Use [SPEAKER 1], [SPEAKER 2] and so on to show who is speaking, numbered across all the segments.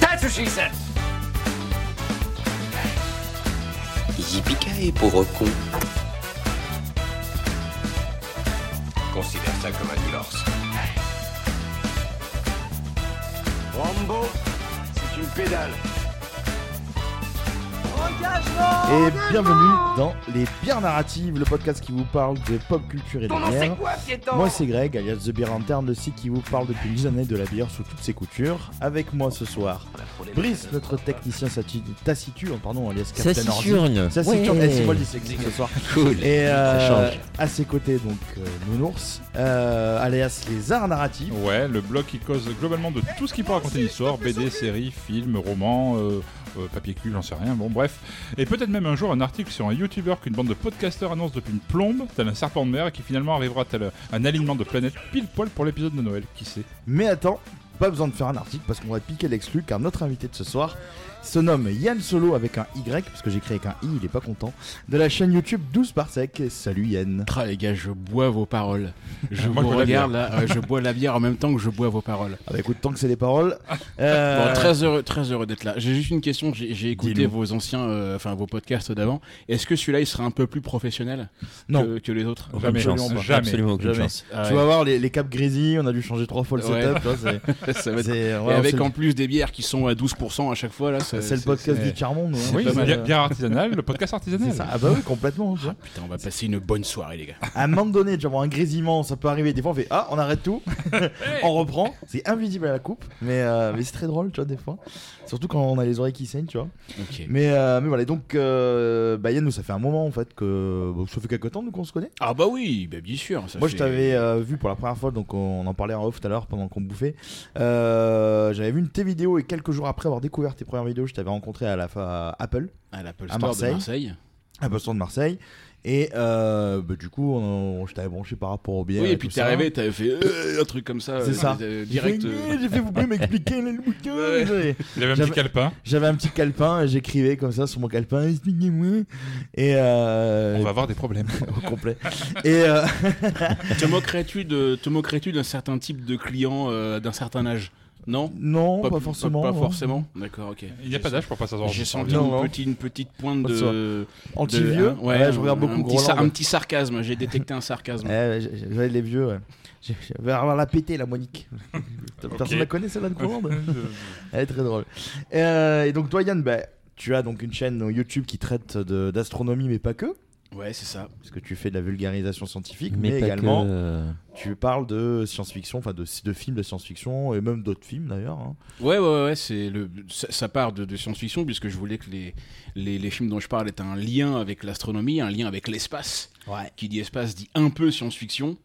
[SPEAKER 1] That's what she said
[SPEAKER 2] Yippee pauvre con.
[SPEAKER 3] Considère ça comme un divorce.
[SPEAKER 4] Rambo, c'est une pédale.
[SPEAKER 5] Et bienvenue dans Les Bières Narratives, le podcast qui vous parle de pop culture et de bière. Moi c'est Greg, alias The Beer Interne, le site qui vous parle depuis des années de la bière sous toutes ses coutures. Avec moi ce soir, Brice, notre technicien sati- taciturne, pardon, alias Captain Ordi.
[SPEAKER 6] Taciturne.
[SPEAKER 5] Taciturne,
[SPEAKER 6] Ouais.
[SPEAKER 5] eh, c'est moi le dyslexique ce soir.
[SPEAKER 6] Cool.
[SPEAKER 5] Et
[SPEAKER 6] Ça
[SPEAKER 5] euh,
[SPEAKER 6] change.
[SPEAKER 5] à ses côtés donc euh, Nounours, euh, alias Les Arts Narratifs.
[SPEAKER 7] Ouais, le blog qui cause globalement de tout ce qui peut raconter une histoire, BD, séries, films, romans, euh, euh, papier cul, j'en sais rien, bon bref. Et peut-être même un jour un article sur un youtubeur qu'une bande de podcasteurs annonce depuis une plombe, tel un serpent de mer, et qui finalement arrivera tel un alignement de planètes pile poil pour l'épisode de Noël, qui sait.
[SPEAKER 5] Mais attends, pas besoin de faire un article parce qu'on va piquer l'exclu car notre invité de ce soir se nomme Yann Solo avec un Y, parce que j'ai créé avec un I, il est pas content, de la chaîne YouTube 12 par sec. Salut Yann.
[SPEAKER 8] Ah les gars, je bois vos paroles. Je
[SPEAKER 5] Moi,
[SPEAKER 8] vous
[SPEAKER 5] je bois la
[SPEAKER 8] regarde
[SPEAKER 5] bière.
[SPEAKER 8] là, euh, je bois la bière en même temps que je bois vos paroles.
[SPEAKER 5] Ah bah écoute, tant que c'est des paroles. euh,
[SPEAKER 8] Bon, très heureux, très heureux d'être là. J'ai juste une question. J'ai j'ai écouté
[SPEAKER 5] Dis-nous.
[SPEAKER 8] vos anciens, euh, enfin vos podcasts d'avant. Est-ce que celui-là il sera un peu plus professionnel
[SPEAKER 5] Non.
[SPEAKER 8] que, que les autres
[SPEAKER 5] Aucune chance. Jamais. Jamais.
[SPEAKER 8] Ah
[SPEAKER 5] Tu
[SPEAKER 8] ouais.
[SPEAKER 5] vas voir les, les capes grésilles, on a dû changer trois fois le
[SPEAKER 8] Ouais.
[SPEAKER 5] setup. tu vois, c'est-
[SPEAKER 8] Ça va être-
[SPEAKER 5] c'est-
[SPEAKER 8] Et
[SPEAKER 5] ouais, on
[SPEAKER 8] avec
[SPEAKER 5] s'est-
[SPEAKER 8] en plus des bières qui sont à 12% à chaque fois là. ça-
[SPEAKER 5] C'est le podcast du Tiers-Monde, hein.
[SPEAKER 8] c'est
[SPEAKER 5] Oui,
[SPEAKER 8] pas
[SPEAKER 5] c'est
[SPEAKER 8] mal.
[SPEAKER 5] bien- bien artisanal,
[SPEAKER 7] le podcast artisanal.
[SPEAKER 5] C'est ça. Ah bah oui, complètement.
[SPEAKER 8] putain, on va passer une bonne soirée les gars.
[SPEAKER 5] À un moment donné, déjà, avoir un grésillement, ça peut arriver. Des fois, on fait Ah, on arrête tout, on reprend. C'est invisible à la coupe, mais, euh, mais c'est très drôle, tu vois, des fois. Surtout quand on a les oreilles qui saignent, tu vois.
[SPEAKER 8] Ok.
[SPEAKER 5] Mais, euh, mais voilà, et donc, euh, bah, Yann, nous, ça fait un moment en fait que. bon, ça fait quelques temps, nous, qu'on se connaît.
[SPEAKER 8] Ah bah oui, bah bien sûr. ça
[SPEAKER 5] Moi,
[SPEAKER 8] fait-
[SPEAKER 5] je t'avais euh, vu pour la première fois, donc on en parlait en off tout à l'heure pendant qu'on bouffait. Euh, j'avais vu une de tes vidéos et quelques jours après avoir découvert tes premières vidéos, je t'avais rencontré à la fa- à Apple,
[SPEAKER 8] À l'Apple
[SPEAKER 5] à
[SPEAKER 8] Store de Marseille.
[SPEAKER 5] Apple Store de Marseille. Et euh, bah, du coup, on, on- je t'avais branché par rapport au euh, biais.
[SPEAKER 8] Oui, et puis t'es arrivé, t'avais fait euh, un truc comme ça.
[SPEAKER 5] C'est
[SPEAKER 8] euh,
[SPEAKER 5] ça.
[SPEAKER 8] euh,
[SPEAKER 5] J'ai fait,
[SPEAKER 8] direct. euh.
[SPEAKER 5] Eh, J'ai fait, vous pouvez m'expliquer le bouquin J'avais-
[SPEAKER 7] Il avait un
[SPEAKER 5] j'avais-
[SPEAKER 7] petit calepin.
[SPEAKER 5] J'avais un petit calepin et j'écrivais comme ça sur mon calepin, expliquez-moi. Et euh,
[SPEAKER 7] On va avoir des problèmes.
[SPEAKER 5] Au complet. Et euh,
[SPEAKER 8] te moquerais-tu de- te moquerais-tu d'un certain type de client euh, d'un certain âge Non
[SPEAKER 5] Non, pas
[SPEAKER 8] plus-
[SPEAKER 5] forcément, hein.
[SPEAKER 8] Pas,
[SPEAKER 5] non.
[SPEAKER 8] forcément. D'accord, ok.
[SPEAKER 7] Il n'y a pas d'âge pour pas savoir.
[SPEAKER 8] J'ai senti
[SPEAKER 5] Non,
[SPEAKER 8] une,
[SPEAKER 5] non.
[SPEAKER 8] petite- une petite pointe
[SPEAKER 5] Pas de
[SPEAKER 8] de.
[SPEAKER 5] soi. Anti-vieux
[SPEAKER 8] de- un-
[SPEAKER 5] Ouais, je regarde
[SPEAKER 8] un-
[SPEAKER 5] beaucoup
[SPEAKER 8] un petit,
[SPEAKER 5] Groland,
[SPEAKER 8] sar- un
[SPEAKER 5] ouais.
[SPEAKER 8] petit sarcasme, j'ai détecté un sarcasme.
[SPEAKER 5] Eh, j- j'avais les vieux, ouais. J'ai- Je vais avoir la pété, la Monique. Personne
[SPEAKER 8] Ok.
[SPEAKER 5] la connaît, celle-là de commande Elle est très drôle. Euh, et donc, toi, Yann, bah, tu as donc une chaîne YouTube qui traite de- d'astronomie, mais pas que.
[SPEAKER 8] Ouais, c'est ça.
[SPEAKER 5] Parce que tu fais de la vulgarisation scientifique, mais,
[SPEAKER 6] Mais pas
[SPEAKER 5] également,
[SPEAKER 6] que.
[SPEAKER 9] euh,
[SPEAKER 5] tu parles de science-fiction, enfin de, de films de science-fiction, et même d'autres films d'ailleurs. hein.
[SPEAKER 8] Ouais, ouais, ouais, ouais, c'est le, ça, ça part de, de science-fiction, puisque je voulais que les, les, les films dont je parle aient un lien avec l'astronomie, un lien avec l'espace. Qui dit espace dit un peu science-fiction.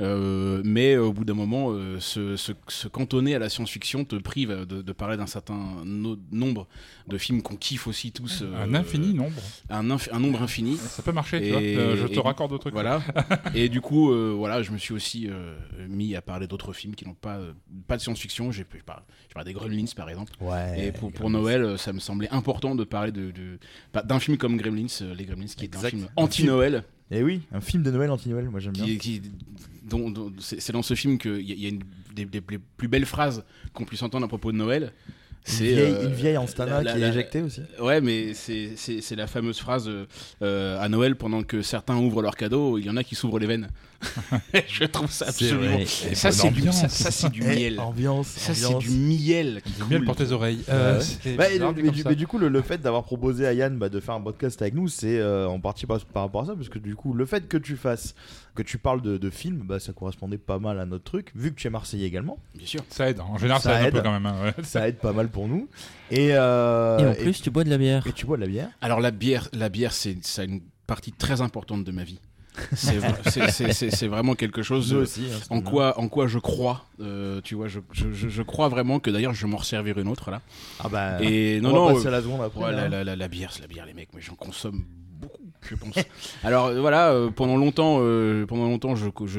[SPEAKER 8] euh, mais au bout d'un moment, euh, se, se- se cantonner à la science-fiction te prive de, de parler d'un certain no- nombre de films qu'on kiffe aussi tous. euh,
[SPEAKER 7] Un infini nombre.
[SPEAKER 8] un, inf- un nombre infini.
[SPEAKER 7] Ça peut marcher, tu vois, euh, je te raccorde au truc.
[SPEAKER 8] Voilà. et du coup, euh, voilà, je me suis aussi euh, mis à parler d'autres films qui n'ont pas, euh, pas de science-fiction. J'ai pu- je parle, je parle des Gremlins, par exemple.
[SPEAKER 5] Ouais,
[SPEAKER 8] et pour, pour Noël, euh, ça me semblait important de parler de, de- bah, d'un film comme Gremlins, euh, Les Gremlins, qui est un film anti-Noël.
[SPEAKER 5] Et oui, un film de Noël anti-Noël, moi j'aime bien.
[SPEAKER 8] Qui, qui- dont- dont- c'est c'est dans ce film qu'il y a, il y a une, des, des- des plus belles phrases qu'on puisse entendre à propos de Noël. C'est
[SPEAKER 5] vieille-
[SPEAKER 8] euh,
[SPEAKER 5] une vieille en stana
[SPEAKER 8] la- la-
[SPEAKER 5] qui est
[SPEAKER 8] la-
[SPEAKER 5] éjectée aussi.
[SPEAKER 8] Ouais, mais c'est- c'est c'est la fameuse phrase euh, euh, à Noël, pendant que certains ouvrent leurs cadeaux, il y en a qui s'ouvrent les veines. Je trouve ça
[SPEAKER 7] C'est
[SPEAKER 8] absolument.
[SPEAKER 7] vrai. Et
[SPEAKER 8] Ça,
[SPEAKER 7] bonne
[SPEAKER 8] c'est du,
[SPEAKER 7] ambiance.
[SPEAKER 8] ça, ça, c'est du
[SPEAKER 7] Eh,
[SPEAKER 8] miel.
[SPEAKER 5] ambiance,
[SPEAKER 8] Ça, c'est
[SPEAKER 5] ambiance.
[SPEAKER 8] du miel. Qui
[SPEAKER 7] Du miel
[SPEAKER 8] coule.
[SPEAKER 7] pour tes oreilles.
[SPEAKER 5] Ouais.
[SPEAKER 7] Euh, c'est
[SPEAKER 5] Bah, et
[SPEAKER 7] bizarre, dit
[SPEAKER 5] du- mais,
[SPEAKER 7] comme
[SPEAKER 5] du,
[SPEAKER 7] ça.
[SPEAKER 5] mais du coup, le, le fait d'avoir proposé à Yann bah, de faire un podcast avec nous, c'est euh, en partie par, par rapport à ça, parce que du coup, le fait que tu fasses, que tu parles de, de films, bah, ça correspondait pas mal à notre truc, vu que tu es Marseillais également.
[SPEAKER 8] Bien sûr.
[SPEAKER 7] Ça aide. En général, ça, aide, un peu quand même. hein, ouais.
[SPEAKER 5] Ça aide pas mal pour nous. Et, euh,
[SPEAKER 6] Et en plus, tu bois de la bière.
[SPEAKER 5] et tu bois de la bière.
[SPEAKER 8] Alors, la bière, la bière c'est ça a une partie très importante de ma vie. C'est vra- c'est- c'est- c'est- c'est vraiment quelque chose
[SPEAKER 5] Nous
[SPEAKER 8] euh,
[SPEAKER 5] aussi, hein, c'est
[SPEAKER 8] en,
[SPEAKER 5] bien.
[SPEAKER 8] quoi, en quoi je crois. euh, tu vois, je, je- je- je crois vraiment que d'ailleurs je vais m'en servir une autre là.
[SPEAKER 5] Ah bah,
[SPEAKER 8] Et
[SPEAKER 5] on
[SPEAKER 8] non,
[SPEAKER 5] va
[SPEAKER 8] non.
[SPEAKER 5] passer à la seconde après,
[SPEAKER 8] ouais,
[SPEAKER 5] là,
[SPEAKER 8] la,
[SPEAKER 5] hein.
[SPEAKER 8] la- la- la bière, c'est la bière, les mecs, mais j'en consomme beaucoup, je pense. Alors euh, voilà, euh, pendant longtemps, euh, pendant longtemps je, co- je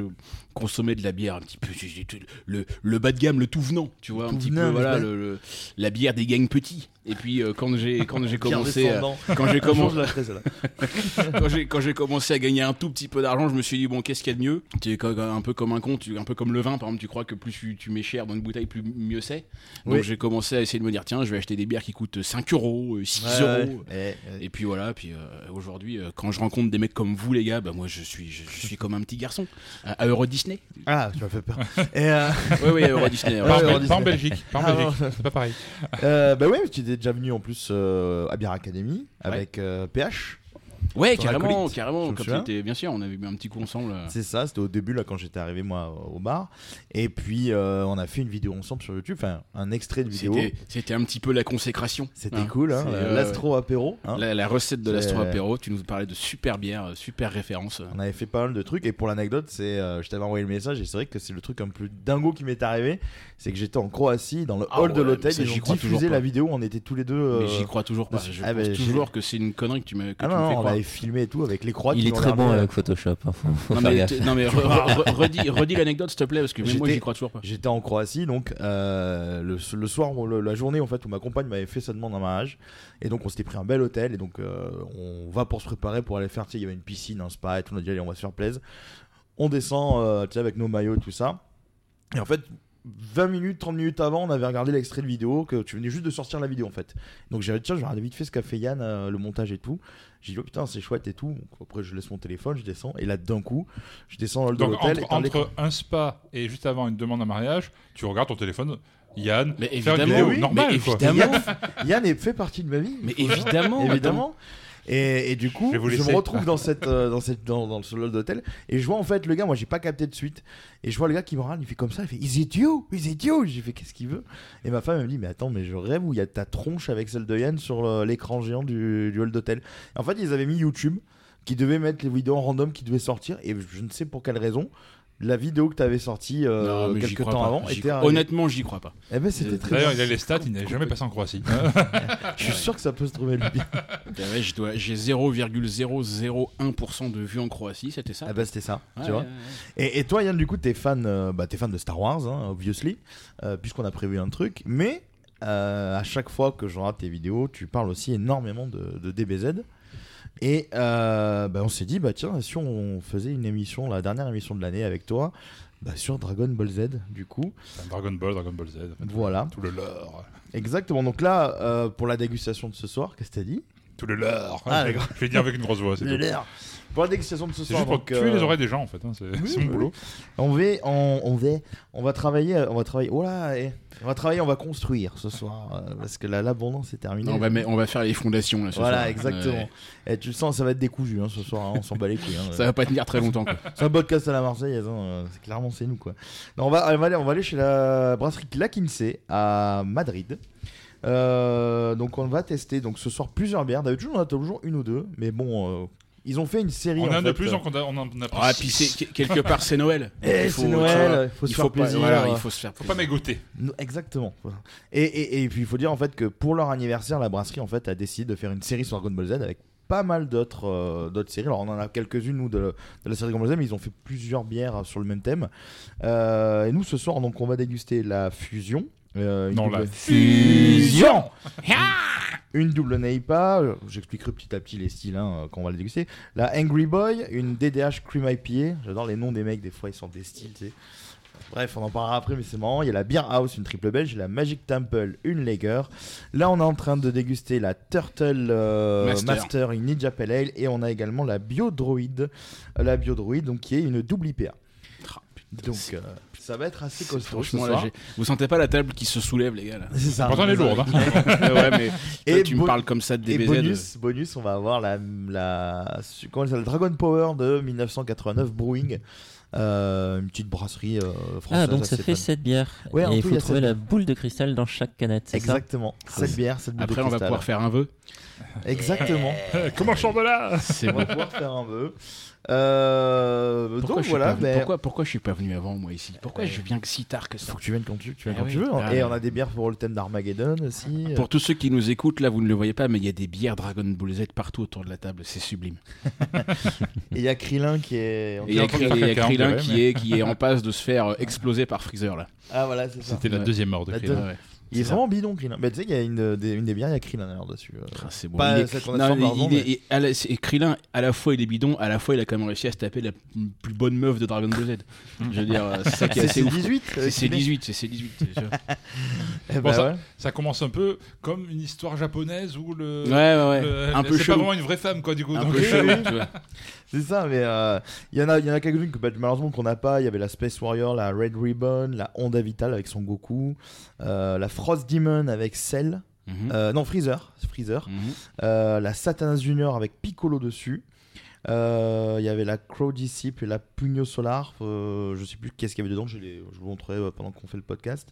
[SPEAKER 8] consommais de la bière un petit peu. j'ai- j'ai tout- Le, le bas de gamme, le tout venant, tu vois, un
[SPEAKER 5] Tout
[SPEAKER 8] petit
[SPEAKER 5] venant,
[SPEAKER 8] peu, voilà,
[SPEAKER 5] mais-
[SPEAKER 8] le- le- la bière des gangs petits. Et puis euh, quand j'ai quand j'ai
[SPEAKER 5] Pierre
[SPEAKER 8] commencé. à-
[SPEAKER 5] Descendant.
[SPEAKER 8] Quand j'ai
[SPEAKER 5] Je
[SPEAKER 8] commencé.
[SPEAKER 5] l'achèterai, celle-là.
[SPEAKER 8] quand j'ai quand j'ai commencé à gagner un tout petit peu d'argent, je me suis dit bon qu'est-ce qu'il y a de mieux Tu es co- un peu comme un con, tu un peu comme le vin par exemple, tu crois que plus tu, tu mets cher dans une bouteille, plus mieux c'est. Donc
[SPEAKER 5] Oui.
[SPEAKER 8] j'ai commencé à essayer de me dire tiens je vais acheter des bières qui coûtent 5 euros, euh, 6 euros.
[SPEAKER 5] Ouais, ouais.
[SPEAKER 8] Et puis voilà, puis euh, aujourd'hui, euh, quand je rencontre des mecs comme vous, les gars, bah moi je suis, je, je suis comme un petit garçon à, à Euro Disney.
[SPEAKER 5] Ah, tu m'as fait peur. Et euh,
[SPEAKER 8] Oui, oui, à Euro Disney.
[SPEAKER 5] Ouais,
[SPEAKER 7] Pas, en
[SPEAKER 5] ouais,
[SPEAKER 7] Bel-
[SPEAKER 5] on dit-
[SPEAKER 7] pas en Belgique, pas en
[SPEAKER 5] Ah,
[SPEAKER 7] Belgique,
[SPEAKER 5] non.
[SPEAKER 7] c'est pas pareil.
[SPEAKER 5] euh, bah ouais, tu étais déjà venu en plus euh, à Beer Academy avec euh, PH.
[SPEAKER 8] Ouais,
[SPEAKER 5] Ton
[SPEAKER 8] carrément,
[SPEAKER 5] acolyte, je
[SPEAKER 8] carrément.
[SPEAKER 5] me
[SPEAKER 8] Quand
[SPEAKER 5] souviens.
[SPEAKER 8] il était- bien sûr, on avait bu un petit coup ensemble. euh.
[SPEAKER 5] C'est ça, c'était au début là quand j'étais arrivé moi au bar. Et puis euh, on a fait une vidéo ensemble sur YouTube, enfin un extrait de vidéo.
[SPEAKER 8] C'était c'était un petit peu la consécration.
[SPEAKER 5] C'était
[SPEAKER 8] Hein,
[SPEAKER 5] cool, hein,
[SPEAKER 8] c'est,
[SPEAKER 5] la-
[SPEAKER 8] euh,
[SPEAKER 5] l'astro apéro. hein.
[SPEAKER 8] La, la recette de
[SPEAKER 5] C'est-
[SPEAKER 8] l'astro apéro, tu nous parlais de super bière, euh, super référence.
[SPEAKER 5] On avait fait pas mal de trucs et pour l'anecdote, c'est euh, je t'avais envoyé le message et c'est vrai que c'est le truc un plus dingo qui m'est arrivé, c'est que j'étais en Croatie dans le
[SPEAKER 8] Ah
[SPEAKER 5] hall de
[SPEAKER 8] ouais,
[SPEAKER 5] l'hôtel,
[SPEAKER 8] ça,
[SPEAKER 5] ils
[SPEAKER 8] j'y
[SPEAKER 5] ont
[SPEAKER 8] crois toujours
[SPEAKER 5] diffusé
[SPEAKER 8] pas.
[SPEAKER 5] la vidéo, où on était tous les deux.
[SPEAKER 8] Mais
[SPEAKER 5] euh,
[SPEAKER 8] j'y crois toujours pas.
[SPEAKER 5] dessus.
[SPEAKER 8] Je
[SPEAKER 5] Ah
[SPEAKER 8] pense
[SPEAKER 5] bah, j'ai-
[SPEAKER 8] toujours que c'est une connerie que tu me, que
[SPEAKER 5] Ah
[SPEAKER 8] tu me
[SPEAKER 5] non,
[SPEAKER 8] fais
[SPEAKER 5] non, on
[SPEAKER 8] croire.
[SPEAKER 5] l'avait filmé et tout avec les Croates.
[SPEAKER 9] Il
[SPEAKER 5] qui euh,
[SPEAKER 9] est
[SPEAKER 5] nous
[SPEAKER 9] très bon
[SPEAKER 5] regardaient.
[SPEAKER 9] avec Photoshop. hein, faut- faut
[SPEAKER 8] Non
[SPEAKER 9] faire
[SPEAKER 8] mais,
[SPEAKER 9] gaffe.
[SPEAKER 8] non, mais re- re- re- redis, redis l'anecdote s'il te plaît parce que même moi
[SPEAKER 5] J'étais-
[SPEAKER 8] j'y crois toujours pas.
[SPEAKER 5] J'étais en Croatie, donc euh, le, le soir, le- la journée en fait où ma compagne m'avait fait sa demande en mariage, et donc on s'était pris un bel hôtel, et donc euh, on va pour se préparer pour aller faire, tu sais, il y avait une piscine, un spa, et tout, on a dit allez, on va se faire plaisir. On descend, euh, tu sais, avec nos maillots, tout ça, et en fait. 20 minutes, 30 minutes avant, on avait regardé l'extrait de vidéo que tu venais juste de sortir la vidéo en fait. Donc j'ai dit tiens, je vais regarder vite fait ce qu'a fait Yann, euh, le montage et tout. J'ai dit oh putain, c'est chouette et tout. Donc, après, je laisse mon téléphone, je descends et là d'un coup, je descends dans le
[SPEAKER 7] Donc
[SPEAKER 5] l'hôtel.
[SPEAKER 7] entre,
[SPEAKER 5] et t'as l'écran.
[SPEAKER 7] entre un spa et juste avant une demande en mariage, tu regardes ton téléphone, Yann,
[SPEAKER 8] Mais
[SPEAKER 7] faire une vidéo
[SPEAKER 8] évidemment,
[SPEAKER 5] oui,
[SPEAKER 7] normale
[SPEAKER 8] mais
[SPEAKER 7] quoi.
[SPEAKER 5] Et
[SPEAKER 8] Évidemment.
[SPEAKER 5] Yann, Yann est- fait partie de ma vie.
[SPEAKER 8] Mais évidemment,
[SPEAKER 5] évidemment. Et, et du coup,
[SPEAKER 7] Je vais vous
[SPEAKER 5] je, me
[SPEAKER 7] laisser.
[SPEAKER 5] retrouve dans cette, euh, dans cette, dans, dans ce lol d'hôtel, et je vois en fait le gars. Moi, j'ai pas capté de suite, et je vois le gars qui me regarde, il fait comme ça, il fait "Is it you Is it you J'ai fait "Qu'est-ce qu'il veut Et ma femme elle me dit "Mais attends, mais je rêve où il y a ta tronche avec celle de Yann sur le- l'écran géant du, du hall d'hôtel." En fait, ils avaient mis YouTube, qui devait mettre les vidéos en random qui devaient sortir, et je ne sais pour quelle raison. La vidéo que tu avais sortie euh,
[SPEAKER 8] Non, mais j'y
[SPEAKER 5] quelques
[SPEAKER 8] crois
[SPEAKER 5] temps
[SPEAKER 8] pas.
[SPEAKER 5] avant
[SPEAKER 8] J'y
[SPEAKER 5] était
[SPEAKER 8] crois-
[SPEAKER 5] un-
[SPEAKER 8] Honnêtement, j'y crois pas.
[SPEAKER 5] Eh ben, c'était très
[SPEAKER 7] D'ailleurs,
[SPEAKER 5] bien.
[SPEAKER 7] il a les stats, il n'est jamais passé en Croatie. Hein.
[SPEAKER 5] Je suis sûr que ça peut se trouver le bien.
[SPEAKER 8] Ah ouais, je dois- J'ai 0,001% de vues en Croatie, c'était ça
[SPEAKER 5] Ah bah c'était ça,
[SPEAKER 8] Ouais,
[SPEAKER 5] tu vois.
[SPEAKER 8] ouais, ouais.
[SPEAKER 5] Et, et toi Yann, du coup, t'es fan, euh, bah, t'es fan de Star Wars, hein, obviously, euh, puisqu'on a prévu un truc. Mais euh, à chaque fois que je rate tes vidéos, tu parles aussi énormément de, de DBZ. Et euh, bah, on s'est dit, bah tiens, si on faisait une émission, la dernière émission de l'année avec toi, bah, sur Dragon Ball Z, du coup.
[SPEAKER 7] Dragon Ball, Dragon Ball Z, en fait.
[SPEAKER 5] Voilà,
[SPEAKER 7] tout le lore,
[SPEAKER 5] exactement. Donc là, euh, pour la dégustation de ce soir, qu'est-ce que t'as dit
[SPEAKER 7] tout le lore.
[SPEAKER 5] Ah,
[SPEAKER 7] je,
[SPEAKER 5] d'accord.
[SPEAKER 7] je vais dire avec une grosse voix. C'est tout.
[SPEAKER 5] Pour la dégustation de ce
[SPEAKER 7] C'est
[SPEAKER 5] soir,
[SPEAKER 7] juste pour
[SPEAKER 5] donc,
[SPEAKER 7] tuer
[SPEAKER 5] euh,
[SPEAKER 7] les oreilles des gens en fait. hein, C'est c'est
[SPEAKER 5] oui.
[SPEAKER 7] mon boulot.
[SPEAKER 5] On va, on, on va, on va travailler, on va travailler. Oh là, eh, on va travailler, on va construire ce soir euh, parce que la- l'abondance est terminée.
[SPEAKER 8] Non, on, va, mettre- on va faire les fondations là ce
[SPEAKER 5] voilà,
[SPEAKER 8] soir.
[SPEAKER 5] exactement.
[SPEAKER 8] Ouais.
[SPEAKER 5] Et tu le sens, ça va être décousu hein, ce soir. hein, on s'en bat les couilles. hein.
[SPEAKER 8] Ça va pas tenir très longtemps. quoi.
[SPEAKER 5] C'est un podcast à la Marseillaise. hein, euh, c'est clairement, c'est nous quoi. Non, on va, on va aller, on va aller chez la brasserie La Quince à Madrid. Euh, donc on va tester. Donc ce soir plusieurs bières. D'habitude on a toujours une ou deux, mais bon, euh, ils ont fait une série.
[SPEAKER 7] On
[SPEAKER 5] en
[SPEAKER 7] a de
[SPEAKER 5] fait,
[SPEAKER 7] plus,
[SPEAKER 5] euh,
[SPEAKER 7] donc on a, on en a plus.
[SPEAKER 8] Ah, puis c'est- que- quelque part, c'est Noël.
[SPEAKER 5] Eh,
[SPEAKER 8] Il faut-
[SPEAKER 5] c'est
[SPEAKER 8] tu
[SPEAKER 5] Noël,
[SPEAKER 8] vois,
[SPEAKER 5] il faut se
[SPEAKER 8] il
[SPEAKER 5] faire
[SPEAKER 8] faut pas-
[SPEAKER 5] plaisir.
[SPEAKER 8] voilà, il faut se faire
[SPEAKER 7] Faut pas
[SPEAKER 8] plaisir.
[SPEAKER 7] m'égoter.
[SPEAKER 5] Non, Exactement. Voilà. Et, et, et puis il faut dire en fait que pour leur anniversaire, la brasserie en fait a décidé de faire une série sur Dragon Ball Z avec pas mal d'autres euh, d'autres séries. Alors on en a quelques-unes nous de, de la série Dragon Ball Z, mais ils ont fait plusieurs bières sur le même thème. Euh, et nous ce soir donc on va déguster la fusion. euh, une
[SPEAKER 7] Non,
[SPEAKER 5] double-
[SPEAKER 7] la fusion
[SPEAKER 5] Une double Neipa, euh, j'expliquerai petit à petit les styles hein, euh, quand on va les déguster. La Angry Boy, une DDH Cream IPA, j'adore les noms des mecs, des fois ils sortent des styles, tu sais. Bref, on en parlera après, mais c'est marrant. Il y a la Beer House, une triple belge, la Magic Temple, une Lager. Là, on est en train de déguster la Turtle euh,
[SPEAKER 8] Master.
[SPEAKER 5] Master, une Ninja Pale Ale, et on a également la Biodroid, euh, la Biodroid, donc qui est une double IPA.
[SPEAKER 8] Ah,
[SPEAKER 5] Donc, euh, ça va être assez costaud ce
[SPEAKER 8] Franchement, là,
[SPEAKER 5] soir.
[SPEAKER 8] j'ai- vous sentez pas la table qui se soulève, les gars là
[SPEAKER 5] C'est ça.
[SPEAKER 7] Pourtant, elle est lourde. hein.
[SPEAKER 8] Ouais, mais
[SPEAKER 5] Et
[SPEAKER 8] toi, tu
[SPEAKER 5] bon-
[SPEAKER 8] me parles comme ça de
[SPEAKER 5] Et
[SPEAKER 8] DBZ.
[SPEAKER 5] bonus, bonus, on va avoir la, la, comment elle s'appelle, Dragon Power de 1989 Brewing, Euh, une petite brasserie euh, française.
[SPEAKER 9] Ah, donc ça
[SPEAKER 5] assez
[SPEAKER 9] fait
[SPEAKER 5] fun.
[SPEAKER 9] 7 bières.
[SPEAKER 5] Ouais, en
[SPEAKER 9] et il
[SPEAKER 5] tout, il
[SPEAKER 9] faut
[SPEAKER 5] y a
[SPEAKER 9] trouver
[SPEAKER 5] sept
[SPEAKER 9] la boule de cristal dans chaque canette, c'est ça Ah
[SPEAKER 5] Exactement. Cette bière, cette boule de
[SPEAKER 8] Après, on va
[SPEAKER 5] cristal.
[SPEAKER 8] pouvoir faire un vœu.
[SPEAKER 5] Exactement.
[SPEAKER 7] Eh, Comment je sors de là
[SPEAKER 8] C'est
[SPEAKER 5] On va
[SPEAKER 8] bon.
[SPEAKER 5] pouvoir faire un vœu. Euh,
[SPEAKER 8] Pourquoi
[SPEAKER 5] donc
[SPEAKER 8] je suis
[SPEAKER 5] voilà.
[SPEAKER 8] pas venu-
[SPEAKER 5] mais-
[SPEAKER 8] pourquoi, pourquoi je suis pas venu avant moi ici Pourquoi
[SPEAKER 5] Ouais.
[SPEAKER 8] je viens que si tard que ça
[SPEAKER 5] Faut que tu viennes quand tu, tu viens
[SPEAKER 8] Eh
[SPEAKER 5] quand
[SPEAKER 8] oui.
[SPEAKER 5] tu veux. hein.
[SPEAKER 8] Ah
[SPEAKER 5] Et
[SPEAKER 8] ouais.
[SPEAKER 5] on a des bières pour le thème d'Armageddon aussi.
[SPEAKER 8] Pour tous ceux qui nous écoutent, là vous ne le voyez pas, mais il y a des bières Dragon Ball Z partout autour de la table, c'est sublime.
[SPEAKER 5] Et il y a Krillin qui est. on
[SPEAKER 8] Et il y a
[SPEAKER 5] dirait-
[SPEAKER 8] Kri- il y a Krillin
[SPEAKER 5] ouais,
[SPEAKER 8] qui
[SPEAKER 5] mais-
[SPEAKER 8] est, qui est en passe de se faire euh, exploser par Freezer là.
[SPEAKER 5] Ah voilà, c'est ça.
[SPEAKER 7] C'était la
[SPEAKER 8] Ouais.
[SPEAKER 7] deuxième mort de
[SPEAKER 5] La
[SPEAKER 7] Krillin.
[SPEAKER 5] deuxième.
[SPEAKER 8] ouais.
[SPEAKER 5] Il est
[SPEAKER 8] C'est
[SPEAKER 5] vraiment bidon Krillin. Mais tu sais qu'il y a une euh, des, une des bières, il y a Krillin d'ailleurs dessus. euh.
[SPEAKER 8] Ah, c'est bon.
[SPEAKER 5] Pas
[SPEAKER 8] il est-
[SPEAKER 5] celle qu'on a
[SPEAKER 8] non,
[SPEAKER 5] sur
[SPEAKER 8] mais
[SPEAKER 5] Barbon,
[SPEAKER 8] il
[SPEAKER 5] mais-
[SPEAKER 8] est- et à la- c'est- et Krillin, à la fois il est bidon, à la fois il a quand même réussi à se taper la p- plus bonne meuf de Dragon Ball Z. Je veux dire, euh, c'est ça qui est assez
[SPEAKER 5] C'est
[SPEAKER 8] ouf.
[SPEAKER 5] 18,
[SPEAKER 8] C'est-
[SPEAKER 5] euh,
[SPEAKER 8] C'est
[SPEAKER 5] Krillin.
[SPEAKER 8] 18, c'est c'est 18. c'est sûr.
[SPEAKER 5] Eh
[SPEAKER 7] Bon,
[SPEAKER 5] ben
[SPEAKER 7] ça,
[SPEAKER 5] ouais.
[SPEAKER 7] ça commence un peu comme une histoire japonaise où le.
[SPEAKER 8] Ouais, ouais, ouais.
[SPEAKER 7] le-
[SPEAKER 8] Un peu
[SPEAKER 7] C'est pas
[SPEAKER 8] chelou.
[SPEAKER 7] vraiment une vraie femme, quoi, du coup.
[SPEAKER 8] Un
[SPEAKER 7] donc- euh,
[SPEAKER 8] peu chelou, tu vois.
[SPEAKER 5] C'est ça, mais euh, il y en a, il y en a quelques-unes que bah, malheureusement qu'on n'a pas. Il y avait la Space Warrior, la Red Ribbon, la Honda Vital avec son Goku, euh, la Frost Demon avec Cell,
[SPEAKER 8] Mhm.
[SPEAKER 5] euh, non Freezer, Freezer,
[SPEAKER 8] Mhm.
[SPEAKER 5] euh, la Satanás Junior avec Piccolo dessus. Euh, Il y avait la Crow Disciple et la Pugno Solar. euh, je sais plus qu'est-ce qu'il y avait dedans. Je, les- je vous montrerai euh, pendant qu'on fait le podcast.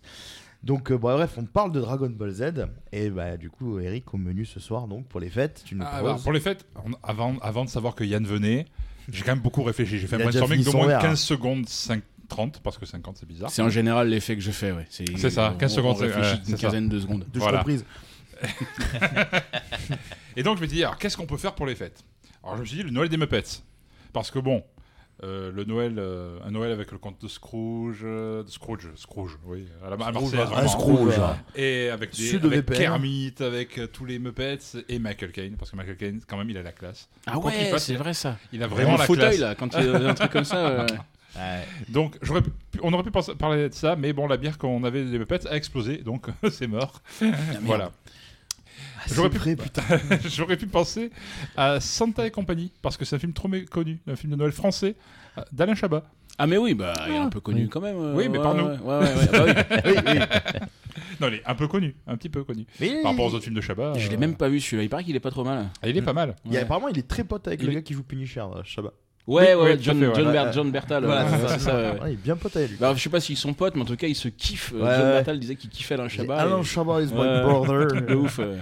[SPEAKER 5] Donc euh, bon, bref, on parle de Dragon Ball Z et bah du coup Eric au menu ce soir donc pour les fêtes, tu nous
[SPEAKER 7] Ah,
[SPEAKER 5] proposes-
[SPEAKER 7] bah, pour les fêtes, on- avant, avant de savoir que Yann venait, j'ai quand même beaucoup réfléchi. J'ai fait un
[SPEAKER 5] Il a déjà
[SPEAKER 7] brainstorming
[SPEAKER 5] fini
[SPEAKER 7] d'au
[SPEAKER 5] son
[SPEAKER 7] moins
[SPEAKER 5] verre.
[SPEAKER 7] 15 secondes, 5, 30, parce que 50 c'est bizarre.
[SPEAKER 8] C'est en général l'effet que je fais, ouais. C'est
[SPEAKER 7] C'est ça,
[SPEAKER 8] on-
[SPEAKER 7] 15
[SPEAKER 8] on
[SPEAKER 7] secondes,
[SPEAKER 8] réfléchit
[SPEAKER 7] ouais,
[SPEAKER 8] une
[SPEAKER 7] c'est ça.
[SPEAKER 8] quinzaine de secondes.
[SPEAKER 5] Douche
[SPEAKER 7] Voilà.
[SPEAKER 5] comprise.
[SPEAKER 7] Et donc je me dis, alors qu'est-ce qu'on peut faire pour les fêtes Alors je me suis dit, le Noël des Muppets. Parce que bon, euh, le Noël, euh, un Noël avec le conte de Scrooge, euh, de Scrooge, Scrooge, oui, à la à Marseillaise,
[SPEAKER 5] un
[SPEAKER 7] Ah, vraiment. Ah,
[SPEAKER 5] Scrooge.
[SPEAKER 7] Et avec, des,
[SPEAKER 5] Sud de
[SPEAKER 7] avec
[SPEAKER 5] VPN.
[SPEAKER 7] Kermit, avec euh, tous les Muppets et Michael Caine, parce que Michael Caine, quand même, il a la classe.
[SPEAKER 8] Ah
[SPEAKER 7] Quoi qu'il
[SPEAKER 8] ouais,
[SPEAKER 7] fasse,
[SPEAKER 8] c'est vrai ça.
[SPEAKER 7] Il a
[SPEAKER 8] Dans
[SPEAKER 7] vraiment
[SPEAKER 8] le
[SPEAKER 7] la
[SPEAKER 8] fauteuil
[SPEAKER 7] classe.
[SPEAKER 8] là, quand il y a un truc comme ça. euh,
[SPEAKER 7] Donc, j'aurais pu- on aurait pu penser- parler de ça, mais bon, la bière qu'on avait des Muppets a explosé, donc c'est mort. voilà. J'aurais pu, j'aurais pu penser à Santa et compagnie, parce que c'est un film trop méconnu, un film de Noël français euh, d'Alain Chabat.
[SPEAKER 8] Ah mais oui, bah il est un peu connu quand même. euh,
[SPEAKER 7] Oui, mais
[SPEAKER 8] ouais,
[SPEAKER 7] par nous.
[SPEAKER 8] Ouais, ouais, ouais, bah oui.
[SPEAKER 7] Non, il est un peu connu, un petit peu connu.
[SPEAKER 5] Mais-
[SPEAKER 7] Par rapport aux autres films de Chabat.
[SPEAKER 8] Je
[SPEAKER 7] euh,
[SPEAKER 8] l'ai même pas vu celui-là. Il paraît qu'il est pas trop mal.
[SPEAKER 7] ah, il est pas mal.
[SPEAKER 5] Il y a- apparemment, il est très pote avec
[SPEAKER 8] Il
[SPEAKER 5] le
[SPEAKER 8] est-
[SPEAKER 5] gars qui joue Punisher, euh, Shabba.
[SPEAKER 8] Ouais,
[SPEAKER 7] Oui,
[SPEAKER 8] ouais,
[SPEAKER 7] oui, tout à
[SPEAKER 8] John,
[SPEAKER 7] fait, ouais.
[SPEAKER 8] John,
[SPEAKER 5] Ouais,
[SPEAKER 8] Ber-
[SPEAKER 5] ouais.
[SPEAKER 8] John Bertal. ouais,
[SPEAKER 5] Voilà,
[SPEAKER 8] c'est ça, ouais.
[SPEAKER 5] Ouais, il est bien pote avec lui.
[SPEAKER 8] Bah, je sais pas s'ils sont potes, mais en tout cas, ils se kiffent. Euh,
[SPEAKER 5] Ouais,
[SPEAKER 8] John
[SPEAKER 5] ouais.
[SPEAKER 8] Bertal disait qu'il kiffait Alain
[SPEAKER 5] J'ai
[SPEAKER 8] Chabat.
[SPEAKER 5] Alain
[SPEAKER 8] et-
[SPEAKER 5] Chabat is my
[SPEAKER 8] Ouais,
[SPEAKER 5] brother.
[SPEAKER 8] Euh, De ouf. euh.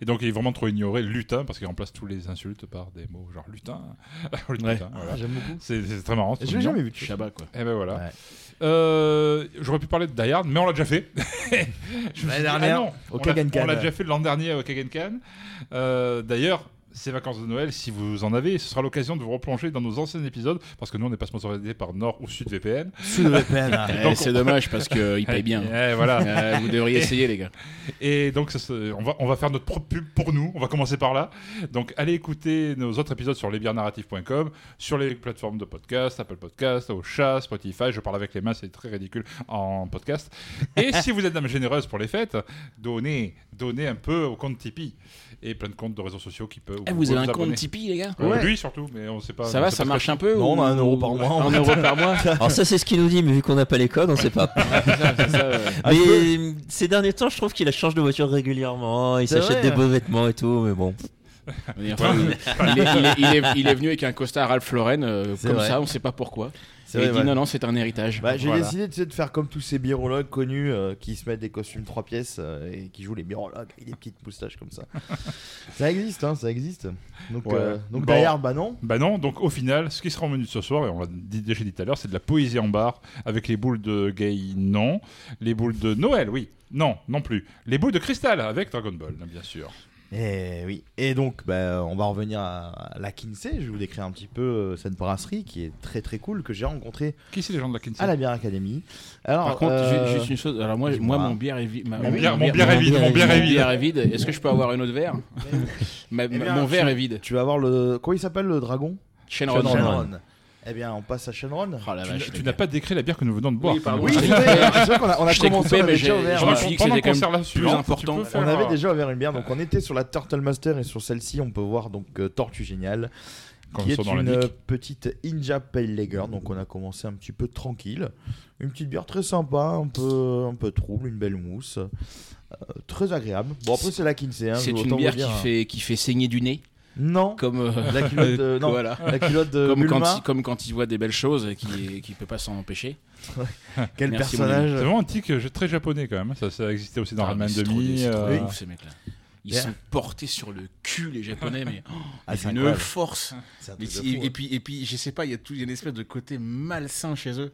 [SPEAKER 7] Et donc, il est vraiment trop ignoré, lutin, parce qu'il remplace tous les insultes par des mots genre lutin. lutin,
[SPEAKER 8] Ouais.
[SPEAKER 7] voilà.
[SPEAKER 5] Ah, J'aime beaucoup.
[SPEAKER 7] C'est c'est très marrant. c'est
[SPEAKER 5] Je
[SPEAKER 7] trop
[SPEAKER 5] l'ai
[SPEAKER 7] mignon.
[SPEAKER 5] jamais vu. tu sais.
[SPEAKER 8] Chabat, quoi.
[SPEAKER 7] Et ben voilà.
[SPEAKER 5] Ouais.
[SPEAKER 7] Euh, J'aurais pu parler de Die Hard, mais on l'a déjà fait. Je me suis dit, ah
[SPEAKER 5] dernière,
[SPEAKER 7] non, on
[SPEAKER 5] au
[SPEAKER 7] l'a-
[SPEAKER 5] Kagenkan.
[SPEAKER 7] On l'a déjà fait l'an dernier au Kagenkan. Euh, D'ailleurs, ces vacances de Noël, si vous en avez, ce sera l'occasion de vous replonger dans nos anciens épisodes, parce que nous, on n'est pas sponsorisé par Nord ou Sud VPN.
[SPEAKER 5] Sous le VPN. hein.
[SPEAKER 8] Eh,
[SPEAKER 7] Donc,
[SPEAKER 8] c'est dommage parce qu'il paye bien.
[SPEAKER 7] Eh, voilà.
[SPEAKER 8] Euh, vous devriez essayer, les gars.
[SPEAKER 7] Et donc, ça, c'est- on, va, on va faire notre propre pub pour nous. On va commencer par là. Donc, allez écouter nos autres épisodes sur lesbiernarratifs.com, sur les plateformes de podcast, Apple Podcast, Ocha, Spotify. Je parle avec les mains, c'est très ridicule en podcast. Et si vous êtes dame généreuse pour les fêtes, donnez, donnez un peu au compte Tipeee et plein de comptes de réseaux sociaux qui peuvent.
[SPEAKER 8] Eh, vous avez un
[SPEAKER 7] abonner.
[SPEAKER 8] compte Tipeee, les gars
[SPEAKER 7] Euh,
[SPEAKER 5] Ouais.
[SPEAKER 7] Lui surtout, mais on sait pas.
[SPEAKER 8] Ça
[SPEAKER 7] on
[SPEAKER 8] va,
[SPEAKER 7] sait
[SPEAKER 8] ça
[SPEAKER 7] pas
[SPEAKER 8] marche
[SPEAKER 7] ce
[SPEAKER 8] un peu
[SPEAKER 5] Non,
[SPEAKER 8] ou-
[SPEAKER 5] on a un euro par mois, en
[SPEAKER 8] Un euro par mois
[SPEAKER 9] Alors ça c'est ce qu'il nous dit, mais vu qu'on n'a pas les codes, on sait pas.
[SPEAKER 8] C'est ça, c'est ça, ouais.
[SPEAKER 5] Ah, je peux-
[SPEAKER 9] Mais ces derniers temps, je trouve qu'il a change de voiture régulièrement, il
[SPEAKER 5] C'est
[SPEAKER 9] s'achète
[SPEAKER 5] vrai.
[SPEAKER 9] des beaux vêtements et tout, mais bon.
[SPEAKER 8] Il est, il est- il est- il est- il est venu avec un costard Ralph Lauren, euh,
[SPEAKER 5] C'est
[SPEAKER 8] comme
[SPEAKER 5] vrai.
[SPEAKER 8] ça, on sait pas pourquoi.
[SPEAKER 5] C'est
[SPEAKER 8] Et il
[SPEAKER 5] vrai,
[SPEAKER 8] dit
[SPEAKER 5] ouais.
[SPEAKER 8] non, non, c'est un héritage.
[SPEAKER 5] Bah, J'ai
[SPEAKER 8] Voilà.
[SPEAKER 5] décidé tu sais, de faire comme tous ces birologues connus euh, qui se mettent des costumes trois pièces euh, et qui jouent les birologues avec des petites moustaches comme ça. ça existe, hein, ça existe. Donc,
[SPEAKER 7] Ouais.
[SPEAKER 5] euh, donc
[SPEAKER 7] Bon.
[SPEAKER 5] derrière, bah non.
[SPEAKER 7] Bah non, donc au final, ce qui sera au menu de ce soir, et on l'a dit- déjà dit tout à l'heure, c'est de la poésie en barre, avec les boules de gay, non. Les boules de Noël, oui. Non, non plus. Les boules de cristal, avec Dragon Ball, bien sûr.
[SPEAKER 5] Et Eh oui. Et donc, bah, on va revenir à la Kinsey. Je vais vous décrire un petit peu euh, cette brasserie qui est très très cool que j'ai rencontrée
[SPEAKER 7] Qui c'est les gens de la Kinsey
[SPEAKER 8] Ah,
[SPEAKER 5] à la Bière Academy. Alors,
[SPEAKER 8] Par contre,
[SPEAKER 5] euh,
[SPEAKER 8] ju- juste une chose. Alors moi,
[SPEAKER 5] dis-moi.
[SPEAKER 8] moi mon bière est vide. ma-
[SPEAKER 5] Mon
[SPEAKER 7] bière- mon bière est vide, mon bière est vide.
[SPEAKER 8] est vide. Est-ce que je peux avoir un autre verre Ma- ma-
[SPEAKER 5] eh bien,
[SPEAKER 8] Mon verre est vide.
[SPEAKER 5] Tu vas voir le. Comment il s'appelle le dragon
[SPEAKER 8] Shenron.
[SPEAKER 5] Eh bien, on passe à Shenron.
[SPEAKER 8] Oh la
[SPEAKER 7] Tu,
[SPEAKER 8] vache,
[SPEAKER 7] tu
[SPEAKER 8] les
[SPEAKER 7] n'as
[SPEAKER 8] gars.
[SPEAKER 7] pas décrit la bière que nous venons de boire.
[SPEAKER 8] Oui, pardon.
[SPEAKER 5] Oui,
[SPEAKER 8] Je
[SPEAKER 5] c'est
[SPEAKER 8] t'ai
[SPEAKER 5] vrai,
[SPEAKER 8] coupé.
[SPEAKER 5] c'est vrai qu'on a, on a
[SPEAKER 8] Je t'ai
[SPEAKER 5] commencé,
[SPEAKER 8] coupé,
[SPEAKER 5] on a
[SPEAKER 8] mais
[SPEAKER 5] déjà
[SPEAKER 8] j'ai-
[SPEAKER 5] ouvert.
[SPEAKER 8] je
[SPEAKER 7] Pendant
[SPEAKER 8] me
[SPEAKER 5] euh,
[SPEAKER 8] suis dit que
[SPEAKER 7] pendant
[SPEAKER 8] c'était
[SPEAKER 7] qu'on
[SPEAKER 8] quand
[SPEAKER 7] sert la
[SPEAKER 8] même
[SPEAKER 7] suivante,
[SPEAKER 8] plus
[SPEAKER 7] tu
[SPEAKER 8] important.
[SPEAKER 7] peux faire-
[SPEAKER 5] on avait déjà ouvert une bière, donc on était sur la Turtle Master et sur celle-ci, on peut voir donc euh, Tortue Géniale,
[SPEAKER 7] Comme
[SPEAKER 5] qui est
[SPEAKER 7] ça dans
[SPEAKER 5] une
[SPEAKER 7] l'indique.
[SPEAKER 5] euh, petite Inja Pale Lager. Donc on a commencé un petit peu tranquille, une petite bière très sympa, un peu un peu trouble, une belle mousse, euh, très agréable. Bon après c'est la Kinsey, hein,
[SPEAKER 8] C'est
[SPEAKER 5] je-
[SPEAKER 8] une
[SPEAKER 5] autant
[SPEAKER 8] bière
[SPEAKER 5] vous
[SPEAKER 8] qui
[SPEAKER 5] dire, hein.
[SPEAKER 8] fait, qui fait saigner du nez,
[SPEAKER 5] non
[SPEAKER 8] comme, euh,
[SPEAKER 5] la culotte de non
[SPEAKER 8] voilà.
[SPEAKER 5] la culotte
[SPEAKER 7] Euh,
[SPEAKER 5] de
[SPEAKER 8] comme, quand
[SPEAKER 5] Bulma.
[SPEAKER 8] il, comme quand il voit des belles choses et qui qui peut pas s'en empêcher.
[SPEAKER 5] Quel
[SPEAKER 8] Merci, mon ami.
[SPEAKER 5] personnage
[SPEAKER 7] C'est vraiment un tic euh, très japonais quand même. Ça, ça existait aussi dans
[SPEAKER 8] Ah, mais
[SPEAKER 7] Ramen
[SPEAKER 8] c'est trop-
[SPEAKER 7] Demi.
[SPEAKER 8] c'est trop
[SPEAKER 7] euh,
[SPEAKER 8] ouf, ces mecs-là. Ils
[SPEAKER 7] Yeah.
[SPEAKER 8] sont portés sur le cul, les Japonais, mais oh,
[SPEAKER 7] Ah, c'est
[SPEAKER 8] une
[SPEAKER 7] incroyable.
[SPEAKER 8] force.
[SPEAKER 7] C'est un
[SPEAKER 8] Mais
[SPEAKER 7] truc de
[SPEAKER 8] si-
[SPEAKER 7] fou, hein.
[SPEAKER 8] et,
[SPEAKER 7] ouais.
[SPEAKER 8] puis, et puis, je sais pas, il y a tout, il y a une espèce de côté malsain chez eux.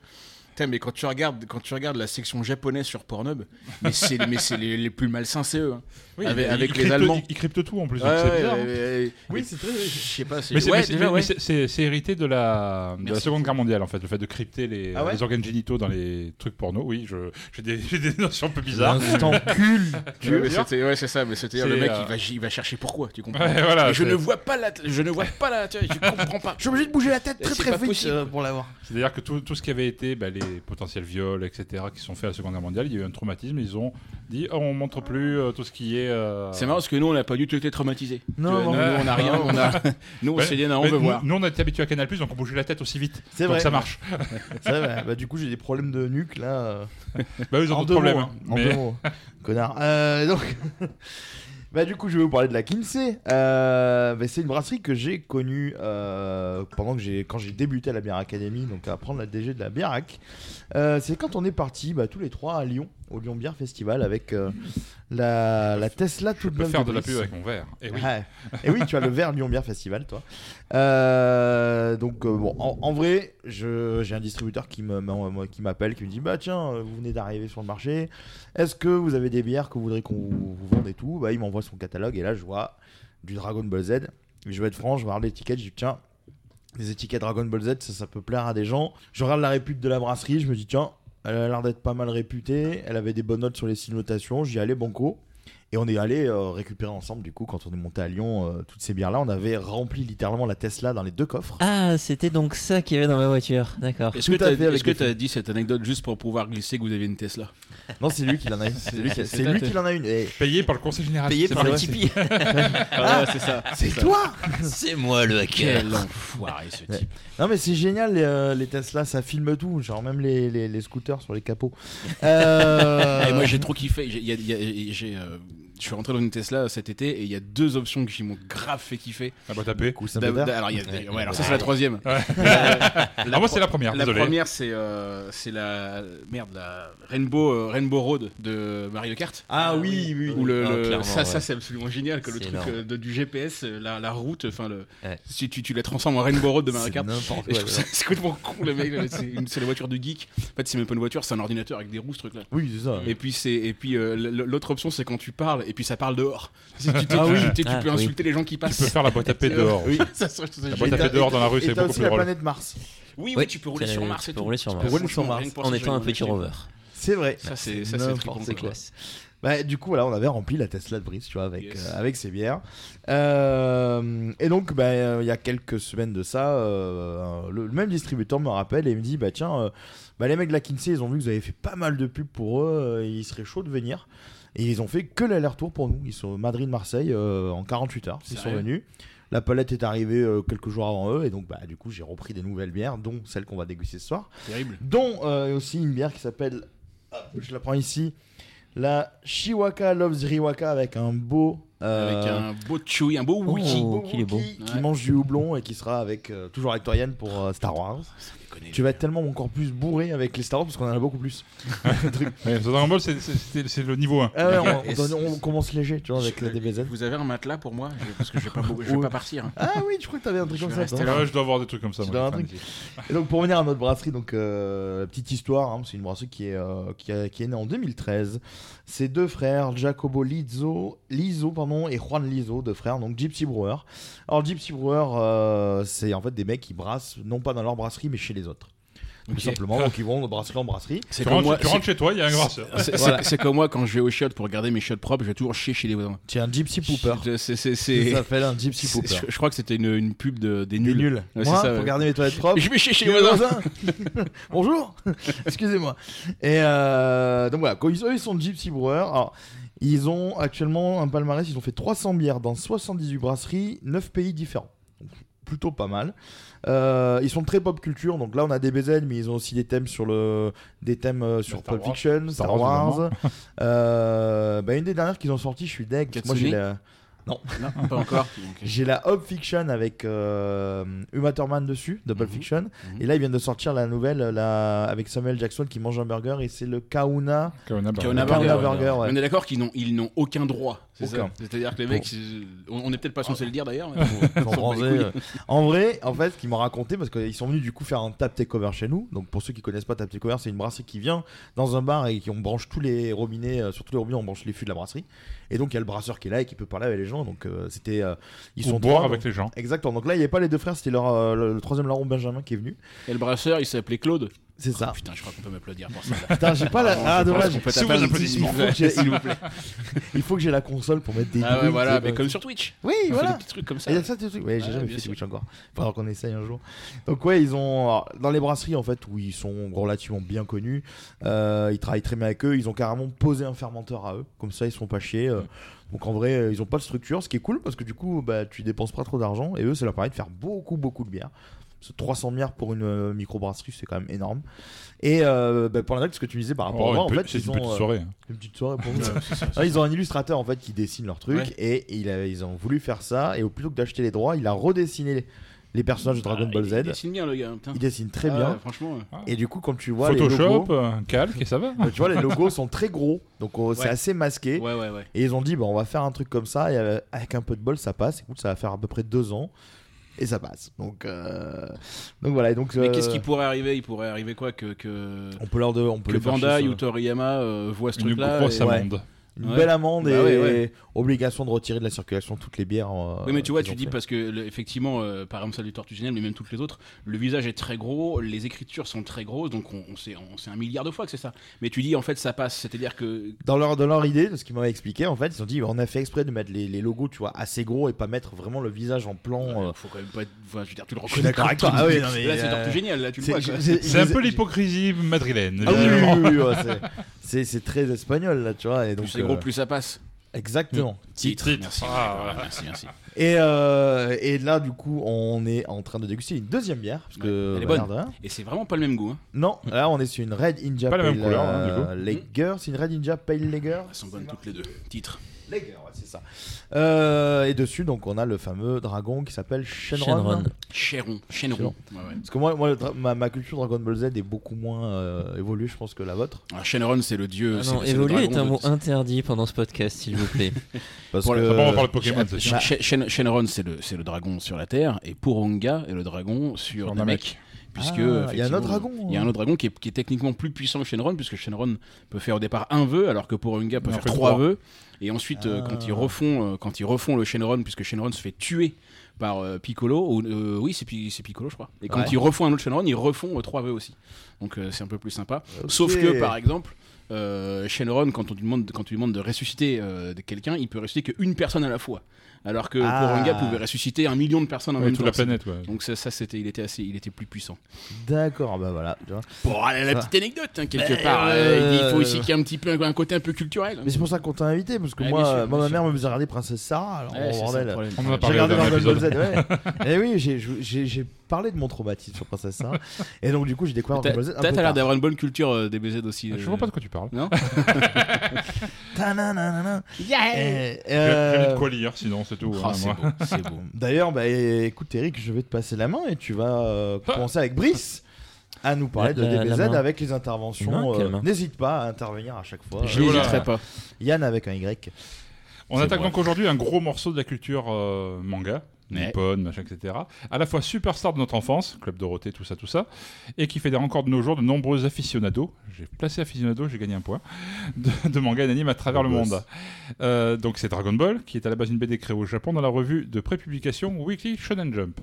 [SPEAKER 8] Putain, mais quand tu regardes, quand tu regardes la section japonaise sur Pornhub, mais c'est, mais c'est les, les plus malsains, c'est eux. hein.
[SPEAKER 7] Oui,
[SPEAKER 8] avec
[SPEAKER 7] ils-
[SPEAKER 8] avec
[SPEAKER 7] ils
[SPEAKER 8] les
[SPEAKER 7] cryptent-
[SPEAKER 8] Allemands.
[SPEAKER 7] ils cryptent tout, en plus,
[SPEAKER 8] Ouais,
[SPEAKER 7] donc c'est
[SPEAKER 8] ouais,
[SPEAKER 7] bizarre, hein.
[SPEAKER 8] ouais,
[SPEAKER 7] Oui,
[SPEAKER 8] et-
[SPEAKER 7] c'est très-
[SPEAKER 8] Je sais pas.
[SPEAKER 7] Mais c'est
[SPEAKER 8] ouais,
[SPEAKER 7] mais c'est-
[SPEAKER 8] déjà,
[SPEAKER 7] mais
[SPEAKER 8] ouais.
[SPEAKER 7] c'est- c'est- c'est hérité de la, de la
[SPEAKER 8] Merci.
[SPEAKER 7] Seconde Guerre mondiale, en fait, le fait de crypter les,
[SPEAKER 8] Ah ouais
[SPEAKER 7] les organes génitaux dans les trucs porno. Oui, je- j'ai des, j'ai des notions un peu bizarres. Tu
[SPEAKER 8] Ouais,
[SPEAKER 7] veux
[SPEAKER 8] mais
[SPEAKER 7] dire
[SPEAKER 8] c'était- ouais, c'est ça, mais c'est-à-dire le
[SPEAKER 7] C'est,
[SPEAKER 8] mec
[SPEAKER 7] euh,
[SPEAKER 8] il, va, il va chercher pourquoi, tu comprends
[SPEAKER 7] Ouais, voilà,
[SPEAKER 8] Mais Je
[SPEAKER 7] c'est-
[SPEAKER 8] ne vois pas la, je ne vois pas la, tu vois, je comprends pas. Je suis obligé de bouger la tête très
[SPEAKER 7] C'est
[SPEAKER 8] très
[SPEAKER 7] pas
[SPEAKER 8] vite
[SPEAKER 7] possible.
[SPEAKER 8] euh, pour l'avoir.
[SPEAKER 7] C'est-à-dire que tout, tout ce qui avait été bah, les potentiels viols, etc., qui sont faits à la Seconde Guerre mondiale, il y a eu un traumatisme. Ils ont dit oh, on montre plus euh, tout ce qui est. euh,
[SPEAKER 8] C'est marrant parce que nous on n'a pas du tout été traumatisés. Tu vois, nous,
[SPEAKER 7] Ouais.
[SPEAKER 8] nous, on n'a rien, on a, nous on
[SPEAKER 7] Ouais.
[SPEAKER 8] s'est dit non, hein, on
[SPEAKER 7] Mais
[SPEAKER 8] veut
[SPEAKER 7] nous-
[SPEAKER 8] voir.
[SPEAKER 7] Nous, on a été habitués à Canal donc on bougeait la tête aussi vite.
[SPEAKER 5] C'est
[SPEAKER 7] Donc
[SPEAKER 5] vrai.
[SPEAKER 7] ça marche.
[SPEAKER 5] C'est vrai. Bah, du coup, j'ai des problèmes de nuque là. euh,
[SPEAKER 7] Bah, eux, ils ont
[SPEAKER 5] en
[SPEAKER 7] d'autres
[SPEAKER 5] deux
[SPEAKER 7] problèmes,
[SPEAKER 5] mots,
[SPEAKER 7] hein,
[SPEAKER 5] En
[SPEAKER 7] mais-
[SPEAKER 5] deux mots. Connard. Euh, donc. Bah du coup je vais vous parler de la Kinsey. Euh, bah, c'est une brasserie que j'ai connue euh, pendant que j'ai quand j'ai débuté à la bière académie, donc à prendre la DG de la bierac. Euh, c'est quand on est parti bah, tous les trois à Lyon, au Lyon Bière Festival avec euh, la, la Tesla toute
[SPEAKER 7] peux
[SPEAKER 5] neuve
[SPEAKER 7] faire de la
[SPEAKER 5] Brice.
[SPEAKER 7] pub avec mon verre. Eh oui.
[SPEAKER 5] Ouais. Eh oui, tu as le verre Lyon Bière Festival, toi. Euh, donc, euh, bon, en, en vrai, je- j'ai un distributeur qui me- m'en- moi, qui m'appelle, qui me dit Bah, tiens, euh, vous venez d'arriver sur le marché. Est-ce que vous avez des bières que vous voudrez qu'on vous, vous vende et tout Bah, il m'envoie son catalogue et là, je vois du Dragon Ball Z. Je vais être franc, je regarde l'étiquette, je dis Tiens, les étiquettes Dragon Ball Z, ça, ça peut plaire à des gens. Je regarde la répute de la brasserie, je me dis Tiens, elle a l'air d'être pas mal réputée. Elle avait des bonnes notes sur les signotations. J'y allais, banco. Et on est allé euh, récupérer ensemble, du coup, quand on est monté à Lyon, euh, toutes ces bières-là. On avait rempli littéralement la Tesla dans les deux coffres.
[SPEAKER 9] Ah, c'était donc ça qu'il y avait dans ma voiture, d'accord.
[SPEAKER 8] Est-ce que t'as- est-ce que tu as dit cette anecdote juste pour pouvoir glisser que vous avez une Tesla
[SPEAKER 5] Non, c'est lui qui l'en a une. C'est lui qui- c'est lui qui l'en a une. Et-
[SPEAKER 7] Payé par le Conseil Général.
[SPEAKER 5] Payé
[SPEAKER 7] C'est
[SPEAKER 5] par
[SPEAKER 7] pas
[SPEAKER 5] le
[SPEAKER 7] vrai,
[SPEAKER 5] Tipeee.
[SPEAKER 7] c'est-
[SPEAKER 5] Ah, c'est ça, c'est c'est ça. toi
[SPEAKER 9] C'est moi le hacker.
[SPEAKER 8] Quel enfoiré ce
[SPEAKER 5] Ouais.
[SPEAKER 8] type.
[SPEAKER 5] Non mais c'est génial les, euh, les Tesla, ça filme tout, genre même les, les- les scooters sur les capots. Euh,
[SPEAKER 8] Et Eh, moi j'ai trop kiffé. J'ai- il y a- il y a- j'ai, euh, Je suis rentré dans une Tesla cet été et il y a deux options qui m'ont grave fait kiffer.
[SPEAKER 7] Ah bah tapez.
[SPEAKER 5] coup, ça me va.
[SPEAKER 8] alors, il y a-
[SPEAKER 5] Ouais.
[SPEAKER 8] ouais, alors ça c'est la troisième.
[SPEAKER 7] Ouais. Ah, moi, c'est la première,
[SPEAKER 8] La
[SPEAKER 7] désolé.
[SPEAKER 8] première c'est euh, c'est la merde la Rainbow euh, Rainbow Road de Mario Kart. Euh,
[SPEAKER 5] Ah oui, oui,
[SPEAKER 8] Où
[SPEAKER 5] oui.
[SPEAKER 8] le-
[SPEAKER 5] Ah,
[SPEAKER 8] le-
[SPEAKER 5] clairement,
[SPEAKER 8] ça ça
[SPEAKER 5] ouais.
[SPEAKER 8] c'est absolument génial que le
[SPEAKER 5] C'est
[SPEAKER 8] truc
[SPEAKER 5] énorme.
[SPEAKER 8] euh, de- du GPS euh, la, la route enfin le si tu, tu la transformes en Rainbow Road de Mario
[SPEAKER 5] C'est
[SPEAKER 8] Kart.
[SPEAKER 5] n'importe
[SPEAKER 8] Et
[SPEAKER 5] quoi,
[SPEAKER 8] je trouve ça-
[SPEAKER 5] ouais.
[SPEAKER 8] C'est complètement con le mec. C'est une- c'est la voiture du geek. En fait c'est même pas une voiture c'est un ordinateur avec des roues ce truc là.
[SPEAKER 5] Oui, c'est ça.
[SPEAKER 8] Et puis c'est et puis euh, l- l- l'autre option c'est quand tu parles et puis ça parle dehors. Si tu, tu-
[SPEAKER 7] Ah
[SPEAKER 8] tu-
[SPEAKER 7] oui.
[SPEAKER 8] tu- tu
[SPEAKER 7] Ah,
[SPEAKER 8] peux
[SPEAKER 7] oui.
[SPEAKER 8] insulter les gens qui passent.
[SPEAKER 7] Tu peux faire la boîte à paix
[SPEAKER 8] Euh,
[SPEAKER 7] dehors.
[SPEAKER 8] oui, ça, ça, je trouve ça
[SPEAKER 7] La
[SPEAKER 8] génial.
[SPEAKER 7] boîte à paix dehors dans la rue, c'est beaucoup plus drôle.
[SPEAKER 5] Mars.
[SPEAKER 8] Oui, oui,
[SPEAKER 9] Ouais,
[SPEAKER 8] tu peux rouler
[SPEAKER 9] c'est-
[SPEAKER 8] sur Mars et
[SPEAKER 9] tu peux
[SPEAKER 8] tout.
[SPEAKER 9] rouler sur
[SPEAKER 8] Tu
[SPEAKER 9] Mars.
[SPEAKER 8] peux rouler sur Mars.
[SPEAKER 9] En étant un petit rover.
[SPEAKER 5] C'est vrai.
[SPEAKER 8] Ça, c'est- ça, c'est très
[SPEAKER 5] n'importe
[SPEAKER 8] bon,
[SPEAKER 5] quoi.
[SPEAKER 8] classe.
[SPEAKER 5] Bah, du coup, voilà, on avait rempli la Tesla de Brice, tu vois, avec,
[SPEAKER 8] Yes.
[SPEAKER 5] euh, avec ses bières. Euh, et donc, bah, euh, il y a quelques semaines de ça, euh, le, le même distributeur me rappelle et me dit Bah, tiens, euh, bah, les mecs de la Kinsey, ils ont vu que vous avez fait pas mal de pubs pour eux, euh, ils seraient chauds de venir. Et ils ont fait que l'aller-retour pour nous. Ils sont Madrid-Marseille euh, en 48 heures. Ils sont
[SPEAKER 8] Sérieux
[SPEAKER 5] venus. La palette est arrivée euh, quelques jours avant eux. Et donc, bah, du coup, j'ai repris des nouvelles bières, dont celle qu'on va déguster ce soir.
[SPEAKER 8] Terrible.
[SPEAKER 5] Dont euh, aussi une bière qui s'appelle, hop, je la prends ici, la Shiwaka Loves Riwaka avec un beau. euh,
[SPEAKER 8] Avec un beau chewy, un beau wiki.
[SPEAKER 5] beau wookie Qui mange du houblon et qui sera avec, euh, toujours avec Torian pour euh, Star Wars. Tu vas être tellement encore plus bourré avec les Star Wars parce qu'on en a beaucoup plus. Le truc.
[SPEAKER 7] Ouais, The Dragon Ball, c'est- c'est c'est- c'est le niveau 1.
[SPEAKER 5] Ah ouais, on- on, donne- on commence léger, tu vois, avec la DBZ.
[SPEAKER 8] Vous avez un matelas pour moi Je- Parce que je vais pas, je vais pas partir. hein.
[SPEAKER 5] Ah oui, je crois que t'avais un truc
[SPEAKER 8] Je
[SPEAKER 5] comme
[SPEAKER 8] vais
[SPEAKER 5] ça.
[SPEAKER 8] rester
[SPEAKER 5] toi.
[SPEAKER 8] là.
[SPEAKER 7] Ouais, je dois avoir des trucs comme ça,
[SPEAKER 5] Tu
[SPEAKER 7] moi,
[SPEAKER 5] dois
[SPEAKER 7] j'ai
[SPEAKER 5] avoir un
[SPEAKER 7] plein
[SPEAKER 5] truc. Et donc pour revenir à notre brasserie, donc euh, petite histoire, hein, c'est une brasserie qui est euh, qui, a- qui est née en 2013. Ces deux frères, Jacobo Lizzo, Lizzo pardon, et Juan Lizzo, deux frères, donc Gypsy Brewer. Alors Gypsy Brewer, euh, c'est en fait des mecs qui brassent non pas dans leur brasserie mais chez les autres. Tout
[SPEAKER 8] Ok.
[SPEAKER 5] simplement, donc ils vont de brasserie en brasserie.
[SPEAKER 8] C'est comme moi. c'est- c'est- c'est-
[SPEAKER 5] Voilà.
[SPEAKER 8] c'est- C'est comme moi quand je vais aux chiottes pour garder mes chiottes propres, je vais toujours chier chez les voisins.
[SPEAKER 5] Tu es un gypsy pooper.
[SPEAKER 8] C'est c'est-
[SPEAKER 5] Ça
[SPEAKER 8] c'est-
[SPEAKER 5] s'appelle un gypsy
[SPEAKER 8] c'est-
[SPEAKER 5] pooper.
[SPEAKER 8] Je, je crois que c'était une, une pub de, des nuls.
[SPEAKER 5] nul.
[SPEAKER 8] Ouais, c'est
[SPEAKER 5] Moi,
[SPEAKER 8] ça,
[SPEAKER 5] pour
[SPEAKER 8] ouais.
[SPEAKER 5] garder mes toilettes propres.
[SPEAKER 8] Je vais chier chez les voisins.
[SPEAKER 5] Bonjour. Excusez-moi. Et euh, donc voilà, quand ils, eux, ils sont Gypsy Brewer. Alors, ils ont actuellement un palmarès. Ils ont fait 300 bières dans 78 brasseries, 9 pays différents. Donc, plutôt pas mal. Euh, ils sont très pop culture. Donc là, on a des BZ, mais ils ont aussi des thèmes sur le, des thèmes euh, sur
[SPEAKER 7] Star
[SPEAKER 5] Pulp
[SPEAKER 7] Wars.
[SPEAKER 5] Fiction,
[SPEAKER 7] Star
[SPEAKER 5] Star,
[SPEAKER 7] Wars,
[SPEAKER 5] Wars. Euh, bah, une des dernières qu'ils ont sorties, je suis deg. Moi, j'ai
[SPEAKER 8] Katsuni
[SPEAKER 5] la- Non.
[SPEAKER 8] Non, pas encore. euh, Ok.
[SPEAKER 5] J'ai la Hop Fiction avec euh, Uma Thurman dessus, Double Fiction. Et là, ils viennent de sortir la nouvelle la... avec Samuel Jackson qui mange un burger et c'est le Kauna.
[SPEAKER 7] Kauna
[SPEAKER 8] Kaona Burger.
[SPEAKER 5] Burger, ouais.
[SPEAKER 8] On est d'accord qu'ils n'ont ils n'ont aucun droit.
[SPEAKER 5] Aucun.
[SPEAKER 8] C'est-à-dire que les mecs, ils- on on est peut-être pas censé le dire d'ailleurs. mais
[SPEAKER 5] Pour
[SPEAKER 8] bon, on s'en bat les
[SPEAKER 5] bronzer,
[SPEAKER 8] couilles.
[SPEAKER 5] euh. En vrai, en fait, ce qu'ils m'ont raconté, parce qu'ils sont venus du coup faire un tap takeover chez nous. Donc pour ceux qui connaissent pas tap takeover, c'est une brasserie qui vient dans un bar et qui on branche tous les robinets, euh, sur tous les robinets, on branche les fûts de la brasserie. Et donc il y a le brasseur qui est là et qui peut parler avec les gens. Donc euh, c'était, euh, ils
[SPEAKER 7] Ou
[SPEAKER 5] sont
[SPEAKER 7] boire
[SPEAKER 5] trois,
[SPEAKER 7] avec
[SPEAKER 5] donc-
[SPEAKER 7] les gens.
[SPEAKER 5] Exactement. Donc là, il n'y avait pas les deux frères, c'était leur euh, le, le troisième larron Benjamin qui est venu.
[SPEAKER 8] Et le brasseur, il s'appelait Claude.
[SPEAKER 5] euh,
[SPEAKER 8] Ah,
[SPEAKER 5] C'est ça.
[SPEAKER 8] putain, je crois qu'on peut m'applaudir pour ça.
[SPEAKER 5] Putain, j'ai pas la.
[SPEAKER 8] Pardon,
[SPEAKER 5] Ah,
[SPEAKER 8] Oh, je pense
[SPEAKER 5] dommage.
[SPEAKER 8] qu'on peut taper un petit-
[SPEAKER 5] Il faut que j'ai-
[SPEAKER 8] S'il vous plaît.
[SPEAKER 5] Il faut que j'ai la console pour mettre des.
[SPEAKER 8] Ah ouais,
[SPEAKER 5] bruits,
[SPEAKER 8] voilà,
[SPEAKER 5] tu sais,
[SPEAKER 8] mais comme sur Twitch.
[SPEAKER 5] Oui,
[SPEAKER 8] On fait
[SPEAKER 5] voilà.
[SPEAKER 8] des petits trucs comme ça.
[SPEAKER 5] Il y a ça, des trucs. Ouais, j'ai
[SPEAKER 8] Ouais,
[SPEAKER 5] jamais
[SPEAKER 8] bien
[SPEAKER 5] fait
[SPEAKER 8] sûr.
[SPEAKER 5] Twitch encore. Faudra qu'on essaye un jour. Donc, ouais, ils ont. alors, dans les brasseries, en fait, où ils sont relativement bien connus, euh, ils travaillent très bien avec eux. Ils ont carrément posé un fermenteur à eux. Comme ça, ils sont pas chiés. euh. Donc, en vrai, euh, ils ont pas de structure, ce qui est cool parce que du coup, bah, tu dépenses pas trop d'argent. Et eux, ça leur permet de faire beaucoup, beaucoup de bière. Parce que 300 bières pour une euh, microbrasserie, c'est quand même énorme. Et euh, bah, pour la date, ce que tu me disais par rapport
[SPEAKER 7] Oh,
[SPEAKER 5] à moi, en
[SPEAKER 7] une pe-
[SPEAKER 5] fait,
[SPEAKER 7] c'est
[SPEAKER 5] ils
[SPEAKER 7] une
[SPEAKER 5] ont,
[SPEAKER 7] petite
[SPEAKER 5] euh,
[SPEAKER 7] soirée.
[SPEAKER 5] Une petite soirée pour vous.
[SPEAKER 7] Ouais, c'est ça,
[SPEAKER 5] Ah, ils ont un illustrateur en fait qui dessine leur truc
[SPEAKER 7] Ouais.
[SPEAKER 5] et il a- ils ont voulu faire ça et au plutôt que d'acheter les droits, il a redessiné les, les personnages de Dragon Ball Z.
[SPEAKER 8] Ah, Il dessine bien le gars, putain.
[SPEAKER 5] Il dessine très
[SPEAKER 8] Ah,
[SPEAKER 5] bien.
[SPEAKER 8] Franchement. ouais.
[SPEAKER 5] Et du coup, quand tu vois les
[SPEAKER 7] Photoshop,
[SPEAKER 5] logos,
[SPEAKER 7] euh, calque et ça va.
[SPEAKER 5] tu vois les logos sont très gros, donc oh, c'est
[SPEAKER 8] Ouais.
[SPEAKER 5] assez masqué.
[SPEAKER 8] Ouais, ouais, ouais.
[SPEAKER 5] Et ils ont dit bah, on va faire un truc comme ça et euh, avec un peu de bol ça passe. Écoute, ça va faire à peu près deux ans et ça passe. Donc euh, donc voilà. Et donc
[SPEAKER 8] Mais
[SPEAKER 5] euh,
[SPEAKER 8] qu'est-ce qui pourrait arriver Il pourrait arriver quoi que que
[SPEAKER 5] on peut leur de- on peut
[SPEAKER 8] que
[SPEAKER 5] les faire chier,
[SPEAKER 8] Bandai
[SPEAKER 5] ça.
[SPEAKER 8] ou Toriyama euh, voient ce
[SPEAKER 7] Une
[SPEAKER 8] truc-là.
[SPEAKER 7] grosse
[SPEAKER 8] et-
[SPEAKER 7] amende.
[SPEAKER 5] une
[SPEAKER 8] Ouais.
[SPEAKER 5] belle amende
[SPEAKER 8] Bah
[SPEAKER 5] et
[SPEAKER 8] ouais, ouais.
[SPEAKER 5] obligation de retirer de la circulation toutes les bières. euh,
[SPEAKER 8] Oui, mais tu vois,
[SPEAKER 5] qu'ils
[SPEAKER 8] tu
[SPEAKER 5] ont
[SPEAKER 8] dis
[SPEAKER 5] fait.
[SPEAKER 8] parce que le- effectivement, euh, par exemple, celle du Tortuginel, mais même toutes les autres, le visage est très gros, les écritures sont très grosses, donc on, on sait, on sait un milliard de fois que c'est ça. Mais tu dis en fait, ça passe, c'est-à-dire que
[SPEAKER 5] dans leur, dans leur idée, de ce qu'ils m'avaient expliqué, en fait, ils ont dit on a fait exprès de mettre les, les logos, tu vois, assez gros et pas mettre vraiment le visage en plan. euh,
[SPEAKER 8] faut quand même pas. être- enfin, je veux dire, tu le
[SPEAKER 5] Je suis
[SPEAKER 8] reconnais.
[SPEAKER 5] d'accord avec toi.
[SPEAKER 8] tout.
[SPEAKER 5] Ah oui, non, mais,
[SPEAKER 8] là, c'est
[SPEAKER 5] euh,
[SPEAKER 8] Tortugénial, là, tu le
[SPEAKER 5] c'est-
[SPEAKER 8] vois.
[SPEAKER 5] je-
[SPEAKER 8] quoi.
[SPEAKER 5] j'ai-
[SPEAKER 7] C'est un
[SPEAKER 5] j'ai-
[SPEAKER 7] peu l'hypocrisie madrilène.
[SPEAKER 5] Ah oui, oui,
[SPEAKER 7] évidemment.
[SPEAKER 5] oui, oui, ouais, c'est- c'est c'est très espagnol là, tu vois. Et donc,
[SPEAKER 8] Plus c'est gros,
[SPEAKER 5] euh,
[SPEAKER 8] plus Mm. ça passe.
[SPEAKER 5] Exactement.
[SPEAKER 8] Titre. Merci.
[SPEAKER 9] Ah,
[SPEAKER 8] voilà, merci, merci.
[SPEAKER 5] Et, euh, et là, du coup, on est en train de déguster une deuxième bière. Parce que,
[SPEAKER 8] Elle est
[SPEAKER 5] bah,
[SPEAKER 8] bonne.
[SPEAKER 5] l'air de rien.
[SPEAKER 8] Et c'est vraiment pas le même goût. hein.
[SPEAKER 5] Non, là, on est sur une Red India
[SPEAKER 7] Pas la
[SPEAKER 5] Pale
[SPEAKER 7] même couleur, hein, du
[SPEAKER 5] euh, Lager. C'est une Red India Pale Lager.
[SPEAKER 8] Elles sont bonnes toutes les deux. Titre.
[SPEAKER 5] Lager, ouais, c'est ça. Euh, et dessus, donc, on a le fameux dragon qui s'appelle Shenron.
[SPEAKER 9] Shenron.
[SPEAKER 8] Chéron. Chéron.
[SPEAKER 5] Chéron.
[SPEAKER 8] Ouais, ouais.
[SPEAKER 5] Parce que moi, moi le dra- ma, ma culture Dragon Ball Z est beaucoup moins euh, évoluée, je pense, que la vôtre.
[SPEAKER 8] Alors, Shenron, c'est le dieu.
[SPEAKER 9] Ah
[SPEAKER 8] c'est-
[SPEAKER 9] non,
[SPEAKER 8] c'est le
[SPEAKER 9] évoluer est
[SPEAKER 8] dragon
[SPEAKER 9] un
[SPEAKER 8] de-
[SPEAKER 9] mot interdit pendant ce podcast, s'il vous plaît.
[SPEAKER 5] Parce
[SPEAKER 8] Pour
[SPEAKER 5] que...
[SPEAKER 8] la-
[SPEAKER 7] Après, on va parler de Pokémon. c'est sûr.
[SPEAKER 8] Shen- Shen- Shen- Shenron, c'est le, c'est le dragon sur la Terre, et Purunga est le dragon sur,
[SPEAKER 7] Sur
[SPEAKER 8] Namek.
[SPEAKER 7] Namek.
[SPEAKER 8] Puisque,
[SPEAKER 5] Ah, il y a un autre
[SPEAKER 8] effectivement,
[SPEAKER 5] dragon,
[SPEAKER 8] Il y a un
[SPEAKER 5] hein.
[SPEAKER 8] autre dragon qui est, qui est techniquement plus puissant que Shenron, puisque Shenron peut faire au départ un vœu, alors que Purunga
[SPEAKER 7] Il
[SPEAKER 8] peut
[SPEAKER 7] en
[SPEAKER 8] faire
[SPEAKER 7] fait
[SPEAKER 8] trois
[SPEAKER 7] trois.
[SPEAKER 8] vœux. Et ensuite, euh, quand,
[SPEAKER 5] Ah.
[SPEAKER 8] ils refont, euh, quand ils refont le Shenron, puisque Shenron se fait tuer par euh, Piccolo, ou, euh, oui, c'est Pi- c'est Piccolo, je crois. Et quand
[SPEAKER 5] Ouais.
[SPEAKER 8] ils refont un autre Shenron, ils refont euh, trois vœux aussi. Donc euh, c'est un peu plus sympa.
[SPEAKER 5] Ok.
[SPEAKER 8] Sauf que, par exemple, euh, Shenron, quand on lui demande, quand on lui demande de ressusciter euh, de quelqu'un, il peut ressusciter qu'une personne à la fois. Alors que
[SPEAKER 5] Ah.
[SPEAKER 8] Purunga pouvait ressusciter un million de personnes en
[SPEAKER 7] Ouais,
[SPEAKER 8] même
[SPEAKER 7] toute
[SPEAKER 8] temps.
[SPEAKER 7] la planète. ouais.
[SPEAKER 8] Donc ça, ça, c'était, il était assez, il était plus puissant.
[SPEAKER 5] D'accord, bah voilà. tu vois.
[SPEAKER 8] Bon, allez, la petite anecdote, hein, quelque
[SPEAKER 5] Mais
[SPEAKER 8] part.
[SPEAKER 5] ouais.
[SPEAKER 8] euh, il faut aussi qu'il y ait un petit peu un, un côté un peu culturel.
[SPEAKER 5] Mais c'est pour ça qu'on t'a invité, parce que
[SPEAKER 8] Ouais,
[SPEAKER 5] moi,
[SPEAKER 8] bien sûr,
[SPEAKER 5] euh, moi,
[SPEAKER 8] bien
[SPEAKER 5] ma
[SPEAKER 8] sûr.
[SPEAKER 5] mère me faisait regarder Princesse Sarah, alors oh,
[SPEAKER 8] Ouais, c'est ça le
[SPEAKER 5] bordel.
[SPEAKER 8] problème.
[SPEAKER 7] On en a
[SPEAKER 5] J'ai
[SPEAKER 7] parlé dans
[SPEAKER 5] regardé Dragon Ball Z,
[SPEAKER 7] l'épisode.
[SPEAKER 5] ouais. Et oui, j'ai- j'ai j'ai parlé de mon traumatisme sur Princesse Sarah. Et donc, du coup, j'ai découvert
[SPEAKER 8] T'as,
[SPEAKER 5] Dragon Ball Z. un
[SPEAKER 8] t'as
[SPEAKER 5] peu
[SPEAKER 8] l'air
[SPEAKER 5] tard.
[SPEAKER 8] d'avoir une bonne culture euh, DBZ aussi.
[SPEAKER 7] Je
[SPEAKER 8] euh,
[SPEAKER 7] vois pas de quoi tu parles.
[SPEAKER 8] Non
[SPEAKER 5] Ta-na-na-na-na. Et,
[SPEAKER 7] Il y a- il y
[SPEAKER 5] euh, Ah,
[SPEAKER 7] a de quoi lire, sinon c'est tout.
[SPEAKER 8] Oh,
[SPEAKER 7] hein,
[SPEAKER 8] c'est,
[SPEAKER 7] moi.
[SPEAKER 8] beau, c'est beau.
[SPEAKER 5] D'ailleurs, bah, écoute, Eric, je vais te passer la main et tu vas euh,
[SPEAKER 8] Ah.
[SPEAKER 5] commencer avec Brice à nous parler de
[SPEAKER 9] La- la- la
[SPEAKER 5] DBZ
[SPEAKER 9] main.
[SPEAKER 5] avec les interventions.
[SPEAKER 9] Non, quelle
[SPEAKER 5] euh,
[SPEAKER 9] main.
[SPEAKER 5] N'hésite pas à intervenir à chaque fois.
[SPEAKER 8] Je
[SPEAKER 7] Et voilà.
[SPEAKER 8] n'hésiterai pas.
[SPEAKER 5] Yann avec un Y.
[SPEAKER 7] On
[SPEAKER 8] C'est
[SPEAKER 7] attaque
[SPEAKER 8] vrai.
[SPEAKER 7] donc aujourd'hui un gros morceau de la culture euh, manga,
[SPEAKER 8] Ouais.
[SPEAKER 7] nippon, machin, etc. À la fois superstar de notre enfance, Club Dorothée, tout ça, tout ça, et qui fédère encore de nos jours de nombreux aficionados. J'ai placé aficionado, j'ai gagné un point de, de manga et d'anime à
[SPEAKER 8] Oh,
[SPEAKER 7] travers
[SPEAKER 5] Le
[SPEAKER 7] le
[SPEAKER 5] boss.
[SPEAKER 7] monde. Euh, donc c'est Dragon Ball, qui est à la base une BD créée au Japon dans la revue de prépublication Weekly Shonen Jump.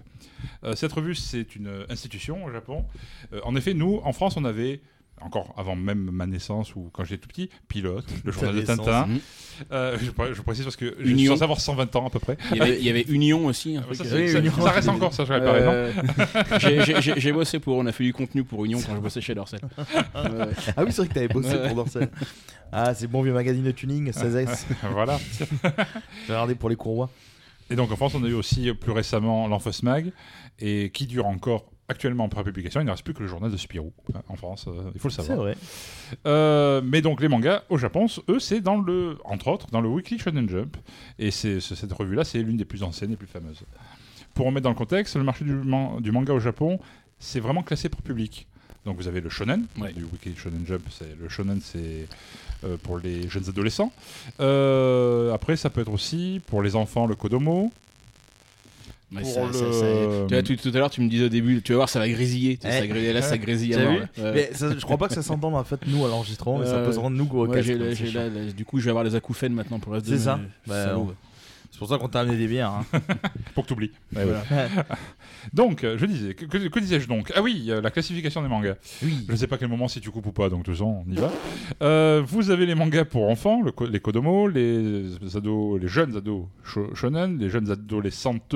[SPEAKER 7] Euh, cette revue, c'est une euh, institution au Japon. Euh, en effet, nous, en France, on avait encore avant même ma naissance ou quand j'étais tout petit, pilote, le journal de
[SPEAKER 5] naissance,
[SPEAKER 7] Tintin,
[SPEAKER 8] mhm.
[SPEAKER 7] euh, je, pré- je précise parce que je suis
[SPEAKER 8] Union.
[SPEAKER 7] censé avoir 120 ans à peu près.
[SPEAKER 8] Il y avait, il y avait Union aussi. un
[SPEAKER 7] Ah,
[SPEAKER 8] truc,
[SPEAKER 7] ça,
[SPEAKER 8] euh,
[SPEAKER 7] c'est- ça-
[SPEAKER 5] Union.
[SPEAKER 7] ça reste encore, ça, je hein. réparais, non
[SPEAKER 8] Euh, j'ai, j'ai- j'ai- j'ai bossé pour, on a fait du contenu pour Union quand je bossais chez Dorcel. Ouais.
[SPEAKER 5] Ah oui, c'est vrai que t'avais bossé
[SPEAKER 8] Ouais.
[SPEAKER 5] pour Dorsel. Ah, c'est bon vieux magazine de tuning, 16S.
[SPEAKER 7] Voilà.
[SPEAKER 5] J'ai regardé pour les courroies.
[SPEAKER 7] Et donc en France, on a eu aussi euh, plus récemment l'Enfos Mag, et qui dure encore actuellement en prépublication. Il ne reste plus que le journal de Spirou hein, en France, euh, il faut le
[SPEAKER 5] C'est
[SPEAKER 7] savoir.
[SPEAKER 5] vrai.
[SPEAKER 7] Euh, mais donc les mangas au Japon, eux, c'est dans le, entre autres, dans le Weekly Shonen Jump. Et c'est c'est- cette revue-là, c'est l'une des plus anciennes et plus fameuses. Pour remettre dans le contexte, le marché du, man- du manga au Japon, c'est vraiment classé pour public. Donc vous avez le shonen, du wiki Shonen Jump. c'est- Le shonen, c'est euh, pour les jeunes adolescents. Euh, après, ça peut être aussi pour les enfants le Kodomo.
[SPEAKER 8] Ouais,
[SPEAKER 7] Pour
[SPEAKER 8] ça-
[SPEAKER 7] le-
[SPEAKER 8] ça- ça- Tu vois, tu- tout à l'heure, tu me disais au début, tu vas voir, ça va grésiller. tu sais,
[SPEAKER 5] Eh.
[SPEAKER 8] ça grésille, là, ça grésille. à
[SPEAKER 5] T'as
[SPEAKER 8] mort,
[SPEAKER 5] vu
[SPEAKER 8] là.
[SPEAKER 5] Mais ça- je crois pas que ça s'entende en fait nous à l'enregistrement, mais ça
[SPEAKER 8] Ouais,
[SPEAKER 5] peut se
[SPEAKER 8] ouais.
[SPEAKER 5] rendre nous gros au
[SPEAKER 8] Ouais,
[SPEAKER 5] casque,
[SPEAKER 8] j'ai
[SPEAKER 5] quoi,
[SPEAKER 8] la-
[SPEAKER 5] c'est
[SPEAKER 8] j'ai
[SPEAKER 5] chiant.
[SPEAKER 8] la- la- Du coup, je vais avoir les acouphènes maintenant pour le reste de
[SPEAKER 5] C'est ça.
[SPEAKER 8] mes-
[SPEAKER 5] Bah,
[SPEAKER 8] salaud,
[SPEAKER 5] on-
[SPEAKER 8] ouais.
[SPEAKER 5] C'est pour ça qu'on t'a amené des bières. hein.
[SPEAKER 7] Pour que t'oublies.
[SPEAKER 9] Ah
[SPEAKER 5] Ouais,
[SPEAKER 7] Voilà.
[SPEAKER 5] voilà.
[SPEAKER 7] donc, euh, je disais, que, que- que disais-je donc Ah oui, euh, la classification des mangas. Je ne sais pas à quel moment si tu coupes ou pas, donc de toute façon, on y va. Euh, vous avez les mangas pour enfants, le ko- les Kodomo, les, ados, les jeunes ados sho- shonen, les jeunes adolescentes,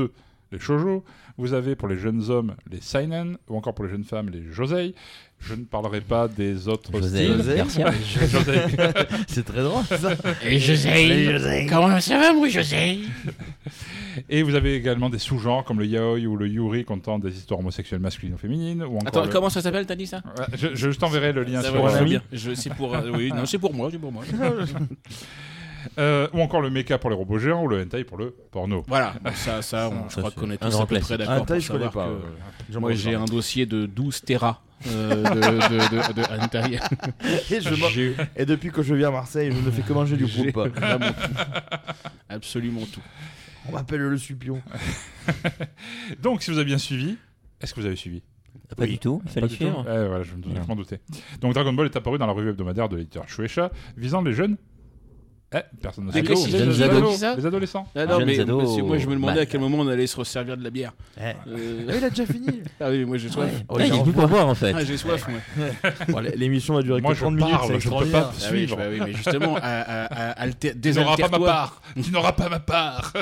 [SPEAKER 7] les shojo. Vous avez pour les jeunes hommes les seinen, ou encore pour les jeunes femmes les josei. Je ne parlerai pas des autres
[SPEAKER 9] Josei
[SPEAKER 7] styles.
[SPEAKER 9] Garcia.
[SPEAKER 7] Josei.
[SPEAKER 5] C'est très drôle ça.
[SPEAKER 8] Et José.
[SPEAKER 5] Et José.
[SPEAKER 8] Comment ça va, moi, José
[SPEAKER 7] Et vous avez également des sous-genres comme le yaoi ou le yuri contenant des histoires homosexuelles masculines ou féminines. Ou encore
[SPEAKER 8] Attends,
[SPEAKER 7] le-
[SPEAKER 8] comment ça s'appelle, t'as dit ça
[SPEAKER 7] Ouais, je, je t'enverrai le lien
[SPEAKER 8] Ça
[SPEAKER 7] sur
[SPEAKER 8] va,
[SPEAKER 7] euh,
[SPEAKER 8] c'est bien. Je- C'est pour, euh, oui, non, c'est pour moi, c'est pour moi.
[SPEAKER 7] Euh, ou encore le mecha pour les robots géants ou le hentai pour le porno.
[SPEAKER 8] Voilà, bon, ça, ça, on- je
[SPEAKER 7] Ça,
[SPEAKER 8] crois
[SPEAKER 7] c'est
[SPEAKER 8] qu'on est
[SPEAKER 7] un
[SPEAKER 8] tous
[SPEAKER 7] grand
[SPEAKER 8] à peu
[SPEAKER 7] classique.
[SPEAKER 8] près
[SPEAKER 7] Un
[SPEAKER 8] d'accord.
[SPEAKER 7] taille,
[SPEAKER 8] pour
[SPEAKER 7] Ah, je connais
[SPEAKER 8] savoir
[SPEAKER 7] pas,
[SPEAKER 8] que-
[SPEAKER 7] euh, Jean-Paul
[SPEAKER 8] Moi, j'ai
[SPEAKER 7] Sartre.
[SPEAKER 8] un dossier de 12 Tera euh, de, de, de, de hentai.
[SPEAKER 5] Et, je m'en-
[SPEAKER 8] J'ai-
[SPEAKER 5] Et depuis que je viens à Marseille, je ne fais que manger du
[SPEAKER 8] J'ai
[SPEAKER 5] groupe.
[SPEAKER 8] vraiment Absolument tout.
[SPEAKER 5] On m'appelle le supion.
[SPEAKER 7] Donc, si vous avez bien suivi, est-ce que vous avez suivi
[SPEAKER 9] Pas du tout, il fallait
[SPEAKER 7] Pas du tout
[SPEAKER 9] suivre.
[SPEAKER 7] Ouais, voilà, je, me doutais, je m'en doutais. Donc, Dragon Ball est apparu dans la revue hebdomadaire de l'éditeur Shueisha visant les jeunes. Eh, personne ne
[SPEAKER 8] Ah,
[SPEAKER 7] sait.
[SPEAKER 8] qu'est-ce que
[SPEAKER 7] Les
[SPEAKER 8] j'ai dit,
[SPEAKER 7] ados,
[SPEAKER 8] qui ça
[SPEAKER 7] Les adolescents.
[SPEAKER 8] Ah non,
[SPEAKER 9] Jeunes
[SPEAKER 8] mais
[SPEAKER 9] ados
[SPEAKER 8] parce que moi je me demandais
[SPEAKER 9] au
[SPEAKER 8] à quel moment on allait se resservir de la bière.
[SPEAKER 7] Eh.
[SPEAKER 8] Euh,
[SPEAKER 5] Ah, il a déjà fini.
[SPEAKER 8] Ah oui, moi j'ai soif.
[SPEAKER 5] Oh,
[SPEAKER 9] Ah, il est plus pour boire en fait.
[SPEAKER 8] Ah, j'ai soif, moi.
[SPEAKER 5] Bon, allez, L'émission va durer
[SPEAKER 7] Moi,
[SPEAKER 5] que
[SPEAKER 7] je
[SPEAKER 5] 30 minutes.
[SPEAKER 7] parle,
[SPEAKER 5] c'est
[SPEAKER 7] je peux
[SPEAKER 5] extraordinaire.
[SPEAKER 7] pas
[SPEAKER 8] Ah oui, je-
[SPEAKER 7] suivre.
[SPEAKER 8] bah oui, mais justement, à, à, à alter-
[SPEAKER 7] Tu n'auras pas ma
[SPEAKER 8] désaltère-toi.
[SPEAKER 7] part. Tu n'auras pas ma part.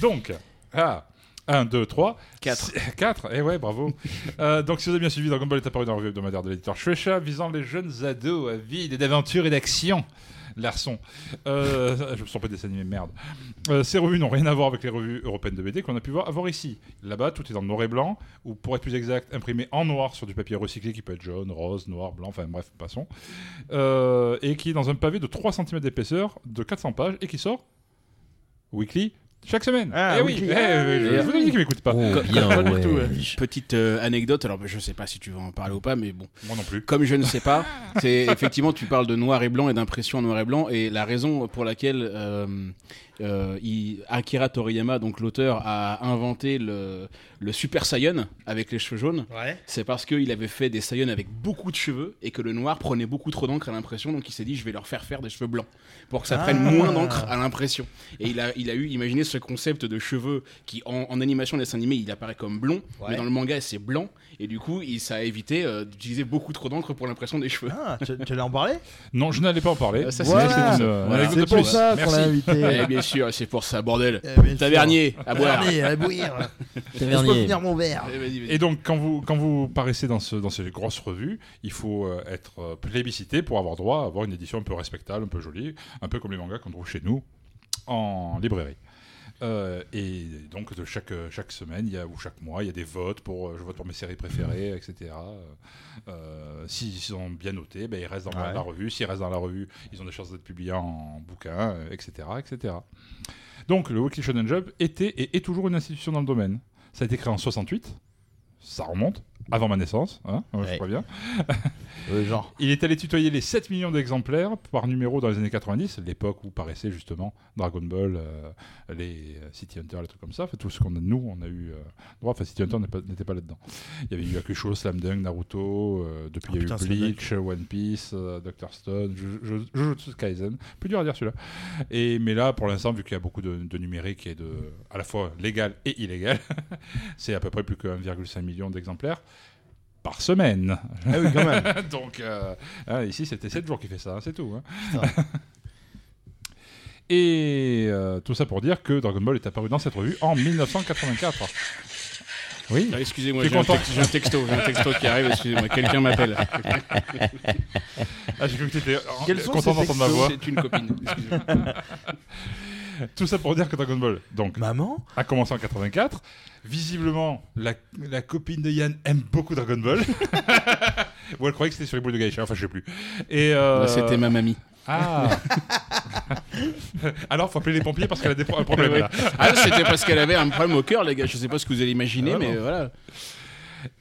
[SPEAKER 7] Donc, ah. 1, 2, 3,
[SPEAKER 8] Quatre.
[SPEAKER 7] 4, et eh ouais, bravo. Euh, donc, si vous avez bien suivi, Dragon Ball est apparu dans la revue hebdomadaire de l'éditeur Shueisha, visant les jeunes ados avides d'aventure et d'action. Larson. Euh, je me sens pas des animés, merde. Euh, ces revues n'ont rien à voir avec les revues européennes de BD qu'on a pu voir, avoir ici. Là-bas, tout est en noir et blanc, ou pour être plus exact, imprimé en noir sur du papier recyclé qui peut être jaune, rose, noir, blanc, enfin bref, passons. Euh, et qui est dans un pavé de 3 cm d'épaisseur, de 400 pages, et qui sort weekly chaque semaine.
[SPEAKER 5] Ah,
[SPEAKER 7] eh oui,
[SPEAKER 5] weekly.
[SPEAKER 7] eh, je vous ai dit qu'il m'écoute pas.
[SPEAKER 9] Oh, bien,
[SPEAKER 7] pas du
[SPEAKER 9] ouais.
[SPEAKER 7] tout, Eh ouais.
[SPEAKER 8] Petite euh, anecdote, alors bah, je sais pas si tu veux en parler ou pas, mais bon.
[SPEAKER 7] Moi non plus.
[SPEAKER 8] Comme je ne sais pas, c'est effectivement, tu parles de noir et blanc et d'impression en noir et blanc, et la raison pour laquelle euh, euh, il- Akira Toriyama, donc l'auteur, a inventé le, le Super Saiyan avec les cheveux jaunes, c'est parce qu'il avait fait des Saiyans avec beaucoup de cheveux et que le noir prenait beaucoup trop d'encre à l'impression, donc il s'est dit je vais leur faire faire des cheveux blancs pour que ça prenne
[SPEAKER 5] Ah.
[SPEAKER 8] moins d'encre à l'impression. Et il a, il a eu, imaginé ce concept de cheveux qui, en, en animation dessin animé, il apparaît comme blond,
[SPEAKER 5] Ouais.
[SPEAKER 8] mais dans le manga, c'est blanc. Et du coup, il, ça a évité euh, d'utiliser beaucoup trop d'encre pour l'impression des cheveux.
[SPEAKER 5] Ah, tu, tu allais en parler
[SPEAKER 7] Non, je n'allais pas en parler.
[SPEAKER 8] Ah, ça, c'est
[SPEAKER 7] Voilà.
[SPEAKER 8] bien ce que tu dis.
[SPEAKER 7] Euh,
[SPEAKER 8] Voilà.
[SPEAKER 7] anecdote de
[SPEAKER 5] C'est pour
[SPEAKER 7] plus.
[SPEAKER 5] ça qu'on l'a
[SPEAKER 7] Merci.
[SPEAKER 8] Eh
[SPEAKER 5] invité.
[SPEAKER 8] bien sûr, c'est pour ça, bordel.
[SPEAKER 5] Eh, Ah. bien sûr.
[SPEAKER 8] Tavernier, à boire.
[SPEAKER 5] Tavernier, à bouillir. Est-ce que
[SPEAKER 9] Tavernier.
[SPEAKER 5] finir mon verre
[SPEAKER 8] Eh, vas-y, vas-y.
[SPEAKER 7] Et donc, quand vous, quand vous paraissez dans, ce, dans ces grosses revues, il faut euh, être euh, plébiscité pour avoir droit à avoir une édition un peu respectable, un peu jolie, un peu comme les mangas qu'on trouve chez nous en librairie. Euh, et donc, de chaque, euh, chaque semaine il y a, ou chaque mois, il y a des votes pour euh, je vote pour mes séries préférées, etc. Euh, S'ils sont bien notés, ben, ils restent dans la-
[SPEAKER 5] Ouais.
[SPEAKER 7] la revue. S'ils restent dans la revue, ils ont des chances d'être publiés en bouquin, euh, etc., etc. Donc, le Weekly Shonen Jump était et est toujours une institution dans le domaine. Ça a été créé en 68. Ça remonte, avant ma naissance, hein, euh,
[SPEAKER 5] Ouais.
[SPEAKER 7] je préviens.
[SPEAKER 5] Euh, Genre.
[SPEAKER 7] Il est allé tutoyer les 7 millions d'exemplaires par numéro dans les années 90, l'époque où paraissaient justement Dragon Ball, euh, les euh, City Hunter, les trucs comme ça. Enfin, tout ce qu'on a, nous, on a eu euh, droit. Enfin, City Hunter n'est pas- n'était pas, là-dedans. Il y avait eu Akusho, Slam Dunk, Naruto, euh, depuis
[SPEAKER 5] Oh
[SPEAKER 7] il y a
[SPEAKER 5] putain,
[SPEAKER 7] eu
[SPEAKER 5] Slam
[SPEAKER 7] Bleach, One Piece, euh, Dr. Stone, Ju- Ju- Jujutsu Kaisen. Plus dur à dire celui-là. Et, mais là, pour l'instant, vu qu'il y a beaucoup de, de numérique et de, à la fois légal et illégal, c'est à peu près plus que 1,5 million d'exemplaires par semaine.
[SPEAKER 5] Ah oui, quand même.
[SPEAKER 7] Donc, euh, hein, ici, c'était 7 jours qui fait ça, hein, c'est tout. hein. Et euh, tout ça pour dire que Dragon Ball est apparu dans cette revue en 1984. Oui.
[SPEAKER 8] Ah, excusez-moi,
[SPEAKER 7] T'es
[SPEAKER 8] j'ai un,
[SPEAKER 7] content
[SPEAKER 8] texte- j'ai un texto, j'ai un texto qui arrive, excusez-moi, quelqu'un m'appelle.
[SPEAKER 7] Ah, j'ai cru que t'étais en-
[SPEAKER 5] Quels sont
[SPEAKER 7] content
[SPEAKER 5] ces
[SPEAKER 7] d'entendre ma voix.
[SPEAKER 8] C'est une copine, excusez-moi.
[SPEAKER 7] Tout ça pour dire que Dragon Ball donc,
[SPEAKER 5] Maman
[SPEAKER 7] a commencé en 84. Visiblement, la, la copine de Yann aime beaucoup Dragon Ball. Ou elle croyait que c'était sur les boules de Gaïcha, enfin je sais plus. Et euh,
[SPEAKER 8] Bah, C'était ma mamie.
[SPEAKER 7] Ah Alors, faut appeler les pompiers parce qu'elle a des pro- un problème là.
[SPEAKER 8] Ah, c'était parce qu'elle avait un problème au cœur, les gars. Je sais pas ce que vous allez imaginer,
[SPEAKER 7] Ah,
[SPEAKER 8] mais
[SPEAKER 7] non.
[SPEAKER 8] voilà.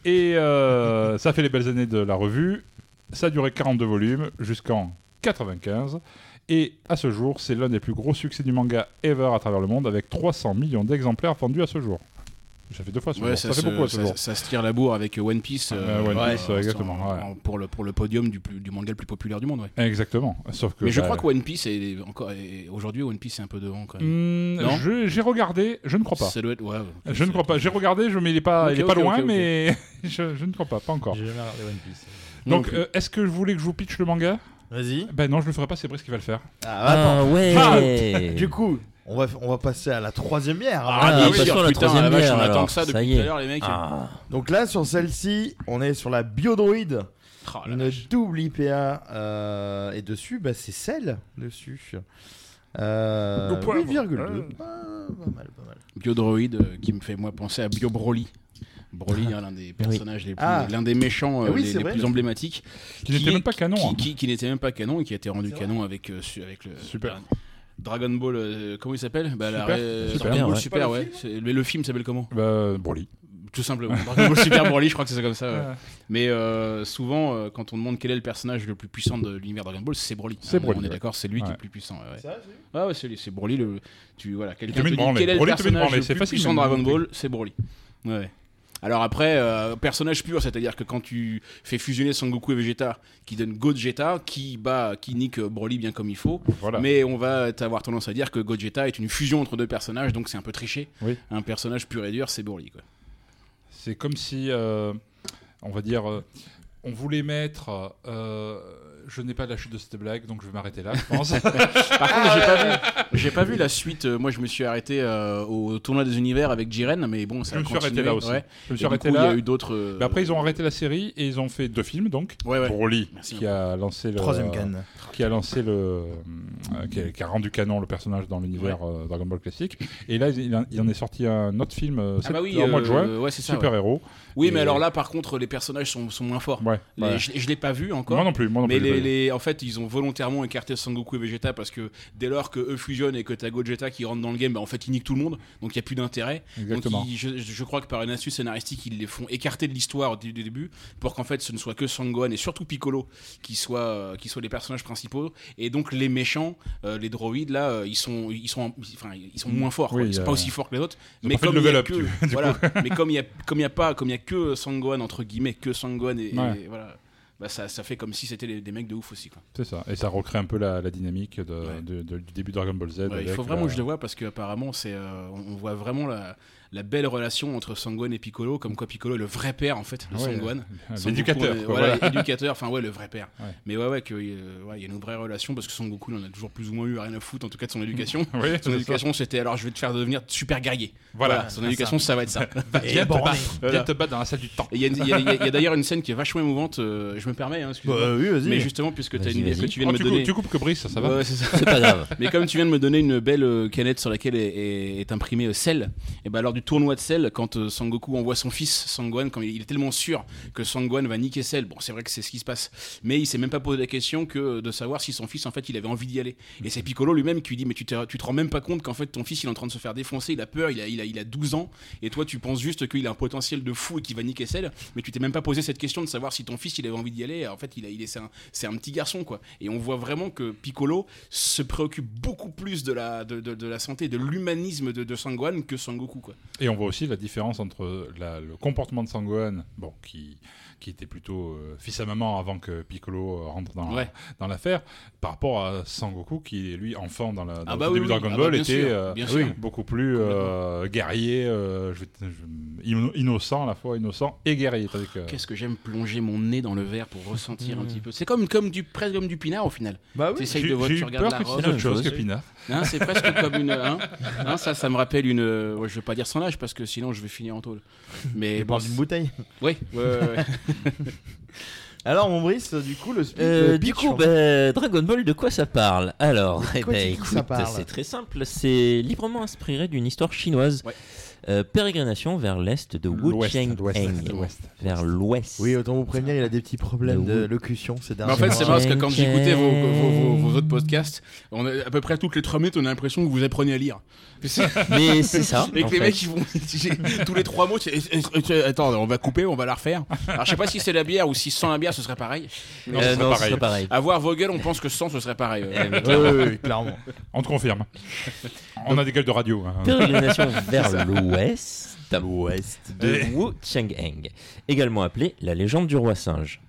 [SPEAKER 7] Et euh, ça fait les belles années de la revue. Ça a duré 42 volumes jusqu'en 95. Et à ce jour, c'est l'un des plus gros succès du manga ever à travers le monde, avec 300 millions d'exemplaires vendus à ce jour. Ça fait deux fois ce
[SPEAKER 8] Ouais,
[SPEAKER 7] jour.
[SPEAKER 8] ça,
[SPEAKER 7] Ça, fait
[SPEAKER 8] se,
[SPEAKER 7] beaucoup à ce
[SPEAKER 8] ça-
[SPEAKER 7] jour.
[SPEAKER 8] ça se tire la bourre avec One Piece. euh,
[SPEAKER 7] Ouais, One
[SPEAKER 8] ouais,
[SPEAKER 7] Piece, ouais,
[SPEAKER 8] en-
[SPEAKER 7] exactement,
[SPEAKER 8] en-
[SPEAKER 7] ouais.
[SPEAKER 8] en- pour, le, pour le podium du, plus- du manga le plus populaire du monde. ouais.
[SPEAKER 7] Exactement. Sauf que.
[SPEAKER 8] Mais je
[SPEAKER 7] bah,
[SPEAKER 8] crois que One Piece est encore. est- Aujourd'hui, One Piece est un peu devant quand même.
[SPEAKER 7] Hmm, je- J'ai regardé, je ne crois pas.
[SPEAKER 8] Ça doit être- ouais, ouais.
[SPEAKER 7] Je ne crois pas. J'ai regardé, je, mais il est pas,
[SPEAKER 8] Ok,
[SPEAKER 7] il est pas
[SPEAKER 8] ok,
[SPEAKER 7] loin,
[SPEAKER 8] ok, ok.
[SPEAKER 7] mais je, je ne crois pas, pas encore.
[SPEAKER 8] Non
[SPEAKER 7] Donc,
[SPEAKER 8] plus.
[SPEAKER 7] euh, est-ce que je voulais que je vous pitch le manga
[SPEAKER 5] Vas-y.
[SPEAKER 7] Ben non, je le ferai pas, c'est Brice qui va le faire.
[SPEAKER 5] Ah, attends.
[SPEAKER 7] Ah,
[SPEAKER 5] Du coup, on va, on va passer à la troisième bière.
[SPEAKER 7] Ah,
[SPEAKER 8] bah
[SPEAKER 7] Ah, bien oui, sûr, passons à la putain, troisième la vache, bière, on attend alors. que ça depuis Ça y est. tout à l'heure, les mecs.
[SPEAKER 5] Ah. Donc là, sur celle-ci, on est sur la biodroïde. Une double IPA. euh, et dessus, bah, c'est sel. Dessus. Euh,
[SPEAKER 8] Le poivre.
[SPEAKER 5] 8,2. Ah,
[SPEAKER 8] Biodroid euh, qui me fait moi penser à Bio Broly. Broly, hein, l'un des personnages les plus,
[SPEAKER 5] Ah.
[SPEAKER 8] l'un des méchants euh,
[SPEAKER 5] Ah oui,
[SPEAKER 8] les-
[SPEAKER 5] c'est
[SPEAKER 8] les,
[SPEAKER 5] vrai.
[SPEAKER 8] plus emblématiques,
[SPEAKER 7] Qui n'était
[SPEAKER 8] est-
[SPEAKER 7] même pas canon,
[SPEAKER 8] qui,
[SPEAKER 7] hein.
[SPEAKER 8] qui- qui n'était même pas canon et qui a été rendu canon avec euh, su- avec le Super. Dragon Ball, euh, comment il s'appelle bah, la-
[SPEAKER 7] Super.
[SPEAKER 8] euh,
[SPEAKER 7] Super,
[SPEAKER 8] Dragon Ball
[SPEAKER 7] ouais.
[SPEAKER 8] Super, ouais. C'est- Mais le film s'appelle comment
[SPEAKER 7] bah, Broly.
[SPEAKER 8] Tout simplement. Dragon Ball Super Broly, je crois que c'est comme ça. ouais.
[SPEAKER 7] Ouais.
[SPEAKER 8] Mais euh, souvent, euh, quand on demande quel est le personnage le plus puissant de l'univers Dragon Ball, c'est Broly.
[SPEAKER 7] C'est
[SPEAKER 8] Hein,
[SPEAKER 7] Broly,
[SPEAKER 8] On est
[SPEAKER 7] ouais.
[SPEAKER 8] d'accord, c'est lui qui est
[SPEAKER 7] Ouais.
[SPEAKER 8] le plus puissant. ouais, ouais. Ah ouais, c'est lui, c'est Broly. Le, tu voilà,
[SPEAKER 7] te met
[SPEAKER 8] quelqu'un
[SPEAKER 7] de
[SPEAKER 8] te dit
[SPEAKER 7] branler.
[SPEAKER 8] quel est le
[SPEAKER 7] Broly te met de
[SPEAKER 8] personnage
[SPEAKER 7] branler,
[SPEAKER 8] le
[SPEAKER 7] c'est
[SPEAKER 8] plus
[SPEAKER 7] facile,
[SPEAKER 8] puissant de
[SPEAKER 7] même.
[SPEAKER 8] Dragon Ball, c'est Broly. Ouais. Alors après, euh, personnage pur, c'est-à-dire que quand tu fais fusionner Son Goku et Vegeta, qui donne Gogeta, qui bat, qui nique euh, Broly bien comme il faut. Mais on va avoir tendance à dire que Gogeta est une fusion entre deux personnages, donc c'est un peu triché.
[SPEAKER 7] Oui.
[SPEAKER 8] Un personnage pur et dur, c'est Broly. Quoi.
[SPEAKER 7] C'est comme si, euh, on va dire, euh, on voulait mettre. euh, je n'ai pas la chute de cette blague, donc je vais m'arrêter là, je pense. Ah
[SPEAKER 8] Par contre, j'ai pas vu, j'ai pas vu la suite. Euh, Moi, je me suis arrêté euh, au tournoi des univers avec Jiren, mais bon,
[SPEAKER 7] Je
[SPEAKER 8] ça a
[SPEAKER 7] me suis arrêté
[SPEAKER 8] continué,
[SPEAKER 7] là aussi.
[SPEAKER 8] ouais.
[SPEAKER 7] Je me suis
[SPEAKER 8] Et du
[SPEAKER 7] arrêté
[SPEAKER 8] coup,
[SPEAKER 7] là.
[SPEAKER 8] Il y a eu d'autres. euh,
[SPEAKER 7] Mais après, ils ont arrêté la série et ils ont fait deux films, donc. Broly, qui a lancé le.
[SPEAKER 5] Troisième canne.
[SPEAKER 7] Qui a lancé le. euh, qui, a, qui a rendu canon le personnage dans l'univers euh, Dragon Ball classique. Et là, il, en- il en est sorti un autre film euh,
[SPEAKER 8] Ah bah
[SPEAKER 7] sept-
[SPEAKER 8] oui,
[SPEAKER 7] au mois
[SPEAKER 8] euh,
[SPEAKER 7] de juin.
[SPEAKER 8] ouais, c'est ça,
[SPEAKER 7] Super
[SPEAKER 8] ouais.
[SPEAKER 7] héros.
[SPEAKER 8] Oui,
[SPEAKER 7] Et- euh,
[SPEAKER 8] mais alors là, par contre, les personnages sont, sont moins forts.
[SPEAKER 7] Ouais,
[SPEAKER 8] Les-
[SPEAKER 7] ouais.
[SPEAKER 8] Je, je l'ai pas vu encore.
[SPEAKER 7] Moi non plus, moi non
[SPEAKER 8] mais
[SPEAKER 7] plus, je l'ai pas
[SPEAKER 8] les- les- en fait, ils ont volontairement écarté Sangoku et Vegeta parce que dès lors que eux fusionnent et que t'as Gogeta qui rentre dans le game, bah, en fait, ils niquent tout le monde. Donc il y a plus d'intérêt.
[SPEAKER 7] Exactement.
[SPEAKER 8] Donc ils- je, je crois que par une astuce scénaristique, ils les font écarter de l'histoire dès le début pour qu'en fait, ce ne soit que Sangohan et surtout Piccolo qui soient euh, qui soient les personnages principaux. Et donc les méchants, euh, les droïdes là, euh, ils sont ils sont en- enfin ils sont moins forts. quoi.
[SPEAKER 7] Oui,
[SPEAKER 8] Ils sont
[SPEAKER 7] euh,
[SPEAKER 8] pas aussi forts que les autres.
[SPEAKER 7] ils ont
[SPEAKER 8] Mais
[SPEAKER 7] pas fait
[SPEAKER 8] comme
[SPEAKER 7] de
[SPEAKER 8] il y a
[SPEAKER 7] level up,
[SPEAKER 8] que-
[SPEAKER 7] du- du coup.
[SPEAKER 8] voilà, mais comme il y a comme il y a pas comme il y a que Sangohan entre guillemets que Sangohan et, et
[SPEAKER 7] Ouais.
[SPEAKER 8] voilà bah ça, ça fait comme si c'était les- des mecs de ouf aussi quoi.
[SPEAKER 7] C'est ça. Et ça recrée un peu la, la dynamique de, de- de- du début de Dragon Ball Z.
[SPEAKER 8] Ouais, il
[SPEAKER 7] avec euh,
[SPEAKER 8] faut vraiment
[SPEAKER 7] la-
[SPEAKER 8] que je le vois parce que apparemment c'est euh, on on voit vraiment la, la belle relation entre Sangohan et Piccolo comme quoi Piccolo est le vrai père en fait de
[SPEAKER 7] Ouais,
[SPEAKER 8] Sangohan.
[SPEAKER 7] euh,
[SPEAKER 8] Son
[SPEAKER 7] l'éducateur,
[SPEAKER 8] Goku, euh,
[SPEAKER 7] quoi,
[SPEAKER 8] voilà,
[SPEAKER 7] voilà.
[SPEAKER 8] éducateur enfin ouais le vrai père.
[SPEAKER 7] Ouais.
[SPEAKER 8] Mais ouais ouais que, euh, ouais, il y a une vraie relation parce que Son Goku il en a toujours plus ou moins eu rien à foutre en tout cas de son éducation.
[SPEAKER 7] Ouais, c'est
[SPEAKER 8] son
[SPEAKER 7] ça.
[SPEAKER 8] éducation c'était alors je vais te faire devenir super guerrier.
[SPEAKER 7] Voilà,
[SPEAKER 8] Voilà, son éducation ça va être ça.
[SPEAKER 7] Va- viens, te battre, viens te battre dans la salle du temps.
[SPEAKER 8] Et Il y a, il y a- il y a- il y a d'ailleurs une scène qui est vachement émouvante, euh, je me permets, hein, excuse-moi.
[SPEAKER 7] Bah oui, vas-y.
[SPEAKER 8] Mais justement, puisque tu as
[SPEAKER 7] Vas-y,
[SPEAKER 8] une idée
[SPEAKER 7] vas-y.
[SPEAKER 8] que tu viens de
[SPEAKER 7] Oh,
[SPEAKER 8] me
[SPEAKER 7] tu coupes-
[SPEAKER 8] donner.
[SPEAKER 7] tu coupes que Brice, ça, ça va
[SPEAKER 8] Ouais, c'est ça.
[SPEAKER 7] C'est pas grave.
[SPEAKER 8] Mais comme tu viens de me donner une belle euh, canette sur laquelle est, est- est imprimé euh, Cell, et ben lors du tournoi de Cell, quand euh, Sangoku envoie son fils Sangwan, quand il, il est tellement sûr que Sangwan va niquer Cell, bon, c'est vrai que c'est ce qui se passe, mais il s'est même pas posé la question que euh, de savoir si son fils, en fait, il avait envie d'y aller. Et c'est Piccolo lui-même qui lui dit Mais tu te, tu te rends même pas compte qu'en fait, ton fils, il est en train de se faire défoncer, il a peur, il a, il a, il a 12 ans, et toi, tu penses juste qu'il a un potentiel de fou et qu'il va niquer Cell, mais tu t'es même pas posé cette question de savoir si ton fils, il avait envie d'y aller. En fait, il a, il est, c'est un, c'est un petit garçon, quoi. Et on voit vraiment que Piccolo se préoccupe beaucoup plus de la, de, de- de la santé, de l'humanisme de, de Sangwan que Sangoku, quoi.
[SPEAKER 7] Et on voit aussi la différence entre euh, la- le comportement de Sangohan, bon, qui, qui était plutôt euh, fils à maman avant que Piccolo euh, rentre dans,
[SPEAKER 8] Ouais.
[SPEAKER 7] dans l'affaire, par rapport à Sangoku, qui est lui enfant dans, la, dans
[SPEAKER 8] Ah bah
[SPEAKER 7] le
[SPEAKER 8] oui,
[SPEAKER 7] début de
[SPEAKER 8] oui.
[SPEAKER 7] Dragon
[SPEAKER 8] Ah bah
[SPEAKER 7] Ball,
[SPEAKER 8] bien
[SPEAKER 7] était
[SPEAKER 8] sûr,
[SPEAKER 7] euh,
[SPEAKER 8] bien
[SPEAKER 7] oui,
[SPEAKER 8] sûr.
[SPEAKER 7] beaucoup plus euh, guerrier, euh, je vais te- je- inno- innocent à la fois, innocent et guerrier. tandis que-
[SPEAKER 8] Qu'est-ce que j'aime plonger mon nez dans le verre pour ressentir un petit peu. C'est comme, comme du, presque comme du pinard au final.
[SPEAKER 7] Bah oui.
[SPEAKER 8] T'essayes
[SPEAKER 7] J'ai-
[SPEAKER 8] de voir,
[SPEAKER 7] j'ai
[SPEAKER 8] tu
[SPEAKER 7] eu
[SPEAKER 8] regardes
[SPEAKER 7] peur
[SPEAKER 8] la Ah,
[SPEAKER 7] que tu
[SPEAKER 8] robe.
[SPEAKER 7] dises autre chose que pinard.
[SPEAKER 8] Hein, c'est presque comme une. hein. Hein, ça, ça me rappelle une. euh, ouais, je vais pas dire son âge parce que sinon je vais finir en tôle. Mais
[SPEAKER 5] Et boire d'une bouteille.
[SPEAKER 8] Oui. Ouais, ouais, ouais.
[SPEAKER 5] Alors, mon Brice, du coup, le, speed,
[SPEAKER 9] Euh,
[SPEAKER 5] le
[SPEAKER 9] du
[SPEAKER 5] pitch,
[SPEAKER 9] coup,
[SPEAKER 5] en fait.
[SPEAKER 9] bah, Dragon Ball, de quoi ça parle Alors,
[SPEAKER 5] De
[SPEAKER 9] eh
[SPEAKER 5] quoi
[SPEAKER 9] ben,
[SPEAKER 5] tu dis que ça
[SPEAKER 9] écoute,
[SPEAKER 5] parle
[SPEAKER 9] c'est très simple. C'est librement inspiré d'une histoire chinoise. Euh, pérégrination vers l'est de Wu
[SPEAKER 5] L'ouest,
[SPEAKER 9] Cheng
[SPEAKER 5] l'ouest, l'ouest.
[SPEAKER 9] vers l'ouest.
[SPEAKER 5] Oui, autant vous prévenir, il a des petits problèmes
[SPEAKER 9] Mais oui.
[SPEAKER 5] de locution ces
[SPEAKER 8] Mais
[SPEAKER 5] derniers
[SPEAKER 8] en fait, c'est
[SPEAKER 5] mois.
[SPEAKER 8] marrant parce que quand j'écoutais vos, vos- vos- vos autres podcasts, on a- à peu près toutes les 3 minutes, on a l'impression que vous apprenez à lire.
[SPEAKER 9] Mais c'est ça,
[SPEAKER 8] Et que
[SPEAKER 9] en
[SPEAKER 8] les
[SPEAKER 9] fait.
[SPEAKER 8] mecs, ils vont. j'ai- tous les 3 mots, c'est- eh, eh, eh, attends, on va couper, on va la refaire. Alors, je sais pas si c'est la bière ou si sans la bière, ce serait pareil.
[SPEAKER 9] Non, Euh, ce serait non, ce pareil. serait pareil.
[SPEAKER 8] À voir vos gueules, on pense que sans, ce serait pareil. Euh,
[SPEAKER 9] Eh oui,
[SPEAKER 7] clairement. Oui, oui, clairement. On te confirme. On a des gueules de radio. hein.
[SPEAKER 9] Pérégrination
[SPEAKER 7] C'est
[SPEAKER 9] vers
[SPEAKER 7] ça.
[SPEAKER 9] l'ouest, l'ouest de
[SPEAKER 7] Eh.
[SPEAKER 9] Wu Chengeng, également appelé la légende du roi singe.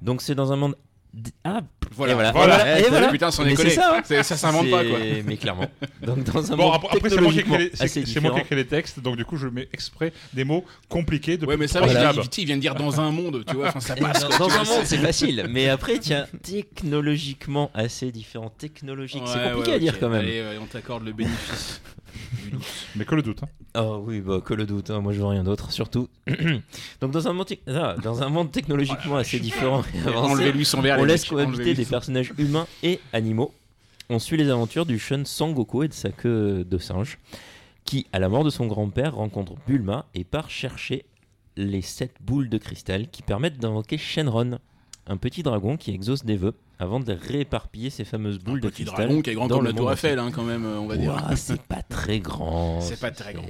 [SPEAKER 9] Donc c'est dans un monde d- ah,
[SPEAKER 8] Voilà,
[SPEAKER 9] et voilà,
[SPEAKER 8] voilà.
[SPEAKER 9] et voilà,
[SPEAKER 8] Eh,
[SPEAKER 9] et voilà.
[SPEAKER 8] putain, sans
[SPEAKER 9] Mais
[SPEAKER 8] déconner.
[SPEAKER 9] c'est ça, hein.
[SPEAKER 8] C'est- ça s'invente pas, quoi.
[SPEAKER 9] C'est- Mais clairement. Donc dans un
[SPEAKER 7] bon,
[SPEAKER 9] monde
[SPEAKER 7] après, après, c'est moi qui ai
[SPEAKER 9] technologiquement
[SPEAKER 7] créé- c'est- c'est moi
[SPEAKER 9] assez
[SPEAKER 7] qui ai
[SPEAKER 9] différent.
[SPEAKER 7] créé les textes, donc du coup, je mets exprès des mots compliqués de
[SPEAKER 8] Ouais, mais ça, il, vient, il vient de dire dans un monde, tu vois, enfin, ça passe. quoi,
[SPEAKER 9] dans
[SPEAKER 8] tu
[SPEAKER 9] un
[SPEAKER 8] vois,
[SPEAKER 9] monde, c'est facile. Mais après, tiens, technologiquement assez différent. Technologique, c'est
[SPEAKER 8] Ouais,
[SPEAKER 9] compliqué
[SPEAKER 8] ouais,
[SPEAKER 9] à dire
[SPEAKER 8] ok.
[SPEAKER 9] quand même.
[SPEAKER 8] Allez, euh, on t'accorde le bénéfice. du doute.
[SPEAKER 7] Mais que le doute. hein.
[SPEAKER 9] Ah oui, bah, que le doute. hein. Moi, je veux rien d'autre, surtout. Donc, dans un monde, tec- ah, dans un monde technologiquement assez différent, et avancé,
[SPEAKER 8] Enlevez-lui son verre,
[SPEAKER 9] on
[SPEAKER 8] les
[SPEAKER 9] laisse
[SPEAKER 8] mecs. Enlevez-lui
[SPEAKER 9] cohabiter des
[SPEAKER 8] son-
[SPEAKER 9] personnages humains et animaux. On suit les aventures du Shun Sangoku et de sa queue de singe, qui, à la mort de son grand-père, rencontre Bulma et part chercher les sept boules de cristal qui permettent d'invoquer Shenron, un petit dragon qui exauce des vœux avant de rééparpiller ces fameuses boules de
[SPEAKER 8] Petit
[SPEAKER 9] cristal.
[SPEAKER 8] dragon qui est grand
[SPEAKER 9] dans
[SPEAKER 8] comme
[SPEAKER 9] le
[SPEAKER 8] la
[SPEAKER 9] monde
[SPEAKER 8] Tour
[SPEAKER 9] entier.
[SPEAKER 8] Eiffel, hein, quand même, euh, on va dire.
[SPEAKER 9] Ouah, c'est pas très grand.
[SPEAKER 8] C'est pas très grand.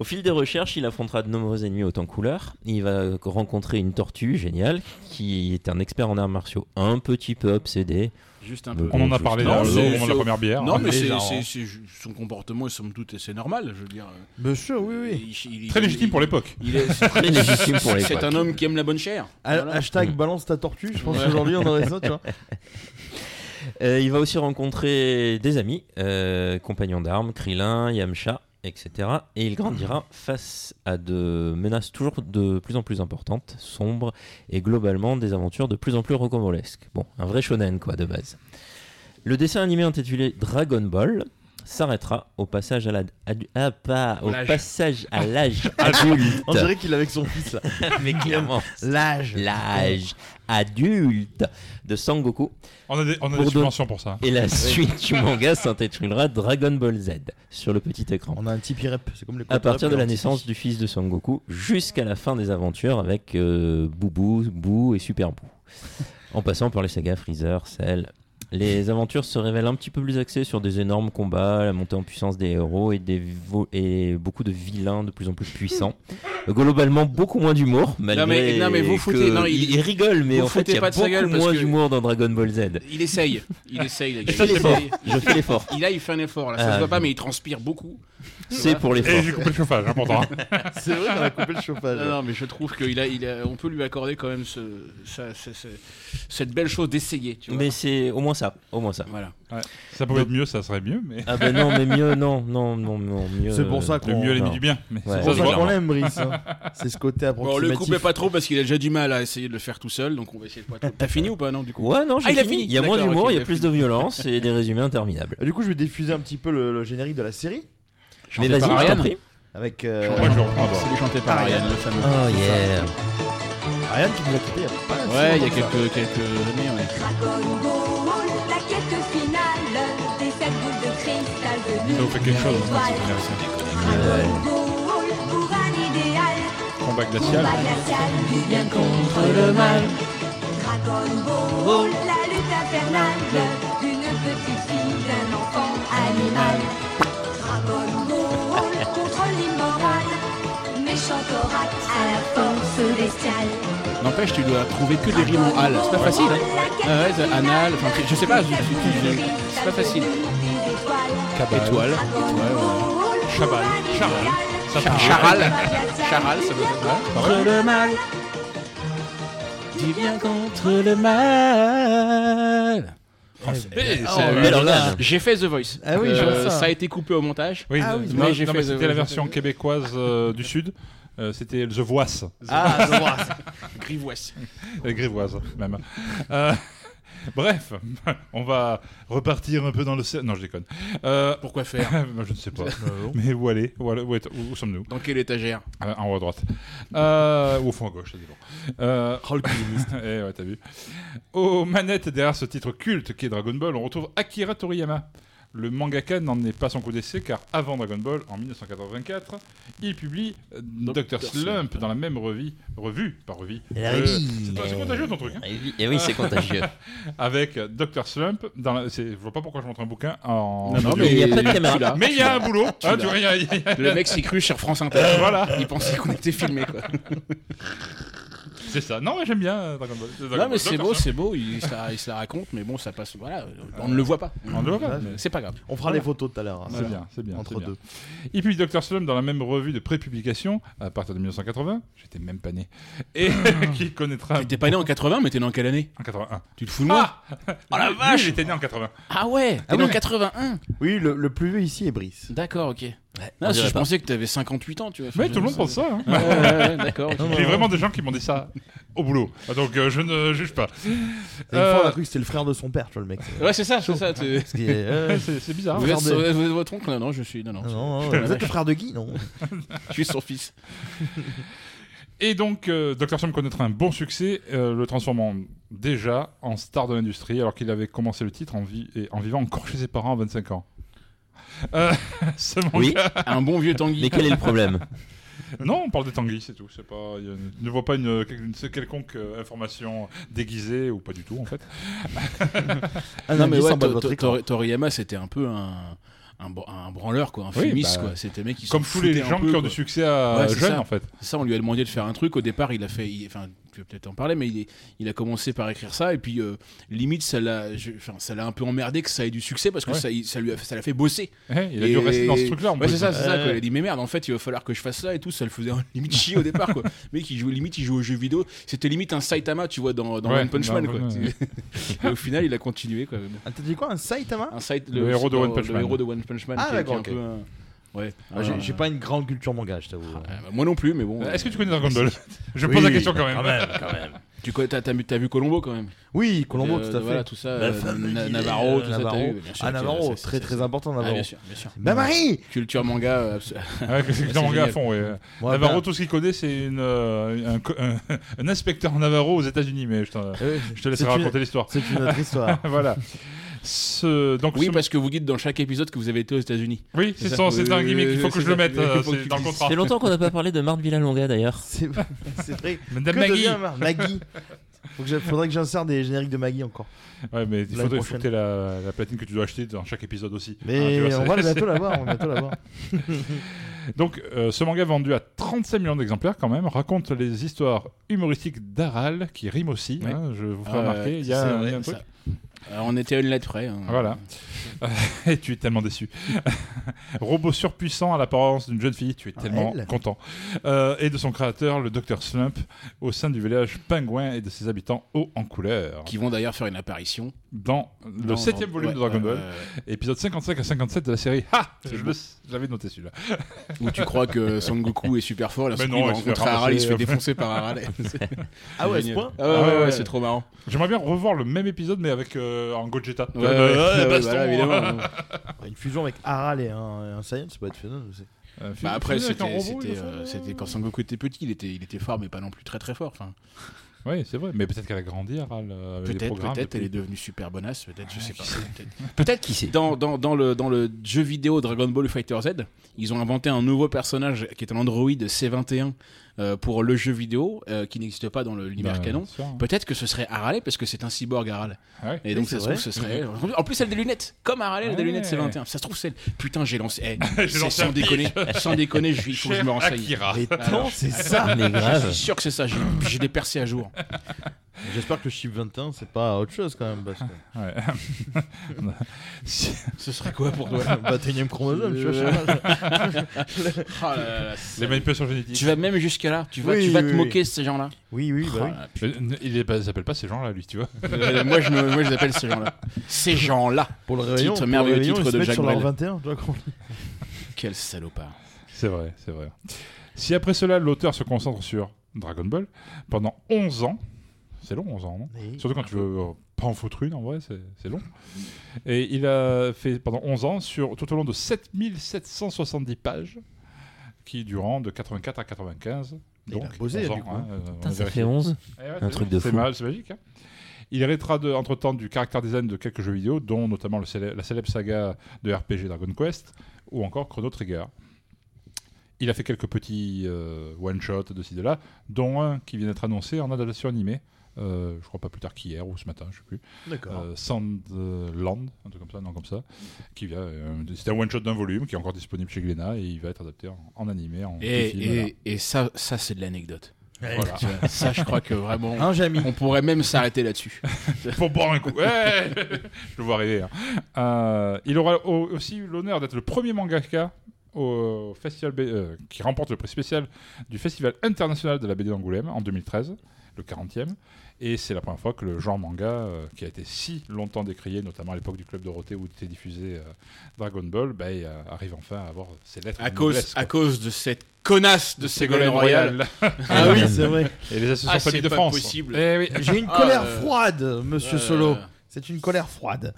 [SPEAKER 9] Au fil des recherches, il affrontera de nombreux ennemis autant couleur. Il va rencontrer une tortue géniale qui est un expert en arts martiaux, un petit peu obsédé.
[SPEAKER 8] Juste un
[SPEAKER 9] Mais
[SPEAKER 8] peu.
[SPEAKER 9] bon,
[SPEAKER 7] On en a
[SPEAKER 9] juste
[SPEAKER 7] parlé
[SPEAKER 9] un
[SPEAKER 7] là,
[SPEAKER 9] peu.
[SPEAKER 7] au moment de la première bière.
[SPEAKER 8] Non, mais c'est-
[SPEAKER 7] Légèrement.
[SPEAKER 8] c'est c'est ju- son comportement, et somme toute, et c'est normal, je veux dire. euh,
[SPEAKER 5] Bien sûr, oui, oui.
[SPEAKER 8] Il- il-
[SPEAKER 7] Très
[SPEAKER 8] il-
[SPEAKER 7] légitime
[SPEAKER 8] il-
[SPEAKER 7] pour l'époque.
[SPEAKER 8] il est-
[SPEAKER 7] Très légitime pour
[SPEAKER 8] C'est
[SPEAKER 7] l'époque.
[SPEAKER 8] un homme qui aime la bonne chair.
[SPEAKER 5] Ah,
[SPEAKER 8] Voilà.
[SPEAKER 5] Hashtag balance ta tortue, je pense
[SPEAKER 8] Ouais.
[SPEAKER 5] qu'aujourd'hui, on aurait ça, tu vois.
[SPEAKER 9] Euh, il va aussi rencontrer des amis, euh, compagnons d'armes, Krillin, Yamcha, etc. Et il grandira face à de menaces toujours de plus en plus importantes, sombres et globalement des aventures de plus en plus rocambolesques. Bon, un vrai shonen quoi de base. Le dessin animé intitulé Dragon Ball s'arrêtera au passage à la adu- ah, pas, au
[SPEAKER 5] L'âge.
[SPEAKER 9] passage à l'âge adulte.
[SPEAKER 5] Adulte. On dirait qu'il est avec son fils là.
[SPEAKER 9] Mais clairement.
[SPEAKER 5] L'âge.
[SPEAKER 9] L'âge adulte de Sangoku.
[SPEAKER 7] On a des- on a des
[SPEAKER 9] don-
[SPEAKER 7] subventions pour ça.
[SPEAKER 9] Et la
[SPEAKER 7] Oui.
[SPEAKER 9] suite du manga s'intitulera Dragon Ball Z sur le petit écran.
[SPEAKER 5] On a un Tipeee rep, c'est comme les
[SPEAKER 9] À partir
[SPEAKER 5] comptes rep,
[SPEAKER 9] de la
[SPEAKER 5] mais en
[SPEAKER 9] naissance du fils de Sangoku jusqu'à la fin des aventures avec euh, Boubou, Boo et Super Boo. En passant par les sagas Freezer, Cell. Les aventures se révèlent un petit peu plus axées sur des énormes combats, la montée en puissance des héros et, des vo- et beaucoup de vilains de plus en plus puissants. Globalement, beaucoup moins d'humour, malgré
[SPEAKER 8] Non, mais- non, mais vous
[SPEAKER 9] que
[SPEAKER 8] foutez- non, il-
[SPEAKER 9] il, il rigole, mais
[SPEAKER 8] vous
[SPEAKER 9] en fait,
[SPEAKER 8] foutez
[SPEAKER 9] il y a
[SPEAKER 8] pas de sa
[SPEAKER 9] beaucoup
[SPEAKER 8] gueule parce
[SPEAKER 9] moins
[SPEAKER 8] que-
[SPEAKER 9] d'humour dans Dragon Ball Z.
[SPEAKER 8] Il essaye, il essaye. les
[SPEAKER 9] Je
[SPEAKER 8] gars.
[SPEAKER 9] fais
[SPEAKER 8] Il
[SPEAKER 9] l'effort,
[SPEAKER 8] essaye.
[SPEAKER 9] je fais l'effort.
[SPEAKER 8] Il a, il fait un effort. Là, ça
[SPEAKER 9] Ah,
[SPEAKER 8] se voit pas,
[SPEAKER 9] oui.
[SPEAKER 8] mais il transpire beaucoup.
[SPEAKER 9] C'est pour l'effort. Et j'ai coupé le chauffage, hein, pourtant.
[SPEAKER 5] C'est vrai qu'on a coupé le chauffage.
[SPEAKER 8] Non, non, mais je trouve qu'il a, il a- on peut lui accorder quand même ce, ça- ce- ce- cette belle chose d'essayer. tu vois.
[SPEAKER 9] Mais c'est au moins ça, au moins ça.
[SPEAKER 8] Voilà.
[SPEAKER 7] Ça pouvait être mieux, ça serait mieux, mais.
[SPEAKER 9] Ah ben non, mais mieux, non, non, non, non, mieux.
[SPEAKER 5] C'est pour ça
[SPEAKER 9] euh,
[SPEAKER 5] qu'on.
[SPEAKER 7] mieux l'ennemi
[SPEAKER 9] non.
[SPEAKER 7] du bien, mais
[SPEAKER 9] Ouais.
[SPEAKER 5] C'est pour ça qu'on l'aime, Brice. hein. C'est ce côté
[SPEAKER 8] Bon,
[SPEAKER 5] approximatif.
[SPEAKER 8] le coupez pas trop parce qu'il a déjà du mal à essayer de le faire tout seul, donc on va essayer de pas trop. T'as fini ou pas non du coup
[SPEAKER 9] Ouais, non,
[SPEAKER 8] Ah,
[SPEAKER 9] j'ai
[SPEAKER 8] il a
[SPEAKER 9] fini.
[SPEAKER 8] fini.
[SPEAKER 9] Il y a moins
[SPEAKER 8] D'accord,
[SPEAKER 9] d'humour,
[SPEAKER 8] ok,
[SPEAKER 9] il y
[SPEAKER 8] il
[SPEAKER 9] a
[SPEAKER 8] a
[SPEAKER 9] plus
[SPEAKER 8] fini.
[SPEAKER 9] de violence et des résumés interminables.
[SPEAKER 5] Euh, Du coup, je vais diffuser un petit peu le, le générique de la série.
[SPEAKER 9] Mais vas-y, je t'en prie.
[SPEAKER 5] Avec. euh,
[SPEAKER 8] Moi, je le reprends, bah. C'est chanté par Ariane, le fameux.
[SPEAKER 9] Oh yeah.
[SPEAKER 5] Ariane qui nous a quitté il y a pas si
[SPEAKER 8] Ouais, il y a
[SPEAKER 5] longtemps que ça.
[SPEAKER 8] quelques, quelques années, ouais.
[SPEAKER 3] Dragon Ball, la quête finale des sept boules de cristal venues.
[SPEAKER 7] Ça vous fait quelque chose,
[SPEAKER 3] des
[SPEAKER 7] hein,
[SPEAKER 3] étoiles. Ball, pour un idéal,
[SPEAKER 7] Combat glacial.
[SPEAKER 3] combat glacial du bien contre le mal. Dragon Ball, la lutte infernale d'une petite fille, d'un enfant animal. Dragon Ball, contre l'immoral, méchant oracle à la forme célestiale.
[SPEAKER 8] N'empêche, tu dois trouver que des rimes en hal. C'est pas facile, hein Ah ouais, c'est anal, enfin, je sais pas, je- je- je- je- c'est pas facile. Cabal. Étoile. Étoile. Chabal. Charal. Charal. Charal, ça veut
[SPEAKER 10] Contre
[SPEAKER 8] dire
[SPEAKER 10] le mal.
[SPEAKER 8] Dis bien contre le mal.
[SPEAKER 7] Oh,
[SPEAKER 8] c'est-
[SPEAKER 7] eh,
[SPEAKER 8] eh,
[SPEAKER 7] oh,
[SPEAKER 8] c'est-
[SPEAKER 7] mais alors là-
[SPEAKER 8] J'ai fait The Voice. Euh,
[SPEAKER 7] Ah oui, je vois ça.
[SPEAKER 8] a été coupé au montage.
[SPEAKER 7] Oui,
[SPEAKER 8] Ah
[SPEAKER 7] non,
[SPEAKER 8] oui,
[SPEAKER 7] non,
[SPEAKER 8] mais j'ai
[SPEAKER 7] non,
[SPEAKER 8] fait
[SPEAKER 7] mais
[SPEAKER 8] The
[SPEAKER 7] c'était la
[SPEAKER 8] Voice.
[SPEAKER 7] version québécoise euh, du Sud. Euh, c'était The Voice.
[SPEAKER 8] Ah, The Voice. Grivoise.
[SPEAKER 7] Euh, Grivoise, même. Euh, Bref, on va repartir un peu dans le. cer- Non, je déconne. Euh,
[SPEAKER 8] Pourquoi faire
[SPEAKER 7] Je ne sais pas. Mais où aller Où, aller- où est- où- où sommes-nous
[SPEAKER 8] Dans quelle étagère
[SPEAKER 7] Euh, En haut à droite. Euh, ou au fond à gauche, ça dépend. Euh... Eh ouais, t'as vu. Aux manettes, derrière ce titre culte qui est Dragon Ball, on retrouve Akira Toriyama. Le mangaka n'en est pas son coup d'essai car avant Dragon Ball, en 1984, il publie euh, Dr. Slump dans la même revue, revue, pas revue. euh,
[SPEAKER 9] La revue.
[SPEAKER 7] c'est pas- c'est contagieux ton truc. hein.
[SPEAKER 9] Revue. Eh oui, c'est contagieux.
[SPEAKER 7] Avec euh, Dr. Slump, dans la- c'est- je vois pas pourquoi je montre un bouquin en.
[SPEAKER 8] Non, non,
[SPEAKER 7] audio.
[SPEAKER 8] mais il y a pas de caméra. Tu l'as.
[SPEAKER 7] Mais il y a un
[SPEAKER 8] Tu
[SPEAKER 7] boulot.
[SPEAKER 8] l'as.
[SPEAKER 7] hein, tu vois, il y a- il y a-
[SPEAKER 8] Le mec s'est cru sur France Inter.
[SPEAKER 7] Euh, voilà.
[SPEAKER 8] Il pensait qu'on était filmé, quoi.
[SPEAKER 7] C'est ça. Non, mais j'aime bien euh, Dragon Ball. Dragon
[SPEAKER 8] Non, mais
[SPEAKER 7] Ball,
[SPEAKER 8] c'est
[SPEAKER 7] Dr.
[SPEAKER 8] beau,
[SPEAKER 7] Slump.
[SPEAKER 8] c'est beau. Il se, la, il se la raconte, mais bon, ça passe. Voilà, on ne le voit pas.
[SPEAKER 7] On ne le voit pas, mais-
[SPEAKER 8] C'est pas grave.
[SPEAKER 5] On fera
[SPEAKER 7] Voilà.
[SPEAKER 5] les photos tout à l'heure. hein.
[SPEAKER 7] C'est bien, c'est bien.
[SPEAKER 5] Entre
[SPEAKER 7] c'est bien.
[SPEAKER 5] deux.
[SPEAKER 7] Et puis Dr. Slump, dans la même revue de prépublication, à partir de 1980, j'étais même pas né, et qui connaîtra.
[SPEAKER 8] T'es pas né en 80, mais t'es né en quelle année
[SPEAKER 7] En 81.
[SPEAKER 8] Tu te fous de moi
[SPEAKER 7] Oh la vache J'étais né en 80.
[SPEAKER 8] Ah ouais T'es
[SPEAKER 5] Ah
[SPEAKER 8] né en
[SPEAKER 5] oui.
[SPEAKER 8] 81
[SPEAKER 5] Oui, le, le plus vieux ici est Brice.
[SPEAKER 8] D'accord, ok.
[SPEAKER 5] on
[SPEAKER 8] Non, si
[SPEAKER 5] dirait
[SPEAKER 8] je
[SPEAKER 5] pas.
[SPEAKER 8] pensais que t'avais 58 ans, tu vois.
[SPEAKER 7] Mais tout le monde pense ça. hein.
[SPEAKER 8] Ouais, ouais, ouais, d'accord. ok.
[SPEAKER 7] J'ai vraiment des gens qui m'ont dit ça au boulot. Donc euh, je ne juge pas.
[SPEAKER 5] Et Une fois, on
[SPEAKER 7] Euh,
[SPEAKER 5] a cru que c'était le frère de son père, tu vois, le mec.
[SPEAKER 8] Ouais, c'est ça, c'est ça. tu-
[SPEAKER 5] Parce qu'il est- euh,
[SPEAKER 7] c'est c'est bizarre.
[SPEAKER 8] Vous êtes,
[SPEAKER 5] Frère de-
[SPEAKER 8] vous êtes votre oncle Non, non, je suis. Non, non.
[SPEAKER 5] Non, non,
[SPEAKER 8] je-
[SPEAKER 5] vous êtes le frère de Guy, non
[SPEAKER 8] Je suis son fils.
[SPEAKER 7] Et donc, euh, Dr. Slump connaîtra un bon succès, euh, le transformant déjà en star de l'industrie, alors qu'il avait commencé le titre en, vi- et en vivant encore chez ses parents à 25 ans. Euh, ce manga...
[SPEAKER 9] Oui.
[SPEAKER 8] Un bon vieux Tanguy.
[SPEAKER 9] Mais quel est le problème
[SPEAKER 7] Non, on parle de Tanguy, c'est tout. C'est pas, il y a une- ne vois pas une, une quelconque euh, information déguisée ou pas du tout en fait.
[SPEAKER 5] Un
[SPEAKER 8] non, mais
[SPEAKER 5] indice
[SPEAKER 8] ouais,
[SPEAKER 5] en bas de
[SPEAKER 8] To-
[SPEAKER 5] votre
[SPEAKER 8] To-
[SPEAKER 5] écran.
[SPEAKER 8] Tori- Toriyama, c'était un peu un. Un, br- un branleur quoi, un
[SPEAKER 7] Oui,
[SPEAKER 8] fumiste
[SPEAKER 7] bah,
[SPEAKER 8] quoi, c'était le mec qui
[SPEAKER 7] comme
[SPEAKER 8] s'en
[SPEAKER 7] tous les
[SPEAKER 8] foutait un
[SPEAKER 7] gens
[SPEAKER 8] peu,
[SPEAKER 7] qui ont
[SPEAKER 8] quoi.
[SPEAKER 7] du succès à
[SPEAKER 8] Ouais, c'est
[SPEAKER 7] jeune
[SPEAKER 8] ça.
[SPEAKER 7] en fait.
[SPEAKER 8] C'est ça, on lui a demandé de faire un truc. Au départ, il a fait. il- Enfin, tu vas peut-être en parler, mais il, est- il a commencé par écrire ça. Et puis, euh, limite, ça l'a je- enfin, ça l'a un peu emmerdé que ça ait du succès parce que
[SPEAKER 7] Ouais.
[SPEAKER 8] ça, il- ça lui a, ça l'a fait bosser.
[SPEAKER 7] Ouais, Eh, il a
[SPEAKER 8] Et-
[SPEAKER 7] dû rester dans ce truc-là, en
[SPEAKER 8] Ouais,
[SPEAKER 7] plus.
[SPEAKER 8] c'est ça, c'est ça.
[SPEAKER 7] Ouais.
[SPEAKER 8] quoi. Il a dit, mais merde, en fait, il va falloir que je fasse ça et tout. Ça le faisait limite chier au départ, quoi. Mais qui jouait limite, il joue aux jeux vidéo. C'était limite un Saitama, tu vois, dans, dans
[SPEAKER 7] Ouais,
[SPEAKER 8] One Punch
[SPEAKER 7] dans
[SPEAKER 8] Man,
[SPEAKER 7] One
[SPEAKER 8] quoi.
[SPEAKER 7] Punch
[SPEAKER 8] Et au final, il a continué, quoi.
[SPEAKER 5] Ah, T'as dit quoi, un Saitama
[SPEAKER 8] Un Sait-
[SPEAKER 7] Le héros de One Punch
[SPEAKER 8] le
[SPEAKER 7] Man.
[SPEAKER 8] héros de One Punch Man,
[SPEAKER 5] Ah,
[SPEAKER 8] qui est- qui est
[SPEAKER 5] d'accord,
[SPEAKER 8] un
[SPEAKER 5] ok.
[SPEAKER 8] peu un- Ouais.
[SPEAKER 5] Ah, j'ai-
[SPEAKER 8] un-
[SPEAKER 5] J'ai pas une grande culture manga, je t'avoue.
[SPEAKER 8] euh, Moi non plus, mais bon.
[SPEAKER 7] Bah, Est-ce que tu connais Dragon Ball Je
[SPEAKER 5] Oui,
[SPEAKER 7] pose la question quand même.
[SPEAKER 5] Quand même, quand même.
[SPEAKER 8] Tu connais, t'as, t'as vu- t'as vu Colombo quand même
[SPEAKER 5] Oui, Colombo,
[SPEAKER 8] Euh,
[SPEAKER 5] tout à fait.
[SPEAKER 8] voilà, tout ça,
[SPEAKER 5] La
[SPEAKER 8] euh,
[SPEAKER 5] femme
[SPEAKER 8] Na-
[SPEAKER 5] de
[SPEAKER 8] Navarro,
[SPEAKER 5] Guinée,
[SPEAKER 8] tout ça,
[SPEAKER 5] Navarro.
[SPEAKER 8] t'as vu, bien sûr,
[SPEAKER 5] Ah,
[SPEAKER 8] que-
[SPEAKER 5] Navarro,
[SPEAKER 8] c'est-
[SPEAKER 5] très
[SPEAKER 8] c'est-
[SPEAKER 5] très important,
[SPEAKER 8] Ah,
[SPEAKER 5] Navarro.
[SPEAKER 8] bien sûr, bien sûr.
[SPEAKER 5] Bah, Marie
[SPEAKER 8] Culture manga. euh, abs-
[SPEAKER 7] Ouais, que c'est
[SPEAKER 8] Ouais,
[SPEAKER 7] dans
[SPEAKER 8] c'est
[SPEAKER 7] manga à
[SPEAKER 8] génial. bah.
[SPEAKER 7] fond, ouais.
[SPEAKER 5] Bon,
[SPEAKER 7] Navarro,
[SPEAKER 5] ben-
[SPEAKER 7] tout ce qu'il connaît, c'est une, euh, un, co- un- un inspecteur Navarro aux États-Unis, mais je, t'en-
[SPEAKER 5] Euh,
[SPEAKER 7] je te laisserai
[SPEAKER 5] c'est une-
[SPEAKER 7] raconter l'histoire.
[SPEAKER 5] C'est une autre histoire.
[SPEAKER 7] voilà. Ce, donc,
[SPEAKER 8] Oui,
[SPEAKER 7] ce-
[SPEAKER 8] parce que vous dites dans chaque épisode que vous avez été aux États-Unis.
[SPEAKER 7] oui, c'est
[SPEAKER 8] ça.
[SPEAKER 7] ça, c'est un
[SPEAKER 8] Oui,
[SPEAKER 7] gimmick,
[SPEAKER 8] oui,
[SPEAKER 7] il faut
[SPEAKER 8] oui,
[SPEAKER 7] que je
[SPEAKER 8] c'est
[SPEAKER 7] le
[SPEAKER 8] ça.
[SPEAKER 7] mette, euh,
[SPEAKER 8] Il faut que
[SPEAKER 7] c'est
[SPEAKER 8] tu
[SPEAKER 7] dans le
[SPEAKER 8] dises.
[SPEAKER 7] contrat.
[SPEAKER 9] Ça fait longtemps qu'on n'a pas parlé de Marthe Villalonga d'ailleurs.
[SPEAKER 5] C'est c'est vrai.
[SPEAKER 7] Madame
[SPEAKER 5] que
[SPEAKER 7] Maggie.
[SPEAKER 5] devient Mar- Maggie. Faut que je- Faudrait que j'insère des génériques de Maggie encore.
[SPEAKER 7] Ouais, mais il
[SPEAKER 5] L'année
[SPEAKER 7] faut, il faut
[SPEAKER 5] prochaine.
[SPEAKER 7] que t'aies la, la platine que tu dois acheter dans chaque épisode aussi. Hein, tu
[SPEAKER 5] Mais
[SPEAKER 7] vois,
[SPEAKER 5] on
[SPEAKER 7] c'est-
[SPEAKER 5] va
[SPEAKER 7] c'est-
[SPEAKER 5] bientôt la voir, on va bientôt la voir.
[SPEAKER 7] Donc, euh, ce manga vendu à 35 millions d'exemplaires quand même raconte les histoires humoristiques d'Aral qui riment aussi.
[SPEAKER 8] Ouais.
[SPEAKER 7] hein, je vous fais
[SPEAKER 8] Ah,
[SPEAKER 7] remarquer,
[SPEAKER 8] ouais,
[SPEAKER 7] il y a
[SPEAKER 8] c'est
[SPEAKER 7] un,
[SPEAKER 8] vrai,
[SPEAKER 7] il y a un truc.
[SPEAKER 8] ça. Euh, on était à une lettre près. hein.
[SPEAKER 7] Voilà. Euh, Et tu es tellement déçu. Robot surpuissant à l'apparence d'une jeune fille, tu es tellement
[SPEAKER 5] elle
[SPEAKER 7] content. Euh, et de son créateur, le Dr Slump, au sein du village pingouin et de ses habitants hauts en couleur.
[SPEAKER 8] Qui vont d'ailleurs faire une apparition.
[SPEAKER 7] Dans le
[SPEAKER 8] Dans-
[SPEAKER 7] septième
[SPEAKER 8] dans-
[SPEAKER 7] volume
[SPEAKER 8] ouais,
[SPEAKER 7] de Dragon Ball,
[SPEAKER 8] euh,
[SPEAKER 7] épisode 55 à 57 de la série. Ah Je le- je l'avais noté celui-là.
[SPEAKER 8] où tu crois que Son Goku est super fort, là,
[SPEAKER 7] Mais
[SPEAKER 8] Son
[SPEAKER 7] non,
[SPEAKER 8] Goku va
[SPEAKER 7] il se fait
[SPEAKER 8] rencontrer Aral, il se fait
[SPEAKER 7] ramasser.
[SPEAKER 8] défoncer par Aral.
[SPEAKER 5] Ah ouais, à ce
[SPEAKER 8] Génial.
[SPEAKER 5] point
[SPEAKER 8] Ah ouais, ouais,
[SPEAKER 7] Ah ouais.
[SPEAKER 8] ouais, c'est trop marrant.
[SPEAKER 7] J'aimerais bien revoir le même épisode, mais avec euh, en Gogeta.
[SPEAKER 8] Ouais, ouais,
[SPEAKER 7] Euh,
[SPEAKER 8] ouais,
[SPEAKER 7] baston.
[SPEAKER 8] voilà, évidemment.
[SPEAKER 5] Ah, Une fusion avec Aral et un, un Saiyan, ça peut être phénoménal aussi.
[SPEAKER 7] Euh, fusionner
[SPEAKER 8] Bah après,
[SPEAKER 7] avec un
[SPEAKER 8] c'était
[SPEAKER 7] robot, il
[SPEAKER 8] c'était,
[SPEAKER 7] le fait.
[SPEAKER 8] euh, c'était quand Son Goku était petit, il était, il était fort, mais pas non plus très très fort. Enfin,
[SPEAKER 7] Oui, c'est vrai. Mais peut-être qu'elle a grandi, Aral. euh, avec les
[SPEAKER 8] peut-être,
[SPEAKER 7] programmes,
[SPEAKER 8] peut-être,
[SPEAKER 7] et
[SPEAKER 8] elle est
[SPEAKER 7] puis-
[SPEAKER 8] devenue super bonasse, peut-être, je sais pas. Peut-être.
[SPEAKER 9] Peut-être qui sait.
[SPEAKER 8] Dans, dans, dans, le, dans le jeu vidéo Dragon Ball Fighter Z, ils ont inventé un nouveau personnage qui est un androïde C21 euh, pour le jeu vidéo euh, qui n'existe pas dans le-
[SPEAKER 7] Bah,
[SPEAKER 8] l'univers canon.
[SPEAKER 7] bien sûr, hein.
[SPEAKER 8] Peut-être que ce serait Harale parce que c'est un cyborg Harale.
[SPEAKER 7] Ah ouais.
[SPEAKER 8] Et donc
[SPEAKER 5] Oui,
[SPEAKER 8] ça
[SPEAKER 5] c'est
[SPEAKER 8] se trouve ce serait. En plus elle a des lunettes comme Harale elle a des
[SPEAKER 7] Ouais.
[SPEAKER 8] lunettes C21. Ça se trouve celle. Putain j'ai lancé. eh,
[SPEAKER 7] J'ai
[SPEAKER 8] c'est
[SPEAKER 7] lancé un
[SPEAKER 8] sans déconner. sans déconner je- il faut que je me
[SPEAKER 7] Cher
[SPEAKER 8] renseigne.
[SPEAKER 7] Akira.
[SPEAKER 5] Mais tant, c'est ça
[SPEAKER 9] Mais
[SPEAKER 8] Je
[SPEAKER 9] grave.
[SPEAKER 8] suis sûr que c'est ça. J'ai j'ai des percées à jour.
[SPEAKER 5] J'espère que le chip 21, c'est pas autre chose quand même. Parce que...
[SPEAKER 7] Ouais.
[SPEAKER 8] Ce serait quoi pour toi
[SPEAKER 5] 21ème chromosome, tu vois, je sais pas.
[SPEAKER 8] Ah là là là, c'est-
[SPEAKER 7] Les manipulations génétiques.
[SPEAKER 8] Tu vas même jusque là. Tu vas
[SPEAKER 5] Oui,
[SPEAKER 8] tu vas
[SPEAKER 5] oui,
[SPEAKER 8] te
[SPEAKER 5] oui.
[SPEAKER 8] moquer de ces Oh, gens là.
[SPEAKER 5] Oui, oui, bah oui.
[SPEAKER 7] Euh, n- Il est- s'appelle pas ces gens-là, lui, tu vois.
[SPEAKER 8] Euh, moi, je me, moi, je les appelle ces gens-là. Ces gens-là.
[SPEAKER 5] Pour le réveillon,
[SPEAKER 8] Titre,
[SPEAKER 5] pour le
[SPEAKER 8] merveilleux
[SPEAKER 5] réveillon,
[SPEAKER 8] titre
[SPEAKER 5] ils se
[SPEAKER 8] de
[SPEAKER 5] mettent
[SPEAKER 8] Jacques
[SPEAKER 5] sur leur
[SPEAKER 8] Brel.
[SPEAKER 5] 21, tu vois, qu'on-
[SPEAKER 8] Quel salopard.
[SPEAKER 7] C'est vrai, c'est vrai. Si après cela, l'auteur se concentre sur Dragon Ball pendant 11 ans, c'est long 11 ans, non
[SPEAKER 5] Oui.
[SPEAKER 7] Surtout quand tu veux euh, pas en foutre une en vrai, c'est long. Et il a fait pendant 11 ans, sur, tout au long de 7770 pages, qui durant de 84 à 95. Donc,
[SPEAKER 5] il a bossé,
[SPEAKER 7] 11 ans,
[SPEAKER 5] du coup.
[SPEAKER 7] hein, euh,
[SPEAKER 9] Putain,
[SPEAKER 7] on
[SPEAKER 9] ça
[SPEAKER 7] vérifie.
[SPEAKER 9] fait 11.
[SPEAKER 7] Eh ouais,
[SPEAKER 9] Un
[SPEAKER 7] c'est-
[SPEAKER 9] truc de
[SPEAKER 7] C'est
[SPEAKER 9] fou.
[SPEAKER 7] mal, c'est magique. hein. Il héritra de- entre-temps du caractère design de quelques jeux vidéo, dont notamment le célè- la célèbre saga de RPG Dragon Quest ou encore Chrono Trigger. Il a fait quelques petits euh, one-shots de ci, de là, dont un qui vient d'être annoncé en adaptation animée, euh, je crois pas plus tard qu'hier ou ce matin, je sais plus.
[SPEAKER 5] D'accord.
[SPEAKER 7] Euh, Sandland, un truc comme ça, non comme ça, qui vient. euh, c'est un one-shot d'un volume qui est encore disponible chez Glénat et il va être adapté en, en animé, en petit
[SPEAKER 8] Et,
[SPEAKER 7] film,
[SPEAKER 8] et-
[SPEAKER 7] voilà.
[SPEAKER 8] et ça, ça c'est de l'anecdote.
[SPEAKER 7] Ouais.
[SPEAKER 8] Voilà. ça, je crois que vraiment,
[SPEAKER 7] Hein, Jamy
[SPEAKER 8] on pourrait même s'arrêter là-dessus.
[SPEAKER 7] Pour boire un coup. Ouais Je le vois arriver. hein. Euh, il aura au- aussi eu l'honneur d'être le premier mangaka au festival B- euh, qui remporte le prix spécial du Festival international de la BD d'Angoulême en 2013, le 40e. Et c'est la première fois que le genre manga, euh, qui a été si longtemps décrié, notamment à l'époque du Club Dorothée où était diffusé euh, Dragon Ball, bah, il, euh, arrive enfin à avoir ses lettres.
[SPEAKER 8] À
[SPEAKER 7] de
[SPEAKER 8] cause,
[SPEAKER 7] noblesse, quoi.
[SPEAKER 8] à cause de cette connasse de Ségolène
[SPEAKER 7] Ségolène
[SPEAKER 8] Royal.
[SPEAKER 7] Royal.
[SPEAKER 8] Ah oui,
[SPEAKER 5] c'est vrai.
[SPEAKER 7] Et les associations
[SPEAKER 8] Ah, c'est
[SPEAKER 7] Famille de
[SPEAKER 8] pas
[SPEAKER 7] France.
[SPEAKER 8] possible.
[SPEAKER 7] Eh oui.
[SPEAKER 5] J'ai une
[SPEAKER 8] Ah,
[SPEAKER 5] colère
[SPEAKER 8] euh,
[SPEAKER 5] froide, monsieur
[SPEAKER 8] euh,
[SPEAKER 5] Solo. C'est une colère froide.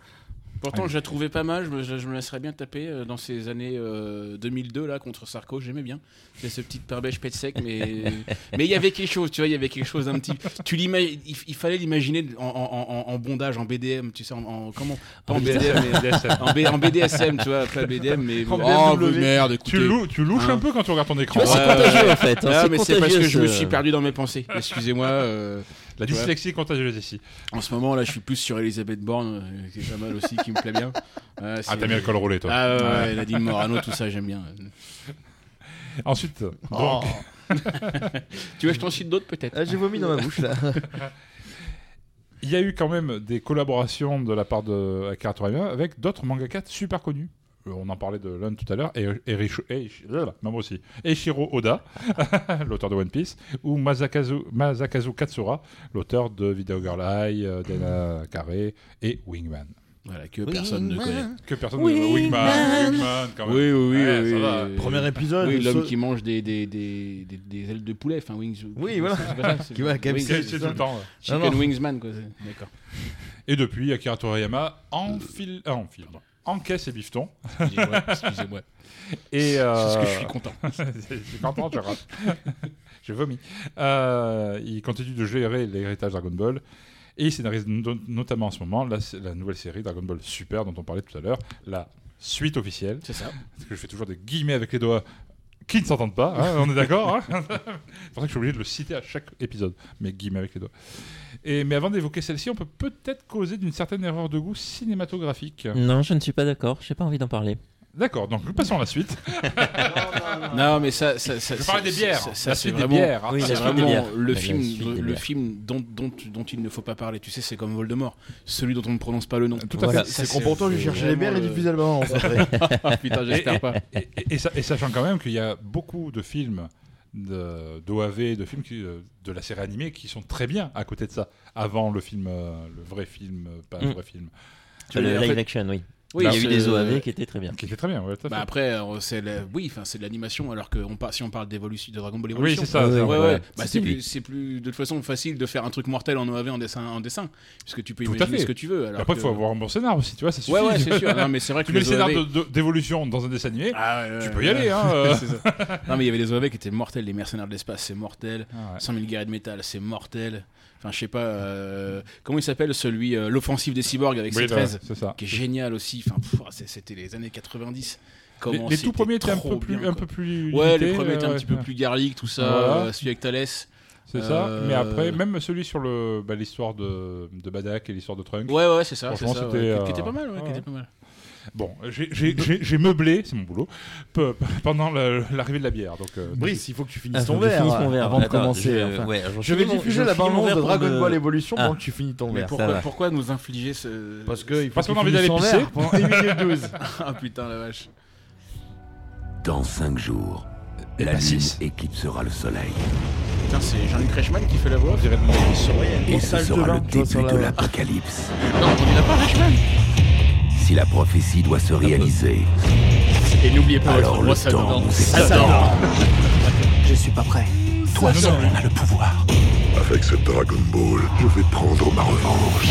[SPEAKER 8] Pourtant,
[SPEAKER 5] Ouais.
[SPEAKER 8] je la trouvais pas mal. Je me, je- je me laisserais bien taper euh, dans ces années euh, 2002 là contre Sarko. J'aimais bien. C'est ce petit parbèche pète sec, mais mais il y avait quelque chose. Tu vois, il y avait quelque chose d'un petit. Tu l'imagines. Il, il fallait l'imaginer en, en- en- en bondage, en BDM. Tu sais, en, en- comment Pas
[SPEAKER 7] En BDM,
[SPEAKER 8] mais-
[SPEAKER 7] BDSM.
[SPEAKER 8] en, B- en BDSM. Tu vois, pas BDM, mais
[SPEAKER 7] En
[SPEAKER 8] oh
[SPEAKER 7] BMW.
[SPEAKER 8] merde.
[SPEAKER 7] Tu
[SPEAKER 8] Écoutez,
[SPEAKER 7] lou- tu louches un peu quand tu regardes ton écran.
[SPEAKER 8] Ouais,
[SPEAKER 7] C'est
[SPEAKER 8] ouais,
[SPEAKER 7] contagieux,
[SPEAKER 8] ouais.
[SPEAKER 7] en fait, hein,
[SPEAKER 8] Ah,
[SPEAKER 7] c'est
[SPEAKER 8] mais c'est parce
[SPEAKER 7] contagieux,
[SPEAKER 8] que je me
[SPEAKER 7] ce-
[SPEAKER 8] suis perdu dans mes pensées. Excusez-moi. euh,
[SPEAKER 7] La
[SPEAKER 8] tu vois.
[SPEAKER 7] dyslexie contagieuse ici.
[SPEAKER 8] En ce moment, là, je suis plus sur Elisabeth Borne, euh, qui est pas mal aussi, qui me plaît bien. Euh,
[SPEAKER 7] Ah,
[SPEAKER 8] c'est-
[SPEAKER 7] t'as mis le col roulé, toi.
[SPEAKER 8] Ah, ouais, ouais,
[SPEAKER 7] Ouais.
[SPEAKER 8] Nadine Morano, tout ça, j'aime bien.
[SPEAKER 7] Ensuite, donc-
[SPEAKER 8] Oh. tu veux que je t'en cite d'autres, peut-être
[SPEAKER 5] Ah, j'ai vomi dans ma bouche, là.
[SPEAKER 7] Il y a eu quand même des collaborations de la part de Akira Toriyama avec d'autres mangakas super connus. Euh, On en parlait de l'un tout à l'heure, et, et, Rishu- et- blablabla, maman euh, aussi. Eiichiro Oda, l'auteur de One Piece, ou Masakazu, Masakazu Katsura, l'auteur de Video Girl Eye, euh, Dana Carré et Wingman.
[SPEAKER 8] Voilà, que personne ne Wingman.
[SPEAKER 5] hein.
[SPEAKER 8] connaît.
[SPEAKER 7] Que personne ne
[SPEAKER 8] Wingman.
[SPEAKER 7] connaît. Wingman, Wingman, quand même.
[SPEAKER 8] Oui, oui, oui.
[SPEAKER 7] Ouais,
[SPEAKER 8] oui,
[SPEAKER 7] ça
[SPEAKER 8] oui,
[SPEAKER 7] va.
[SPEAKER 8] oui.
[SPEAKER 5] Premier épisode,
[SPEAKER 8] Oui, l'homme
[SPEAKER 5] ce-
[SPEAKER 8] qui mange des, des, des, des, des ailes de poulet, enfin wings.
[SPEAKER 5] Oui, voilà.
[SPEAKER 8] c'est pas ça, c'est-
[SPEAKER 5] Qui va à
[SPEAKER 8] wings,
[SPEAKER 5] KFC,
[SPEAKER 8] c'est
[SPEAKER 5] c'est
[SPEAKER 8] ça.
[SPEAKER 5] tout le temps, ouais.
[SPEAKER 8] Chicken
[SPEAKER 5] Non, non.
[SPEAKER 8] Wingsman, quoi. c'est- D'accord.
[SPEAKER 7] Et depuis, Akira Toriyama enfile, ah, enfile, pardon, encaisse ses bifetons.
[SPEAKER 8] Excusez-moi, excusez-moi.
[SPEAKER 7] Et euh,
[SPEAKER 8] C'est ce que je suis content.
[SPEAKER 7] je suis content, je rate. J'ai vomi. Euh, il continue de gérer l'héritage Dragon Ball. Et il scénarise no- notamment en ce moment la, la nouvelle série Dragon Ball Super dont on parlait tout à l'heure, la suite officielle.
[SPEAKER 8] C'est ça.
[SPEAKER 7] Parce que je fais toujours des guillemets avec les doigts qui ne s'entendent pas, hein, on est d'accord hein C'est pour ça que je suis obligé de le citer à chaque épisode, mais guillemets avec les doigts. Et, mais avant d'évoquer celle-ci, on peut peut-être causer d'une certaine erreur de goût cinématographique.
[SPEAKER 9] Non, je ne suis pas d'accord. J'ai pas envie d'en parler.
[SPEAKER 7] D'accord, donc passons à la suite. euh,
[SPEAKER 8] Non, mais ça, ça, ça
[SPEAKER 7] Je
[SPEAKER 8] c'est-
[SPEAKER 7] parlais des bières.
[SPEAKER 8] Ça,
[SPEAKER 7] La
[SPEAKER 8] ça, c'est
[SPEAKER 7] suite des
[SPEAKER 8] vraiment,
[SPEAKER 7] bières. hein. Oui, la
[SPEAKER 8] c'est
[SPEAKER 7] suite des
[SPEAKER 8] vraiment
[SPEAKER 7] bières.
[SPEAKER 8] le
[SPEAKER 7] La
[SPEAKER 8] film,
[SPEAKER 7] suite des
[SPEAKER 8] le, le
[SPEAKER 7] bières.
[SPEAKER 8] film dont, dont, dont il ne faut pas parler. Tu sais, c'est comme Voldemort, celui dont on ne prononce pas le nom.
[SPEAKER 7] Tout à fait.
[SPEAKER 8] Ça,
[SPEAKER 5] pourtant, j'ai cherché les bières et ah,
[SPEAKER 8] vraiment euh,
[SPEAKER 5] du
[SPEAKER 8] le-
[SPEAKER 5] fusil allemand. en fait.
[SPEAKER 8] Putain,
[SPEAKER 7] Et-
[SPEAKER 8] j'espère pas.
[SPEAKER 7] Et, et- et sa- et sachant quand même qu'il y a beaucoup de films de- d'OAV, de films qui, euh, de la série animée qui sont très bien à côté de ça, avant le film, euh, le vrai film, euh, pas le
[SPEAKER 9] Mm.
[SPEAKER 7] vrai film.
[SPEAKER 9] Tu le
[SPEAKER 7] Et en
[SPEAKER 9] live
[SPEAKER 7] fait-
[SPEAKER 9] action, oui. Il y a eu
[SPEAKER 8] c'est-
[SPEAKER 9] des OAV qui étaient très bien.
[SPEAKER 7] Qui étaient très bien, ouais, tout à
[SPEAKER 8] Bah
[SPEAKER 7] fait.
[SPEAKER 8] après, euh, c'est la- oui, enfin c'est de l'animation. Alors que on par- si on parle d'évolution de Dragon Ball
[SPEAKER 7] Oui,
[SPEAKER 8] Evolution,
[SPEAKER 7] c'est ça,
[SPEAKER 8] Ouais,
[SPEAKER 7] c'est- ouais.
[SPEAKER 8] ouais, ouais. Bah, c'est
[SPEAKER 7] C'était
[SPEAKER 8] plus,
[SPEAKER 7] lui.
[SPEAKER 8] c'est plus de toute façon facile de faire un truc mortel en OAV en dessin, en dessin, puisque tu peux
[SPEAKER 7] Tout à
[SPEAKER 8] imaginer
[SPEAKER 7] fait.
[SPEAKER 8] ce que tu veux. Alors
[SPEAKER 7] Après, il
[SPEAKER 8] que-
[SPEAKER 7] faut avoir un bon scénar aussi, tu vois, ça suffit.
[SPEAKER 8] Ouais, ouais, c'est sûr. Non, mais c'est vrai que
[SPEAKER 7] tu mets le
[SPEAKER 8] les
[SPEAKER 7] scénar
[SPEAKER 8] OAV
[SPEAKER 7] de- de- d'évolution dans un dessin animé, tu peux y
[SPEAKER 8] Ah, ouais.
[SPEAKER 7] aller. Hein, euh.
[SPEAKER 8] C'est ça. Non, mais il y avait des OAV qui étaient mortels. Les mercenaires de l'espace, c'est mortel.
[SPEAKER 7] Ah,
[SPEAKER 8] 100 000 guerriers de métal, c'est mortel. Enfin, je sais pas. euh, comment il s'appelle celui euh, L'offensive des cyborgs avec
[SPEAKER 7] Oui,
[SPEAKER 8] ses
[SPEAKER 7] bah,
[SPEAKER 8] 13
[SPEAKER 7] c'est ça.
[SPEAKER 8] Qui est génial aussi. Enfin, pff, c'est- c'était les années 90.
[SPEAKER 7] Les,
[SPEAKER 8] Comment
[SPEAKER 7] les tout
[SPEAKER 8] c'était
[SPEAKER 7] premiers étaient un
[SPEAKER 8] trop
[SPEAKER 7] peu plus,
[SPEAKER 8] bien,
[SPEAKER 7] un
[SPEAKER 8] quoi.
[SPEAKER 7] peu plus
[SPEAKER 8] Ouais, les
[SPEAKER 7] limités,
[SPEAKER 8] premiers étaient un
[SPEAKER 7] ouais,
[SPEAKER 8] petit peu
[SPEAKER 7] ouais.
[SPEAKER 8] plus Euh. garlic, tout ça.
[SPEAKER 7] Voilà.
[SPEAKER 8] euh, celui avec Thales.
[SPEAKER 7] C'est ça, mais après, même celui sur le- bah, l'histoire de, de Badak et l'histoire de Trunk.
[SPEAKER 8] Ouais, ouais, c'est ça,
[SPEAKER 7] Franchement,
[SPEAKER 8] c'est ça,
[SPEAKER 7] c'était.
[SPEAKER 8] ouais, qui-
[SPEAKER 7] euh,
[SPEAKER 8] qui était pas mal, ouais, qui était pas mal.
[SPEAKER 7] Bon, j'ai- j'ai j'ai- j'ai meublé, c'est mon boulot, pe- pe- pendant le- l'arrivée de la bière. Donc, euh,
[SPEAKER 5] Brice, il faut que tu finisses
[SPEAKER 7] Ah,
[SPEAKER 5] ton
[SPEAKER 7] faut que je
[SPEAKER 5] verre,
[SPEAKER 7] finisse mon verre.
[SPEAKER 5] avant de
[SPEAKER 7] Attends,
[SPEAKER 5] commencer.
[SPEAKER 7] je-
[SPEAKER 5] enfin.
[SPEAKER 7] ouais, j'en
[SPEAKER 5] je vais
[SPEAKER 7] finis mon-
[SPEAKER 5] diffuser
[SPEAKER 7] j'en
[SPEAKER 5] la
[SPEAKER 7] finis mon
[SPEAKER 5] bande
[SPEAKER 7] verre
[SPEAKER 5] de
[SPEAKER 7] pour
[SPEAKER 5] Dragon
[SPEAKER 7] me-
[SPEAKER 5] Ball Evolution
[SPEAKER 7] Ah.
[SPEAKER 5] pendant que tu finis ton
[SPEAKER 8] Mais
[SPEAKER 5] verre.
[SPEAKER 8] pourquoi, pourquoi nous infliger ce.
[SPEAKER 5] Parce que il faut
[SPEAKER 8] Parce
[SPEAKER 5] qu'il
[SPEAKER 8] qu'on a envie d'aller
[SPEAKER 5] finisse son
[SPEAKER 8] pisser
[SPEAKER 5] verre pendant 1 minute 12.
[SPEAKER 8] ah putain, la vache.
[SPEAKER 6] Dans cinq jours, la lune éclipsera le soleil.
[SPEAKER 8] Putain, c'est Jean-Luc Reichmann qui fait la voix. On dirait
[SPEAKER 6] Et ce sera le début de l'apocalypse.
[SPEAKER 8] Non, on dirait pas Reichmann.
[SPEAKER 6] Si la prophétie doit se réaliser,
[SPEAKER 8] Et n'oubliez pas
[SPEAKER 6] alors
[SPEAKER 8] votre
[SPEAKER 6] le
[SPEAKER 8] roi Sador.
[SPEAKER 6] temps nous
[SPEAKER 8] Sador.
[SPEAKER 6] est adoré.
[SPEAKER 11] Je suis pas prêt.
[SPEAKER 6] Toi seul en as le pouvoir.
[SPEAKER 12] Avec cette Dragon Ball, je vais prendre ma revanche.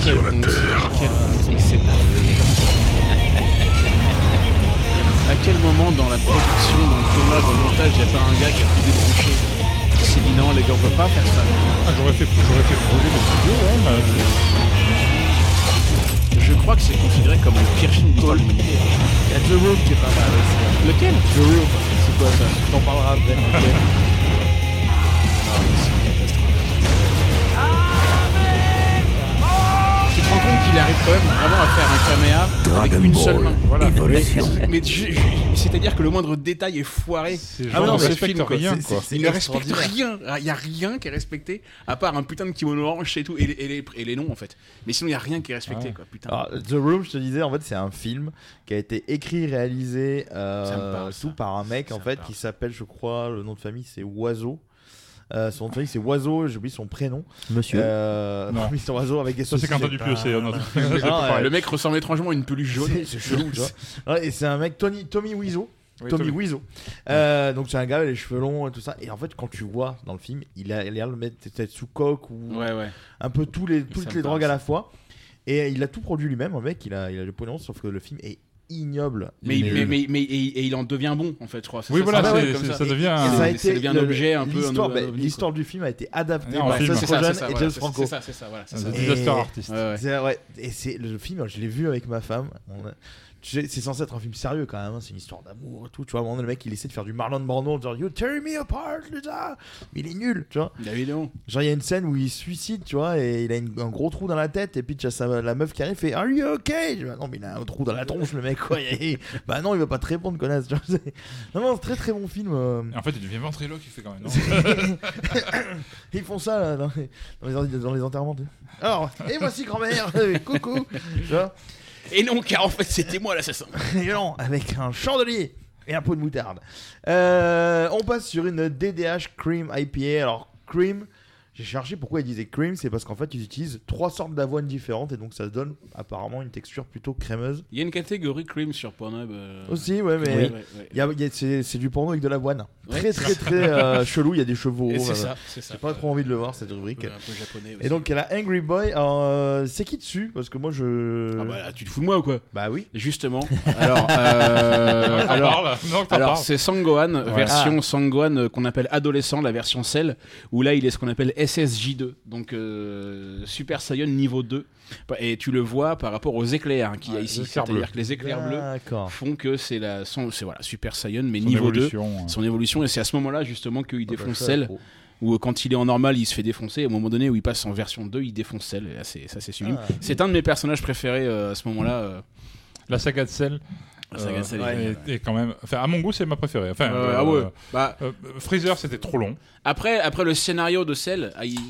[SPEAKER 6] sur la Terre.
[SPEAKER 8] À quel moment dans la production, dans le tournage, dans le montage, il n'y a pas un gars qui a tout débranché Qui s'est dit non, les gars, on peut pas faire ça.
[SPEAKER 7] Ah, j'aurais fait, j'aurais fait projet de studio, hein, ouais,
[SPEAKER 8] Ah
[SPEAKER 7] mais-
[SPEAKER 8] Je crois que c'est considéré comme le pire film de l'humanité. Il y a The Room qui est pas mal aussi. Lequel The Room. C'est quoi ça T'en parleras après. Tu te rends compte qu'il arrive quand même vraiment à faire un caméa avec
[SPEAKER 6] Dragon
[SPEAKER 8] une
[SPEAKER 6] Ball,
[SPEAKER 8] seule main.
[SPEAKER 6] Evolution.
[SPEAKER 8] Mais, mais ju- ju- c'est-à-dire que le moindre détail est foiré.
[SPEAKER 5] Ah
[SPEAKER 7] genre, on respecte rien,
[SPEAKER 8] C'est-
[SPEAKER 7] quoi.
[SPEAKER 8] c'est- c'est Il ne respecte rien. Il n'y a rien qui est respecté à part un putain de kimono orange et tout et les, et les- et les noms en fait. Mais sinon il n'y a rien qui est respecté
[SPEAKER 5] Ouais.
[SPEAKER 8] quoi. Putain.
[SPEAKER 5] Alors, The Room, je te disais, en fait, c'est un film qui a été écrit, réalisé, euh,
[SPEAKER 8] Ça me parle,
[SPEAKER 5] tout par un mec, en fait, qui s'appelle, je crois, le nom de famille, c'est Oiseau. Euh, son nom de famille, c'est Oiseau, j'ai oublié son prénom.
[SPEAKER 9] Monsieur.
[SPEAKER 5] Euh,
[SPEAKER 7] Non.
[SPEAKER 5] non, mais c'est Oiseau avec des
[SPEAKER 7] Ça, c'est
[SPEAKER 5] saucisses.
[SPEAKER 7] Quentin Dupieux, c'est un autre.
[SPEAKER 5] Non,
[SPEAKER 8] Ah,
[SPEAKER 7] C'est pas pareil.
[SPEAKER 5] euh,
[SPEAKER 8] Le mec ressemble étrangement à une peluche jaune.
[SPEAKER 5] c'est- c'est chelou, tu vois. Ouais, et c'est un mec, Tony, Tommy Wiseau.
[SPEAKER 8] Oui,
[SPEAKER 5] Tommy,
[SPEAKER 8] Tommy.
[SPEAKER 5] Wiseau. Euh, donc c'est un gars avec les cheveux longs et tout ça. Et en fait, quand tu vois dans le film, il a il a l'air de mettre peut-être sous coque ou
[SPEAKER 8] Ouais, ouais.
[SPEAKER 5] un peu tous les,
[SPEAKER 8] Ça
[SPEAKER 5] toutes
[SPEAKER 8] me
[SPEAKER 5] les
[SPEAKER 8] parle,
[SPEAKER 5] drogues à
[SPEAKER 8] ça.
[SPEAKER 5] la fois. Et il a tout produit lui-même, le mec. Il a, il a le pognon, sauf que le film est ignoble.
[SPEAKER 8] Mais,
[SPEAKER 5] Il
[SPEAKER 8] il-
[SPEAKER 5] est
[SPEAKER 8] mais,
[SPEAKER 5] nul.
[SPEAKER 8] mais, mais- et, et il en devient bon en fait je crois. C'est
[SPEAKER 7] Oui,
[SPEAKER 8] ça,
[SPEAKER 7] voilà,
[SPEAKER 8] ça,
[SPEAKER 7] c'est-
[SPEAKER 8] ouais, comme
[SPEAKER 7] c'est-
[SPEAKER 8] ça.
[SPEAKER 7] ça devient
[SPEAKER 8] Et
[SPEAKER 7] un-
[SPEAKER 8] ça,
[SPEAKER 7] a
[SPEAKER 8] ça devient un
[SPEAKER 5] le-
[SPEAKER 8] objet un peu. un
[SPEAKER 5] L'histoire,
[SPEAKER 8] objet
[SPEAKER 5] bah, l'histoire du film a été adaptée
[SPEAKER 7] Non, un
[SPEAKER 5] par
[SPEAKER 7] film.
[SPEAKER 5] Seth
[SPEAKER 7] C'est
[SPEAKER 8] ça,
[SPEAKER 5] Rogen
[SPEAKER 8] c'est ça,
[SPEAKER 5] et
[SPEAKER 8] voilà,
[SPEAKER 5] James
[SPEAKER 8] c'est-
[SPEAKER 5] Franco.
[SPEAKER 8] c'est ça, c'est ça, voilà, c'est euh,
[SPEAKER 7] Un
[SPEAKER 8] ça.
[SPEAKER 7] disaster
[SPEAKER 5] Et-
[SPEAKER 7] artist.
[SPEAKER 8] Ouais, ouais.
[SPEAKER 5] C'est- ouais, Et c'est le film, je l'ai vu avec ma femme. On a- tu sais, C'est censé être un film sérieux quand même, hein, c'est une histoire d'amour et tout. Tu vois, à un moment donné, le mec il essaie de faire du Marlon Brando en disant You tear me apart, Lisa Mais il est nul, tu vois.
[SPEAKER 8] Bah, évidemment.
[SPEAKER 5] Genre, il y a une scène où il se suicide, tu vois, et il a une- un gros trou dans la tête, et puis tu as sa- la meuf qui arrive fait Are you okay Je dis, Bah Non, mais il a un trou dans la tronche, le mec, quoi. Il- bah non, il va pas te répondre, connasse. tu vois, c'est- non, non, c'est très très bon film. euh.
[SPEAKER 7] Et En fait, il devient ventriloque, il fait quand même.
[SPEAKER 8] Euh,
[SPEAKER 7] non
[SPEAKER 5] Ils font ça là, dans, les, dans les- dans les enterrements. tu sais. Alors, et voici grand-mère, euh, coucou Tu vois
[SPEAKER 8] Et non car en fait c'était moi l'assassin.
[SPEAKER 5] Et non, avec un chandelier et un pot de moutarde. Euh, on passe sur une DDH Cream IPA. Alors, Cream, j'ai cherché pourquoi ils disaient Cream, c'est parce qu'en fait, ils utilisent trois sortes d'avoine différentes et donc ça donne apparemment une texture plutôt crémeuse.
[SPEAKER 8] Il y a une catégorie cream sur Pornhub. euh,
[SPEAKER 5] Aussi, ouais, mais
[SPEAKER 8] ouais, ouais.
[SPEAKER 5] il y a- il y a- c'est c'est du porno avec de l'avoine.
[SPEAKER 8] Ouais,
[SPEAKER 5] très,
[SPEAKER 8] c'est
[SPEAKER 5] très,
[SPEAKER 8] ça.
[SPEAKER 5] très euh, chelou. Il y a des chevaux.
[SPEAKER 8] Et c'est
[SPEAKER 5] voilà.
[SPEAKER 8] ça, c'est ça.
[SPEAKER 5] J'ai pas trop envie de le voir, cette rubrique.
[SPEAKER 8] Un peu japonais aussi.
[SPEAKER 5] Et donc, elle a Angry Boy. Alors, euh, c'est qui dessus Parce que moi, je.
[SPEAKER 8] Ah bah là, tu te fous de moi ou quoi
[SPEAKER 5] Bah oui.
[SPEAKER 8] Justement. Alors,
[SPEAKER 7] Non,
[SPEAKER 8] euh,
[SPEAKER 7] t'en parles.
[SPEAKER 8] alors,
[SPEAKER 7] Non, t'en
[SPEAKER 8] alors
[SPEAKER 7] parles.
[SPEAKER 8] c'est Sangohan,
[SPEAKER 7] Ouais.
[SPEAKER 8] version Sangohan euh, qu'on appelle adolescent, la version Cell, où là il est ce qu'on appelle SSJ2, donc euh, Super Saiyan niveau 2. Et tu le vois par rapport aux éclairs hein, qu'il y a ici.
[SPEAKER 7] éclairs bleus.
[SPEAKER 8] C'est-à-dire que les éclairs bleus
[SPEAKER 5] D'accord.
[SPEAKER 8] font que c'est la son- c'est voilà, Super Saiyan, mais
[SPEAKER 7] Son
[SPEAKER 8] niveau
[SPEAKER 7] évolution, euh, Ah
[SPEAKER 8] 2,
[SPEAKER 7] ouais.
[SPEAKER 8] son évolution. Et c'est à ce moment-là justement qu'il
[SPEAKER 5] bah,
[SPEAKER 8] défonce
[SPEAKER 5] ça,
[SPEAKER 8] Cell.
[SPEAKER 5] gros.
[SPEAKER 8] Ou quand il est en normal, il se fait défoncer. Et au moment donné où il passe en version 2, il défonce Cell. Et là, c'est- ça, c'est sublime.
[SPEAKER 5] Ah.
[SPEAKER 8] C'est un de mes personnages préférés euh, à ce moment-là. euh,
[SPEAKER 7] La saga de sel.
[SPEAKER 8] La saga de sel est
[SPEAKER 7] euh,
[SPEAKER 8] géniale,
[SPEAKER 7] est- est quand même. Enfin, à mon goût, c'est ma préférée. Enfin,
[SPEAKER 8] Ouais,
[SPEAKER 7] euh,
[SPEAKER 8] ah ouais. Bah,
[SPEAKER 7] euh, Freezer, c'était trop long.
[SPEAKER 8] après, après le scénario de Cell, ah, il-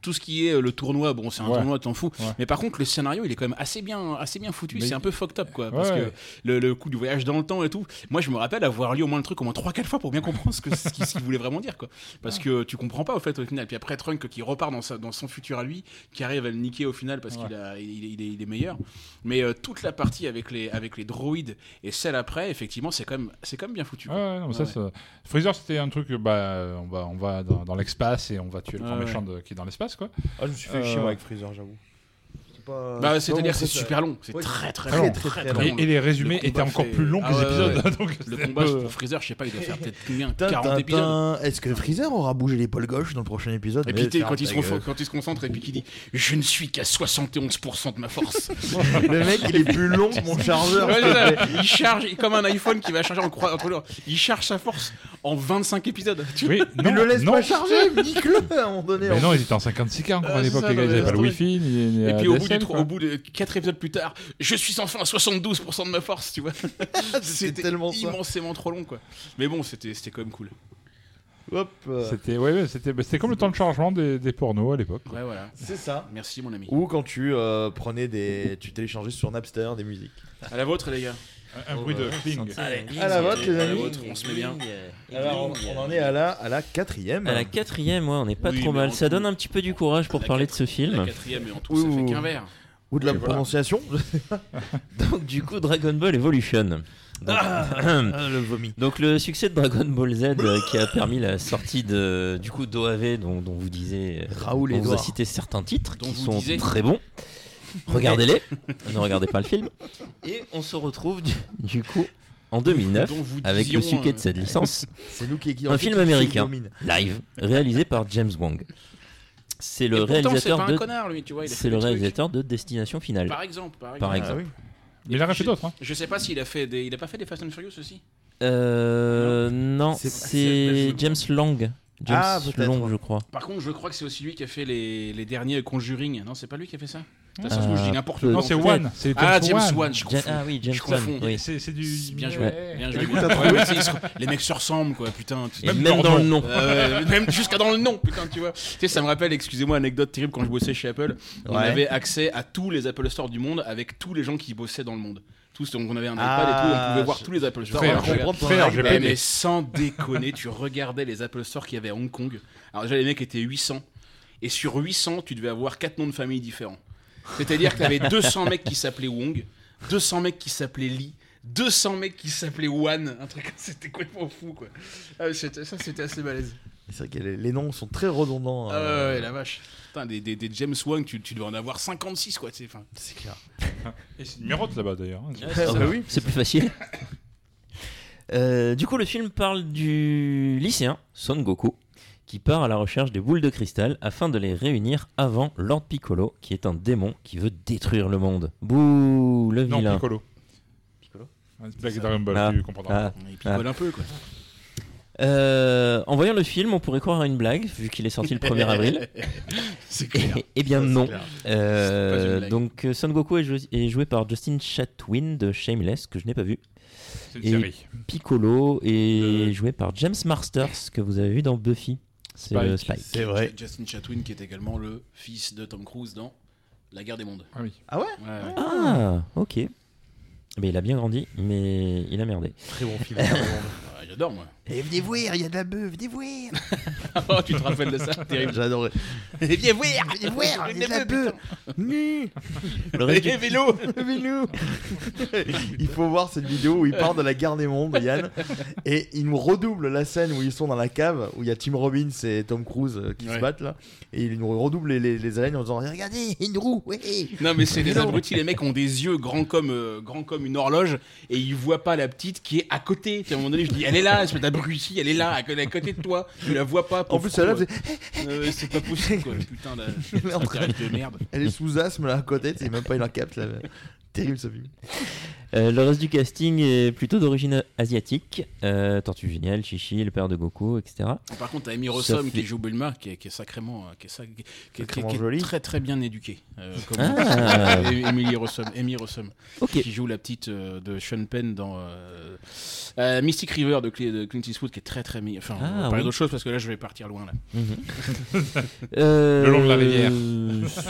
[SPEAKER 8] tout ce qui est euh, le tournoi, bon, c'est un
[SPEAKER 7] Ouais.
[SPEAKER 8] tournoi, t'en fous.
[SPEAKER 7] Ouais.
[SPEAKER 8] Mais par contre, le scénario, il est quand même assez bien, assez bien foutu.
[SPEAKER 7] Mais-
[SPEAKER 8] C'est un peu fucked up, quoi. Parce
[SPEAKER 7] Ouais.
[SPEAKER 8] que le, le coup du voyage dans le temps et tout. Moi, je me rappelle avoir lu au moins le truc au moins 3-4 fois pour bien comprendre ce que- ce qu'il ce qu'il voulait vraiment dire, quoi. Parce que tu comprends pas, au fait, au final. Puis après, Trunk qui repart dans, sa- dans son futur à lui, qui arrive à le niquer au final parce qu'il a- il, est- il est, il est meilleur. Mais euh, toute la partie avec les, avec les droïdes et celle après, effectivement, c'est quand, même- c'est quand même bien foutu.
[SPEAKER 7] Ouais,
[SPEAKER 8] quoi.
[SPEAKER 7] ouais, non, mais ça,
[SPEAKER 8] Ouais,
[SPEAKER 7] ça- Freezer, c'était un truc. Bah, euh, on va, on va dans, dans l'espace et on va tuer le grand
[SPEAKER 8] Ouais,
[SPEAKER 7] méchant de- qui est dans l'espace, quoi.
[SPEAKER 5] Ah, je me suis fait
[SPEAKER 7] Euh,
[SPEAKER 5] chier moi avec Freezer, j'avoue. C'est pas- euh,
[SPEAKER 8] Bah,
[SPEAKER 5] pas mon
[SPEAKER 8] c'est-à-dire c'est
[SPEAKER 5] truc,
[SPEAKER 8] super
[SPEAKER 5] ça.
[SPEAKER 8] long, c'est
[SPEAKER 5] Ouais,
[SPEAKER 8] très très
[SPEAKER 7] très
[SPEAKER 8] long,
[SPEAKER 7] long,
[SPEAKER 5] très, très
[SPEAKER 7] long. Et- et les résumés
[SPEAKER 8] Le combat
[SPEAKER 7] étaient encore plus longs que les épisodes, donc
[SPEAKER 8] le
[SPEAKER 7] c'était un
[SPEAKER 8] combat
[SPEAKER 7] peu-
[SPEAKER 8] pour Freezer, je sais pas, il doit faire peut-être combien
[SPEAKER 5] Tin,
[SPEAKER 8] 40
[SPEAKER 5] tin,
[SPEAKER 8] épisodes.
[SPEAKER 5] tin. Est-ce que Freezer aura bougé l'épaule gauche dans le prochain épisode
[SPEAKER 8] Et
[SPEAKER 5] Mais
[SPEAKER 8] puis t'es-
[SPEAKER 5] ferme
[SPEAKER 8] quand, il
[SPEAKER 5] ta
[SPEAKER 8] se
[SPEAKER 5] gueule.
[SPEAKER 8] confo- quand il se concentre et puis qu'il dit Je ne suis qu'à 71% de ma force.
[SPEAKER 5] Le mec, il est plus long que mon chargeur.
[SPEAKER 8] Ouais,
[SPEAKER 5] s'il
[SPEAKER 8] c'est
[SPEAKER 5] te
[SPEAKER 8] ça.
[SPEAKER 5] plaît.
[SPEAKER 8] il charge il- comme un iPhone qui va charger en croix entre l'heure. Il charge sa force en 25 épisodes. Tu
[SPEAKER 7] Oui,
[SPEAKER 5] Mais
[SPEAKER 7] non,
[SPEAKER 5] le laisse
[SPEAKER 7] non.
[SPEAKER 5] pas charger, nique-le à un moment donné.
[SPEAKER 7] Mais
[SPEAKER 5] en
[SPEAKER 7] non,
[SPEAKER 5] fait.
[SPEAKER 7] ils étaient en 56K encore
[SPEAKER 8] Euh,
[SPEAKER 7] à
[SPEAKER 8] c'est
[SPEAKER 7] l'époque,
[SPEAKER 8] ça,
[SPEAKER 7] les gars.
[SPEAKER 8] non,
[SPEAKER 7] Ils
[SPEAKER 8] mais
[SPEAKER 7] avaient pas le
[SPEAKER 8] attendez.
[SPEAKER 7] wifi, ni, ni
[SPEAKER 8] Et puis au bout, du,
[SPEAKER 7] ADSL,
[SPEAKER 8] tro-
[SPEAKER 7] quoi.
[SPEAKER 8] au bout de 4 épisodes plus tard, je suis enfin à 72% de ma force, tu vois. C'était
[SPEAKER 5] tellement ça.
[SPEAKER 8] immensément trop long, quoi. Mais bon, c'était c'était quand même cool.
[SPEAKER 5] Hop, euh,
[SPEAKER 7] C'était ouais, ouais, c'était bah, c'était comme le temps de chargement des, des pornos à l'époque.
[SPEAKER 8] Ouais, voilà.
[SPEAKER 5] c'est ça.
[SPEAKER 8] Merci, mon ami.
[SPEAKER 5] Ou quand tu euh, prenais des. Tu téléchargeais sur Napster des musiques.
[SPEAKER 8] À la vôtre, les gars.
[SPEAKER 7] Un, un bruit de cling.
[SPEAKER 5] À la vôtre, les
[SPEAKER 8] À la
[SPEAKER 5] amis.
[SPEAKER 8] vôtre, on se met bien.
[SPEAKER 5] Alors, on, on en est à la, à la quatrième.
[SPEAKER 9] À la quatrième, ouais, on n'est pas
[SPEAKER 8] Oui,
[SPEAKER 9] trop
[SPEAKER 8] mais
[SPEAKER 9] mal.
[SPEAKER 8] en
[SPEAKER 9] Ça
[SPEAKER 8] tout-
[SPEAKER 9] donne un petit peu du courage pour
[SPEAKER 8] La
[SPEAKER 9] parler de
[SPEAKER 8] quatre-
[SPEAKER 9] ce film.
[SPEAKER 8] La quatrième et en tout,
[SPEAKER 5] Oui,
[SPEAKER 8] ça
[SPEAKER 5] oui,
[SPEAKER 8] fait
[SPEAKER 5] oui.
[SPEAKER 8] qu'un verre.
[SPEAKER 5] Ou de la prononciation.
[SPEAKER 9] Donc, du coup, Dragon Ball Evolution. Donc,
[SPEAKER 5] Ah
[SPEAKER 12] le vomi.
[SPEAKER 9] Donc le succès de Dragon Ball Z euh, qui a permis la sortie de du coup d'OAV dont, dont vous disiez euh,
[SPEAKER 12] Raoul
[SPEAKER 9] dont vous a
[SPEAKER 12] Édouard.
[SPEAKER 9] cité certains titres
[SPEAKER 12] Dont
[SPEAKER 9] qui
[SPEAKER 12] vous
[SPEAKER 9] sont
[SPEAKER 12] disiez.
[SPEAKER 9] très bons. Regardez-les, ne regardez pas le film. Et on se retrouve du, du coup en 2009
[SPEAKER 12] Dont vous
[SPEAKER 9] avec le
[SPEAKER 12] disions,
[SPEAKER 9] succès de cette
[SPEAKER 12] euh,
[SPEAKER 9] licence.
[SPEAKER 5] C'est nous qui- qui-
[SPEAKER 9] un
[SPEAKER 5] en fait,
[SPEAKER 9] film
[SPEAKER 5] qui- qui
[SPEAKER 9] américain
[SPEAKER 5] domine.
[SPEAKER 9] live réalisé par James Wong. C'est le
[SPEAKER 8] pourtant, c'est
[SPEAKER 9] réalisateur
[SPEAKER 8] pas un
[SPEAKER 9] de
[SPEAKER 8] connard, lui, tu vois, il a fait
[SPEAKER 9] c'est le
[SPEAKER 8] des trucs. Bah.
[SPEAKER 9] réalisateur de Destination Finale.
[SPEAKER 8] Par exemple, par
[SPEAKER 5] Ah
[SPEAKER 9] Par
[SPEAKER 8] exemple.
[SPEAKER 9] exemple.
[SPEAKER 7] Mais il en a fait d'autres. hein.
[SPEAKER 8] Je sais pas s'il a fait des. Il a pas fait des Fast and Furious aussi
[SPEAKER 9] Euh, non,
[SPEAKER 8] C'est-
[SPEAKER 9] c'est James Long. James
[SPEAKER 8] Ah, peut-être.
[SPEAKER 9] Long, je crois.
[SPEAKER 8] Par contre, je crois que c'est aussi lui qui a fait les, les derniers Conjuring. Non, c'est pas lui qui a fait ça
[SPEAKER 9] Ah,
[SPEAKER 8] Ça se trouve, je dis n'importe quoi.
[SPEAKER 9] peut-être.
[SPEAKER 7] Non, c'est Wan. C'est
[SPEAKER 8] Euh, Ah,
[SPEAKER 7] James
[SPEAKER 8] James
[SPEAKER 7] Wan.
[SPEAKER 8] Wan, je
[SPEAKER 9] Ja-
[SPEAKER 8] confonds.
[SPEAKER 9] ah oui, James
[SPEAKER 8] je
[SPEAKER 9] Wan,
[SPEAKER 8] confonds.
[SPEAKER 9] oui.
[SPEAKER 7] C'est c'est du.
[SPEAKER 8] Bien joué.
[SPEAKER 7] Ouais.
[SPEAKER 8] Bien
[SPEAKER 7] Et
[SPEAKER 8] joué.
[SPEAKER 7] du coup,
[SPEAKER 8] bien
[SPEAKER 7] t'as
[SPEAKER 8] joué.
[SPEAKER 7] trouvé.
[SPEAKER 8] Ouais, ils se- les mecs se ressemblent, quoi, putain.
[SPEAKER 9] Et Ah, même dans le nom.
[SPEAKER 8] Euh, même jusqu'à dans le nom, putain, tu vois. Tu sais, ça me rappelle, excusez-moi, anecdote terrible, quand je bossais chez Apple, on
[SPEAKER 5] Ouais.
[SPEAKER 8] avait accès à tous les Apple Store du monde avec tous les gens qui bossaient dans le monde. Tous, donc on avait un iPad et tout,
[SPEAKER 5] Ah,
[SPEAKER 8] on pouvait voir
[SPEAKER 5] je-
[SPEAKER 8] tous les Apple Store.
[SPEAKER 5] Frère,
[SPEAKER 8] Alors,
[SPEAKER 5] je
[SPEAKER 8] regarde-
[SPEAKER 5] comprends pas. Frère, j'ai
[SPEAKER 8] Eh,
[SPEAKER 5] pas aimé.
[SPEAKER 8] mais sans déconner, tu regardais les Apple Store qu'il y avait à Hong Kong. Alors déjà, les mecs étaient 800. Et sur 800, tu devais avoir quatre noms de famille différents. C'est-à-dire que t'avais 200 mecs qui s'appelaient Wong, 200 mecs qui s'appelaient Lee, 200 mecs qui s'appelaient Wan. Un truc, c'était complètement fou, quoi. Ah, c'était- ça, c'était assez balèze.
[SPEAKER 5] C'est vrai que les, les noms sont très redondants.
[SPEAKER 9] Oh
[SPEAKER 8] Ah ouais,
[SPEAKER 5] euh,
[SPEAKER 8] ouais, la vache. Putain, des, des- des James Wong, tu, tu dois en avoir 56, quoi. C'est
[SPEAKER 5] clair.
[SPEAKER 7] Et c'est une mirotte là-bas d'ailleurs. hein.
[SPEAKER 8] Ouais, c'est ça.
[SPEAKER 9] oui. bah, C'est plus facile. Euh, du coup, le film parle du lycéen Son Goku qui part à la recherche des boules de cristal afin de les réunir avant Lord Piccolo, qui est un démon qui veut détruire le monde. Bouh, le
[SPEAKER 7] Non,
[SPEAKER 9] vilain.
[SPEAKER 7] Piccolo.
[SPEAKER 5] Piccolo
[SPEAKER 7] Ouais, c'est Black Dragon Ball,
[SPEAKER 9] Ah,
[SPEAKER 7] tu comprendras.
[SPEAKER 9] ah, ah. Euh, en voyant le film, on pourrait croire à une blague, vu qu'il est sorti le 1er avril.
[SPEAKER 8] C'est clair.
[SPEAKER 9] Et, eh bien
[SPEAKER 8] Ça, c'est
[SPEAKER 9] non.
[SPEAKER 8] clair.
[SPEAKER 9] Euh,
[SPEAKER 8] C'est pas une blague.
[SPEAKER 9] donc euh, Son Goku est joué, est joué par Justin Chatwin de Shameless, que je n'ai pas vu.
[SPEAKER 7] C'est une
[SPEAKER 9] Et
[SPEAKER 7] série.
[SPEAKER 9] Piccolo
[SPEAKER 8] Euh,
[SPEAKER 9] est joué par James Marsters, que vous avez vu dans Buffy. C'est le Spike.
[SPEAKER 8] Justin Chatwin, qui est également le fils de Tom Cruise dans La guerre des mondes.
[SPEAKER 7] Ah oui.
[SPEAKER 5] Ah ouais
[SPEAKER 9] Ah, ok. Mais il a bien grandi, mais il a merdé.
[SPEAKER 5] Très bon film.
[SPEAKER 8] Ah, J'adore, moi.
[SPEAKER 5] Et venez voir, il y a de la beuh, venez voir.
[SPEAKER 8] oh, tu te rappelles de ça Terrible.
[SPEAKER 5] J'adorais.
[SPEAKER 8] Et viens voir,
[SPEAKER 5] Venez voir, il y a de la beuh. Nu.
[SPEAKER 9] Le reste du-
[SPEAKER 8] Eh, vélo
[SPEAKER 5] Vélo Il faut voir cette vidéo où il part de la guerre des mondes, Yann, et il nous redouble la scène où ils sont dans la cave, où il y a Tim Robbins et Tom Cruise euh, qui se
[SPEAKER 8] Ouais.
[SPEAKER 5] battent là, et il nous redouble les, les, les haleines en disant Regardez, une roue, ouais
[SPEAKER 8] Non mais c'est des abrutis, les mecs ont des yeux grands comme, euh, grands comme une horloge et ils voient pas la petite qui est à côté. Tu sais, à un moment donné, je dis elle est là, espèce d'abruti, elle est là, à co- elle est à côté de toi, tu la vois pas.
[SPEAKER 5] En plus, celle-là,
[SPEAKER 8] pauvre con, euh. Euh, c'est pas possible quoi, putain de,
[SPEAKER 5] Elle est en train-
[SPEAKER 8] de merde.
[SPEAKER 5] Elle est sous asthme là à côté, c'est même pas il en capte là. Terrible ce film.
[SPEAKER 9] Euh, le reste du casting est plutôt d'origine asiatique. Euh, Tortue Géniale, Chichi, le père de Goku, etc.
[SPEAKER 8] Par contre, t'as Amy
[SPEAKER 9] Sauf
[SPEAKER 8] Rossum qui
[SPEAKER 9] les-
[SPEAKER 8] joue Bulma, qui est, qui est sacrément, euh, qui est, sac- qui est- qui est-
[SPEAKER 5] Sacrément
[SPEAKER 8] qui est
[SPEAKER 5] jolie.
[SPEAKER 8] très très bien éduquée. euh, comme-
[SPEAKER 9] Ah.
[SPEAKER 8] Euh, Emily Rossum, Amy Rossum,
[SPEAKER 9] Ok.
[SPEAKER 8] qui joue la petite euh, de Sean Penn dans euh, euh, Mystic River de Cli- de Clint Eastwood, qui est très très bien. Enfin, on
[SPEAKER 9] Ah,
[SPEAKER 8] va parler
[SPEAKER 9] oui.
[SPEAKER 8] d'autre chose parce que là, je vais partir loin là.
[SPEAKER 9] Euh,
[SPEAKER 7] Mhm. Le long de la rivière.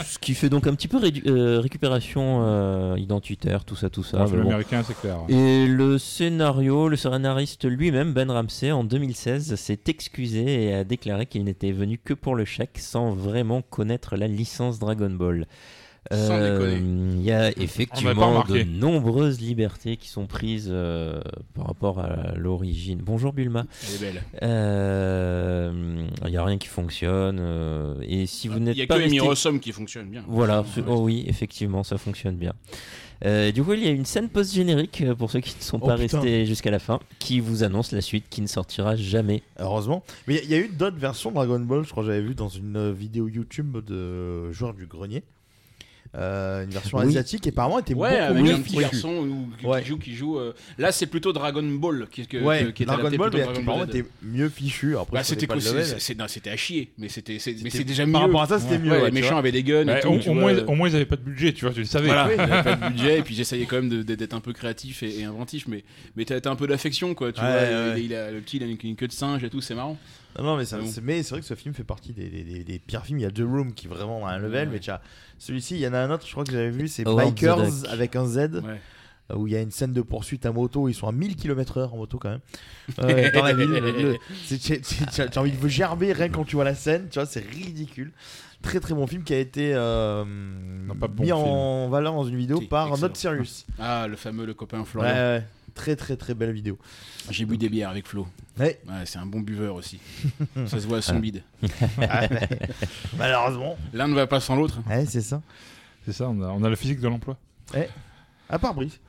[SPEAKER 9] Ce qui fait donc un petit peu rédu- euh, récupération euh, identitaire, tout ça, tout ça.
[SPEAKER 7] Un film
[SPEAKER 9] mais bon.
[SPEAKER 7] américain, c'est clair.
[SPEAKER 9] Et le scénario, le scénariste lui-même, Ben Ramsey, en 2016, s'est excusé et a déclaré qu'il n'était venu que pour le chèque sans vraiment connaître la licence Dragon Ball.
[SPEAKER 8] Sans
[SPEAKER 9] Euh, Il y a effectivement de
[SPEAKER 7] remarqué.
[SPEAKER 9] nombreuses libertés qui sont prises euh, par rapport à l'origine. Bonjour Bulma.
[SPEAKER 8] Elle est belle.
[SPEAKER 9] Euh, Il n'y a rien qui fonctionne. euh, et si vous
[SPEAKER 8] Il y a
[SPEAKER 9] n'êtes
[SPEAKER 8] que
[SPEAKER 9] pas resté-
[SPEAKER 8] Amy Rossum qui fonctionne bien.
[SPEAKER 9] Voilà, ce- oh oui, effectivement, ça fonctionne bien. Euh, du coup, il y a une scène post-générique euh, pour ceux qui ne sont
[SPEAKER 5] Oh,
[SPEAKER 9] pas
[SPEAKER 5] putain.
[SPEAKER 9] restés jusqu'à la fin, qui vous annonce la suite qui ne sortira jamais.
[SPEAKER 5] Heureusement. Mais il y, a eu d'autres versions de Dragon Ball, je crois que j'avais vu dans une euh, vidéo YouTube de Joueur du Grenier. Euh, une version
[SPEAKER 9] Oui.
[SPEAKER 5] asiatique et apparemment elle était
[SPEAKER 8] Ouais,
[SPEAKER 5] beaucoup
[SPEAKER 8] avec
[SPEAKER 5] mieux
[SPEAKER 8] un petit
[SPEAKER 5] foutue.
[SPEAKER 8] garçon ou- qui,
[SPEAKER 5] Ouais.
[SPEAKER 8] joue, qui joue. euh, Là, c'est plutôt Dragon Ball qui, que- que-
[SPEAKER 5] ouais,
[SPEAKER 8] qui est
[SPEAKER 5] Dragon
[SPEAKER 8] adapté
[SPEAKER 5] Ball,
[SPEAKER 8] plutôt
[SPEAKER 5] mais
[SPEAKER 8] Dragon
[SPEAKER 5] apparemment
[SPEAKER 8] Ball Z.
[SPEAKER 5] était mieux fichu. Après,
[SPEAKER 8] Bah,
[SPEAKER 5] je
[SPEAKER 8] c'était
[SPEAKER 5] connais pas
[SPEAKER 8] cool,
[SPEAKER 5] le
[SPEAKER 8] c'est-
[SPEAKER 5] level.
[SPEAKER 8] c'est- c'est- non, c'était à chier, mais c'était c'est- mais
[SPEAKER 5] C'était-
[SPEAKER 8] c'est déjà mieux.
[SPEAKER 5] par rapport à ça, c'était mieux, ouais,
[SPEAKER 8] les
[SPEAKER 5] tu
[SPEAKER 8] méchants
[SPEAKER 5] vois.
[SPEAKER 8] avaient des guns
[SPEAKER 7] Bah,
[SPEAKER 8] et tout.
[SPEAKER 7] au,
[SPEAKER 8] tu
[SPEAKER 7] au
[SPEAKER 8] vois,
[SPEAKER 7] moins,
[SPEAKER 8] euh,
[SPEAKER 7] au moins, ils avaient pas de budget, tu vois, tu le savais.
[SPEAKER 8] Voilà, ils avaient pas de budget et puis j'essayais quand même de- de- d'être un peu créatif et, et inventif, mais, mais t'as t'as un peu d'affection quoi, tu
[SPEAKER 5] Ouais,
[SPEAKER 8] vois.
[SPEAKER 5] ouais,
[SPEAKER 8] il-
[SPEAKER 5] ouais.
[SPEAKER 8] il a- le petit il a une, une queue de singe et tout, c'est marrant.
[SPEAKER 5] Non, non, mais, ça-
[SPEAKER 8] Mais Ah bon.
[SPEAKER 5] c'est- mais c'est vrai que ce film fait partie des, des- des- des pires films. Il y a The Room qui est vraiment à un level,
[SPEAKER 8] Ouais.
[SPEAKER 5] mais tu as celui-ci, il y en a un autre, je crois que j'avais vu, c'est
[SPEAKER 9] Howard
[SPEAKER 5] Bikers
[SPEAKER 9] Zedek.
[SPEAKER 5] avec un Z.
[SPEAKER 8] Ouais.
[SPEAKER 5] euh, Où il y a une scène de poursuite à moto, ils sont à 1000 km/h en moto quand même. Euh, dans la ville, le- le- c'est- c'est- c'est- t'as t'as envie de gerber rien que quand tu vois la scène, tu vois, c'est ridicule. Très très bon film qui a été euh,
[SPEAKER 7] pas bon
[SPEAKER 5] mis
[SPEAKER 7] film.
[SPEAKER 5] en valeur dans une vidéo
[SPEAKER 8] Si,
[SPEAKER 5] par
[SPEAKER 8] excellent.
[SPEAKER 5] Not Serious.
[SPEAKER 8] Ah, le fameux le copain
[SPEAKER 5] Ouais,
[SPEAKER 8] Florian.
[SPEAKER 5] ouais. Très très très belle vidéo.
[SPEAKER 8] J'ai bu des bières avec Flo.
[SPEAKER 5] Ouais.
[SPEAKER 8] Ouais, c'est un bon buveur aussi. ça se voit à son
[SPEAKER 5] Ah.
[SPEAKER 8] bide.
[SPEAKER 5] Ah ouais. Malheureusement.
[SPEAKER 8] L'un ne va pas sans l'autre.
[SPEAKER 5] Ouais, c'est ça.
[SPEAKER 7] C'est ça, on a, on a la physique de l'emploi.
[SPEAKER 5] Ouais. À part Brice.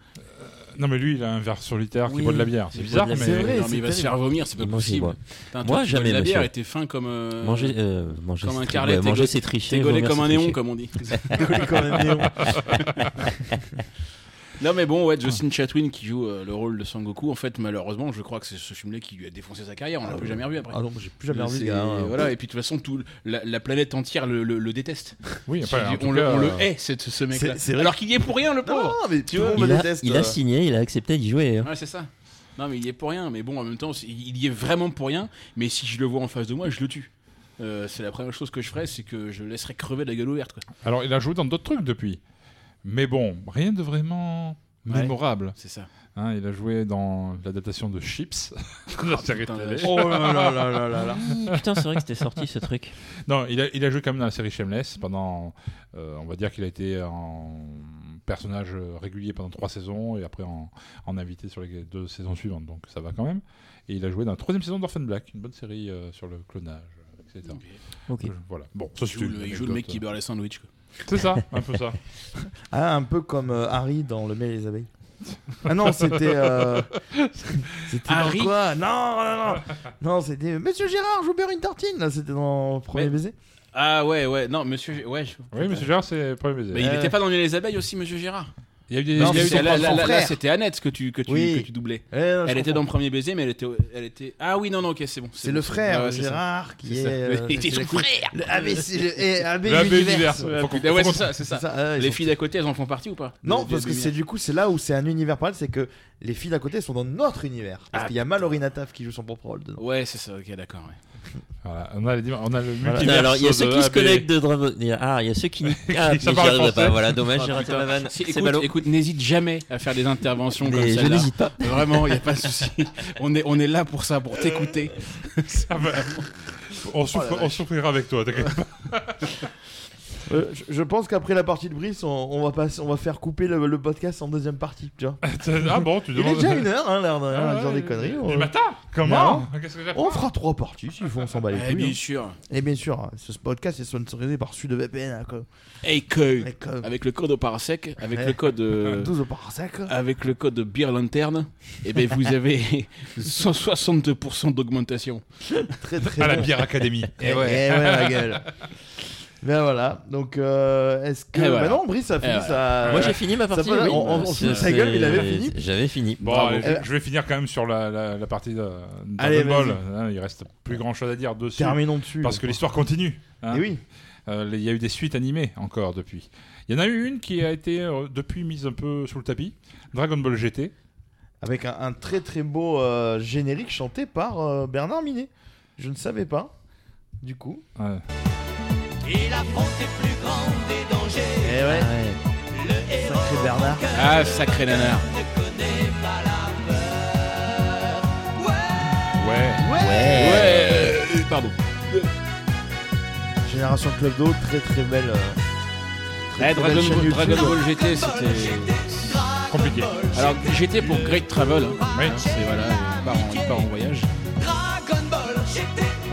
[SPEAKER 7] Non, mais lui, il a un verre solitaire qui
[SPEAKER 5] Oui.
[SPEAKER 7] boit de la bière.
[SPEAKER 5] Il
[SPEAKER 7] C'est
[SPEAKER 5] boit
[SPEAKER 7] bizarre,
[SPEAKER 5] de
[SPEAKER 7] mais.
[SPEAKER 5] la bière. C'est vrai,
[SPEAKER 8] Non, mais il va se faire vomir, c'est pas
[SPEAKER 9] Moi, j'y
[SPEAKER 8] possible.
[SPEAKER 9] bois.
[SPEAKER 8] Putain, toi,
[SPEAKER 9] Moi,
[SPEAKER 8] tu bois de
[SPEAKER 9] jamais,
[SPEAKER 8] La bière
[SPEAKER 9] monsieur.
[SPEAKER 8] était fin comme. euh,
[SPEAKER 9] Manger, euh, manger,
[SPEAKER 8] comme un
[SPEAKER 9] c'est-
[SPEAKER 8] carlet.
[SPEAKER 9] ouais,
[SPEAKER 8] t'es
[SPEAKER 9] manger,
[SPEAKER 8] gaulé-
[SPEAKER 9] c'est tricher,
[SPEAKER 8] T'es gaulé
[SPEAKER 9] vomir,
[SPEAKER 8] comme
[SPEAKER 9] c'est
[SPEAKER 8] un néon,
[SPEAKER 9] tricher.
[SPEAKER 8] comme on dit.
[SPEAKER 5] Gaulé comme un néon.
[SPEAKER 8] Non mais bon, ouais, Justin Chatwin qui joue euh, le rôle de Sangoku, en fait malheureusement je crois que c'est ce film-là qui lui a défoncé sa carrière, on l'a
[SPEAKER 5] Ah
[SPEAKER 8] plus
[SPEAKER 5] ouais.
[SPEAKER 8] jamais revu après.
[SPEAKER 5] Ah non, j'ai plus jamais revu,
[SPEAKER 8] C'est-
[SPEAKER 5] le gars, hein.
[SPEAKER 8] Voilà, et puis de toute façon tout, la, la planète entière le, le- le déteste.
[SPEAKER 7] Oui,
[SPEAKER 8] C'est-
[SPEAKER 7] enfin, en
[SPEAKER 8] on,
[SPEAKER 7] tout
[SPEAKER 8] le,
[SPEAKER 7] cas,
[SPEAKER 8] on le
[SPEAKER 7] euh,
[SPEAKER 8] hait cette- ce mec-là.
[SPEAKER 7] c'est- c'est vrai
[SPEAKER 8] Alors qu'il y est pour rien le pauvre
[SPEAKER 5] mais tout
[SPEAKER 8] tu vois
[SPEAKER 5] le monde
[SPEAKER 9] Il,
[SPEAKER 5] le
[SPEAKER 9] a,
[SPEAKER 5] déteste,
[SPEAKER 9] il a
[SPEAKER 5] euh.
[SPEAKER 9] signé, il a accepté d'y jouer. hein.
[SPEAKER 8] Ouais, c'est ça. Non, mais il y est pour rien. Mais bon, en même temps, c'est- il y est vraiment pour rien. Mais si je le vois en face de moi, je le tue. Euh, c'est la première chose que je ferais, c'est que je le laisserais crever de la gueule ouverte. Quoi.
[SPEAKER 7] Alors, il a joué dans d'autres trucs depuis. Mais bon, rien de vraiment
[SPEAKER 8] Ouais.
[SPEAKER 7] mémorable.
[SPEAKER 8] C'est ça.
[SPEAKER 7] Hein, il a joué dans l'adaptation de Chips. La série
[SPEAKER 8] putain,
[SPEAKER 7] télé.
[SPEAKER 8] la- Oh là là là là là là.
[SPEAKER 9] Putain, c'est vrai que c'était sorti ce truc.
[SPEAKER 7] Non, il a, il a joué quand même dans la série Shameless pendant. euh, on va dire qu'il a été en personnage euh, régulier pendant trois saisons et après en, en invité sur les deux saisons suivantes, donc ça va quand même. Et il a joué dans la troisième saison d'Orphan Black, une bonne série euh, sur le clonage, etc.
[SPEAKER 9] Ok.
[SPEAKER 7] Euh, Voilà. Bon, ça
[SPEAKER 8] il
[SPEAKER 7] c'est
[SPEAKER 8] joue,
[SPEAKER 7] une
[SPEAKER 8] le, il joue le mec
[SPEAKER 7] anecdote.
[SPEAKER 8] qui beurre les sandwichs. Quoi.
[SPEAKER 7] C'est ça, un peu ça.
[SPEAKER 5] Ah, un peu comme euh, Harry dans Le Mail et les abeilles. Ah non, c'était. euh, C'était dans
[SPEAKER 8] Harry
[SPEAKER 5] quoi Non, non, non Non, c'était. euh, Monsieur Gérard, je vous beurre une tartine là, C'était dans Premier baiser.
[SPEAKER 8] Ah ouais, ouais. Non, monsieur. Gé- Ouais, je-
[SPEAKER 7] Oui, monsieur Gérard, c'est premier baiser.
[SPEAKER 8] Mais il
[SPEAKER 5] Euh.
[SPEAKER 8] n'était pas dans les abeilles aussi, monsieur Gérard
[SPEAKER 7] Il y a eu des.
[SPEAKER 5] Non,
[SPEAKER 7] il y a eu
[SPEAKER 5] c'est
[SPEAKER 7] des-
[SPEAKER 5] la-
[SPEAKER 8] Là,
[SPEAKER 5] Son
[SPEAKER 8] là, là,
[SPEAKER 5] frère.
[SPEAKER 8] là, c'était Annette que tu, que tu,
[SPEAKER 5] Oui.
[SPEAKER 8] que tu doublais.
[SPEAKER 5] Eh, non, je
[SPEAKER 8] elle était
[SPEAKER 5] comprends.
[SPEAKER 8] dans le premier baiser, mais elle était, elle était. Ah oui, non, non, ok, c'est bon.
[SPEAKER 5] C'est
[SPEAKER 8] bon,
[SPEAKER 5] le
[SPEAKER 8] bon.
[SPEAKER 5] frère
[SPEAKER 8] Ouais,
[SPEAKER 5] de
[SPEAKER 8] ouais, c'est ça.
[SPEAKER 5] Gérard qui
[SPEAKER 8] C'est
[SPEAKER 5] est.
[SPEAKER 8] ça.
[SPEAKER 5] euh,
[SPEAKER 8] Il était
[SPEAKER 5] c'est
[SPEAKER 8] son
[SPEAKER 5] la coupe-
[SPEAKER 8] frère
[SPEAKER 5] Le ABC, le- eh, AB
[SPEAKER 7] Le AB
[SPEAKER 5] univers.
[SPEAKER 7] univers, ouais. Faut qu'on-
[SPEAKER 8] Ah ouais,
[SPEAKER 7] faut
[SPEAKER 8] c'est ça, c'est ça.
[SPEAKER 5] ça, ouais, ils
[SPEAKER 8] les
[SPEAKER 5] sont-
[SPEAKER 8] filles d'à côté, elles en font partie ou pas
[SPEAKER 5] Non,
[SPEAKER 8] Des-
[SPEAKER 5] parce
[SPEAKER 8] des-
[SPEAKER 5] que
[SPEAKER 8] des-
[SPEAKER 5] c'est du coup, c'est là où c'est un univers parallèle, c'est que les filles d'à côté sont dans notre univers. Parce
[SPEAKER 8] Ah,
[SPEAKER 5] qu'il y a Mallory Nataf qui joue son propre rôle dedans.
[SPEAKER 8] Ouais, c'est ça, ok, d'accord. ouais.
[SPEAKER 7] Voilà, on a, les- on a le
[SPEAKER 9] Voilà.
[SPEAKER 7] multivers.
[SPEAKER 9] Putain, alors, il y a ceux qui se
[SPEAKER 7] connectent
[SPEAKER 9] connectent de Dragon. il y a- Ah, il y a ceux qui. Ah, mais
[SPEAKER 7] Ça
[SPEAKER 9] j'y
[SPEAKER 7] parle
[SPEAKER 9] arriverai
[SPEAKER 7] français.
[SPEAKER 9] pas. Voilà, dommage,
[SPEAKER 8] Ah,
[SPEAKER 9] j'ai raté
[SPEAKER 8] putain.
[SPEAKER 9] ma vanne.
[SPEAKER 8] Si,
[SPEAKER 9] C'est
[SPEAKER 8] écoute,
[SPEAKER 9] ballot.
[SPEAKER 8] écoute, n'hésite jamais à faire des interventions
[SPEAKER 9] Mais
[SPEAKER 8] comme
[SPEAKER 9] je
[SPEAKER 8] celle-là.
[SPEAKER 9] n'hésite pas.
[SPEAKER 8] Vraiment, il n'y a pas de souci. On est, on est là pour ça, pour t'écouter.
[SPEAKER 5] Ah,
[SPEAKER 7] Ah, On,
[SPEAKER 8] Oh
[SPEAKER 7] souffre- on souffrira avec toi, t'inquiète pas.
[SPEAKER 5] Euh, je, je pense qu'après la partie de Brice, on, on va, passer- on va faire couper le, le podcast en deuxième partie. Tu vois.
[SPEAKER 7] Ah bon, tu
[SPEAKER 5] Il est
[SPEAKER 7] demandes.
[SPEAKER 5] déjà une heure, hein, l'air de rien,
[SPEAKER 7] Ah
[SPEAKER 5] à dire
[SPEAKER 7] ouais,
[SPEAKER 5] des conneries.
[SPEAKER 7] Du
[SPEAKER 5] on-
[SPEAKER 7] matin Comment Ah,
[SPEAKER 5] Non.
[SPEAKER 7] Qu'est-ce que j'apprends
[SPEAKER 5] On fera trois parties s'il faut, on s'en bat les
[SPEAKER 8] Eh
[SPEAKER 5] couilles.
[SPEAKER 8] bien
[SPEAKER 5] hein.
[SPEAKER 8] sûr.
[SPEAKER 5] Et bien sûr, hein, ce podcast est sponsorisé par SudVPN. hein, quoi.
[SPEAKER 8] Hey, que.
[SPEAKER 5] Avec, euh,
[SPEAKER 8] Avec le code au parasec, avec
[SPEAKER 5] Ouais.
[SPEAKER 8] le code. Ah, euh,
[SPEAKER 5] 12 au parsec. hein. quoi.
[SPEAKER 8] Avec le code Beer Lanterne, eh ben vous avez 162% d'augmentation.
[SPEAKER 5] Très très
[SPEAKER 7] À Ah, la
[SPEAKER 5] bon.
[SPEAKER 7] Bière Académie.
[SPEAKER 5] Eh ouais. la gueule. Ben voilà, donc euh, est-ce que.
[SPEAKER 8] Eh voilà.
[SPEAKER 5] Bah non, Brice a fini
[SPEAKER 8] Eh voilà.
[SPEAKER 5] sa.
[SPEAKER 9] Moi, j'ai fini ma
[SPEAKER 5] Ça
[SPEAKER 9] partie.
[SPEAKER 5] peut-
[SPEAKER 9] oui.
[SPEAKER 5] on- on- on
[SPEAKER 9] C'est-
[SPEAKER 5] sa gueule, mais il avait fini.
[SPEAKER 9] J'avais fini.
[SPEAKER 7] Bon,
[SPEAKER 5] Bravo.
[SPEAKER 7] allez,
[SPEAKER 5] Eh ben-
[SPEAKER 7] je, je vais finir quand même sur la, la, la partie de de
[SPEAKER 5] Allez,
[SPEAKER 7] Dragon Ball.
[SPEAKER 5] vas-y.
[SPEAKER 7] hein, il reste plus grand chose à dire dessus.
[SPEAKER 5] Terminons dessus.
[SPEAKER 7] Parce que l'histoire continue. hein.
[SPEAKER 5] Et oui.
[SPEAKER 7] Euh, les- Il y a eu des suites animées encore depuis. Il y en a eu une qui a été euh, depuis mise un peu sous le tapis. Dragon Ball GT.
[SPEAKER 5] Avec un, un très très beau euh, générique chanté par euh, Bernard Minet. Je ne savais pas. Du coup.
[SPEAKER 7] Ouais.
[SPEAKER 5] Eh ouais. Sacré Bernard.
[SPEAKER 8] Ah, sacré nanar.
[SPEAKER 7] Ouais.
[SPEAKER 5] Eh.
[SPEAKER 8] Ouais. Pardon.
[SPEAKER 5] Génération Club d'eau, très très belle. euh,
[SPEAKER 8] Eh,
[SPEAKER 5] très belle
[SPEAKER 8] Dragon,
[SPEAKER 5] chaîne
[SPEAKER 8] Ball,
[SPEAKER 5] YouTube.
[SPEAKER 8] Dragon Ball GT, c'était.
[SPEAKER 7] Compliqué.
[SPEAKER 8] Alors, GT pour Great Travel. hein.
[SPEAKER 7] Oui.
[SPEAKER 8] C'est voilà, il part en, il part en voyage.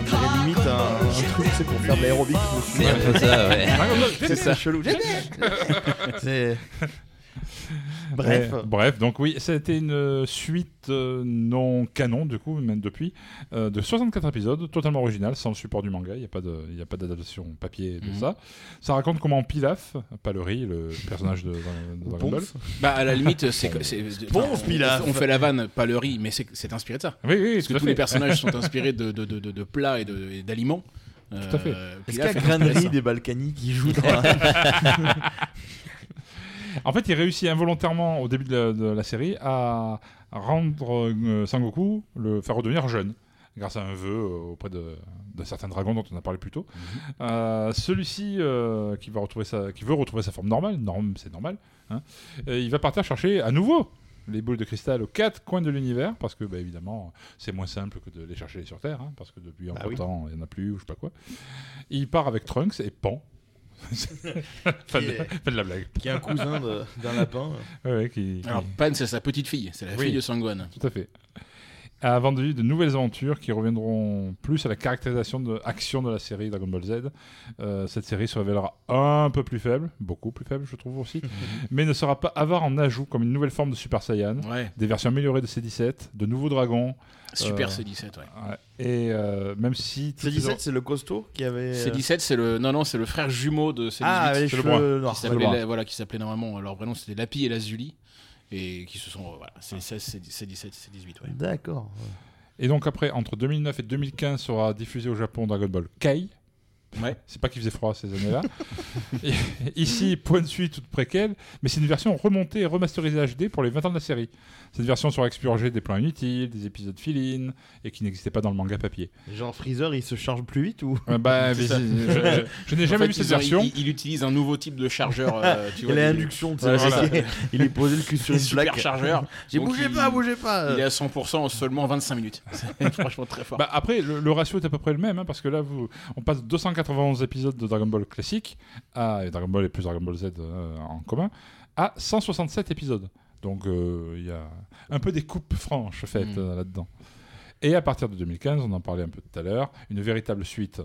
[SPEAKER 5] On dirait limite un, un truc, c'est pour faire de l'aérobic. dessus.
[SPEAKER 9] C'est un peu ça, ouais.
[SPEAKER 7] Dragon Ball GT.
[SPEAKER 5] C'est ça. chelou. C'est- Bref.
[SPEAKER 7] Ouais, bref, donc oui, c'était une suite euh, non canon, du coup, même depuis, euh, de 64 épisodes, totalement original, sans le support du manga, il n'y a pas de- il y a pas d'adaptation papier de
[SPEAKER 8] Mhm.
[SPEAKER 7] ça. Ça raconte comment Pilaf, pas le riz, le personnage de, de- de Dragon Ball.
[SPEAKER 5] Ponce.
[SPEAKER 8] Bah, à la limite, c'est. c'est-
[SPEAKER 5] Bon,
[SPEAKER 8] on-
[SPEAKER 5] Pilaf.
[SPEAKER 8] On fait la vanne, pas le riz, mais c'est c'est inspiré de ça.
[SPEAKER 7] Oui, oui,
[SPEAKER 8] Parce que
[SPEAKER 7] tout à
[SPEAKER 8] tous les
[SPEAKER 7] fait.
[SPEAKER 8] personnages sont inspirés de, de, de, de- de plats et de- et d'aliments.
[SPEAKER 7] Tout à fait.
[SPEAKER 8] Euh,
[SPEAKER 5] Est-ce qu'il y
[SPEAKER 8] Pilaf
[SPEAKER 5] a
[SPEAKER 8] est inspiré de ça.
[SPEAKER 5] Granerie des Balkany qui joue dans la-
[SPEAKER 7] En fait, il réussit involontairement, au début de la, de la série, à rendre euh, Sangoku, le faire redevenir jeune. Grâce à un vœu euh, auprès de- d'un certain dragon dont on a parlé plus tôt,
[SPEAKER 5] Mhm.
[SPEAKER 7] Euh, celui-ci euh, qui va retrouver sa, qui veut retrouver sa forme normale, norme c'est normal, hein, euh, il va partir chercher à nouveau les boules de cristal aux quatre coins de l'univers parce que bah, évidemment c'est moins simple que de les chercher sur Terre hein, parce que depuis un
[SPEAKER 5] Bah
[SPEAKER 7] peu de
[SPEAKER 5] oui.
[SPEAKER 7] temps il n'y en a plus ou je sais pas quoi. Il part avec Trunks et Pan, Fan de- fan de la blague.
[SPEAKER 8] Qui est un cousin de- d'un lapin.
[SPEAKER 7] Ouais, ouais, qui-
[SPEAKER 8] Alors,
[SPEAKER 7] qui-
[SPEAKER 8] Pan, c'est sa petite fille, c'est la
[SPEAKER 7] Oui.
[SPEAKER 8] fille de Sangwan.
[SPEAKER 7] Ah, Tout à fait. a vendu de nouvelles aventures qui reviendront plus à la caractérisation de action de la série Dragon Ball Z. Euh, cette série se révélera un peu plus faible, beaucoup plus faible je trouve aussi, mais ne sera pas avare en ajouts comme une nouvelle forme de Super Saiyan, des versions améliorées de C17, de nouveaux dragons.
[SPEAKER 8] Super C17, ouais.
[SPEAKER 7] Et euh, même si
[SPEAKER 5] C17, c'est le costaud qui avait. euh,
[SPEAKER 8] C17, c'est le non non, c'est le frère jumeau de C18.
[SPEAKER 5] Ah, avec les
[SPEAKER 8] C'est
[SPEAKER 5] cheveux
[SPEAKER 8] brun.
[SPEAKER 5] noirs.
[SPEAKER 8] Qui
[SPEAKER 5] Le
[SPEAKER 8] s'appelait
[SPEAKER 5] brun.
[SPEAKER 8] la- voilà, qui s'appelait normalement leur prénom c'était Lapi et Lazuli et qui se sont euh, voilà, c'est 16, c'est 10, c'est 17, c'est 18, ouais.
[SPEAKER 5] D'accord.
[SPEAKER 7] Et donc après, entre 2009 et 2015 sera diffusé au Japon Dragon Ball Kai. C'est pas qu'il faisait froid ces années-là. Et Ici, point de suite toute préquelle, mais c'est une version remontée et remasterisée HD pour les 20 ans de la série. Cette version sera expurgée des plans inutiles, des épisodes fill et qui n'existaient pas dans le manga papier.
[SPEAKER 5] Genre Freezer, il se charge plus vite ou
[SPEAKER 7] Ah bah, mais
[SPEAKER 5] C'est ça.
[SPEAKER 7] c'est- je, je- je n'ai
[SPEAKER 8] En
[SPEAKER 7] jamais
[SPEAKER 8] fait,
[SPEAKER 7] vu cette
[SPEAKER 8] ils ont-
[SPEAKER 7] version.
[SPEAKER 8] Il, il utilise un nouveau type de chargeur. euh, tu
[SPEAKER 5] Il
[SPEAKER 8] vois,
[SPEAKER 5] a
[SPEAKER 8] du-
[SPEAKER 5] l'induction, tu sais,
[SPEAKER 8] Ouais,
[SPEAKER 5] c'est
[SPEAKER 8] voilà.
[SPEAKER 5] ça. Il est posé le cul sur
[SPEAKER 8] Il est
[SPEAKER 5] une
[SPEAKER 8] super
[SPEAKER 5] plaque.
[SPEAKER 8] chargeur.
[SPEAKER 5] J'ai
[SPEAKER 8] Donc,
[SPEAKER 5] bougé
[SPEAKER 8] il-
[SPEAKER 5] pas, bougez pas.
[SPEAKER 8] Il est à 100% en seulement 25 minutes. C'est franchement très fort.
[SPEAKER 7] Bah, après, le, le ratio est à peu près le même, hein, parce que là, vous, on passe de 291 épisodes de Dragon Ball classique, à, et Dragon Ball et plus Dragon Ball Z euh, en commun, à 167 épisodes. Donc euh, il y a un peu des coupes franches faites
[SPEAKER 8] Mm.
[SPEAKER 7] euh, là-dedans. Et à partir de 2015, on en parlait un peu tout à l'heure, une véritable suite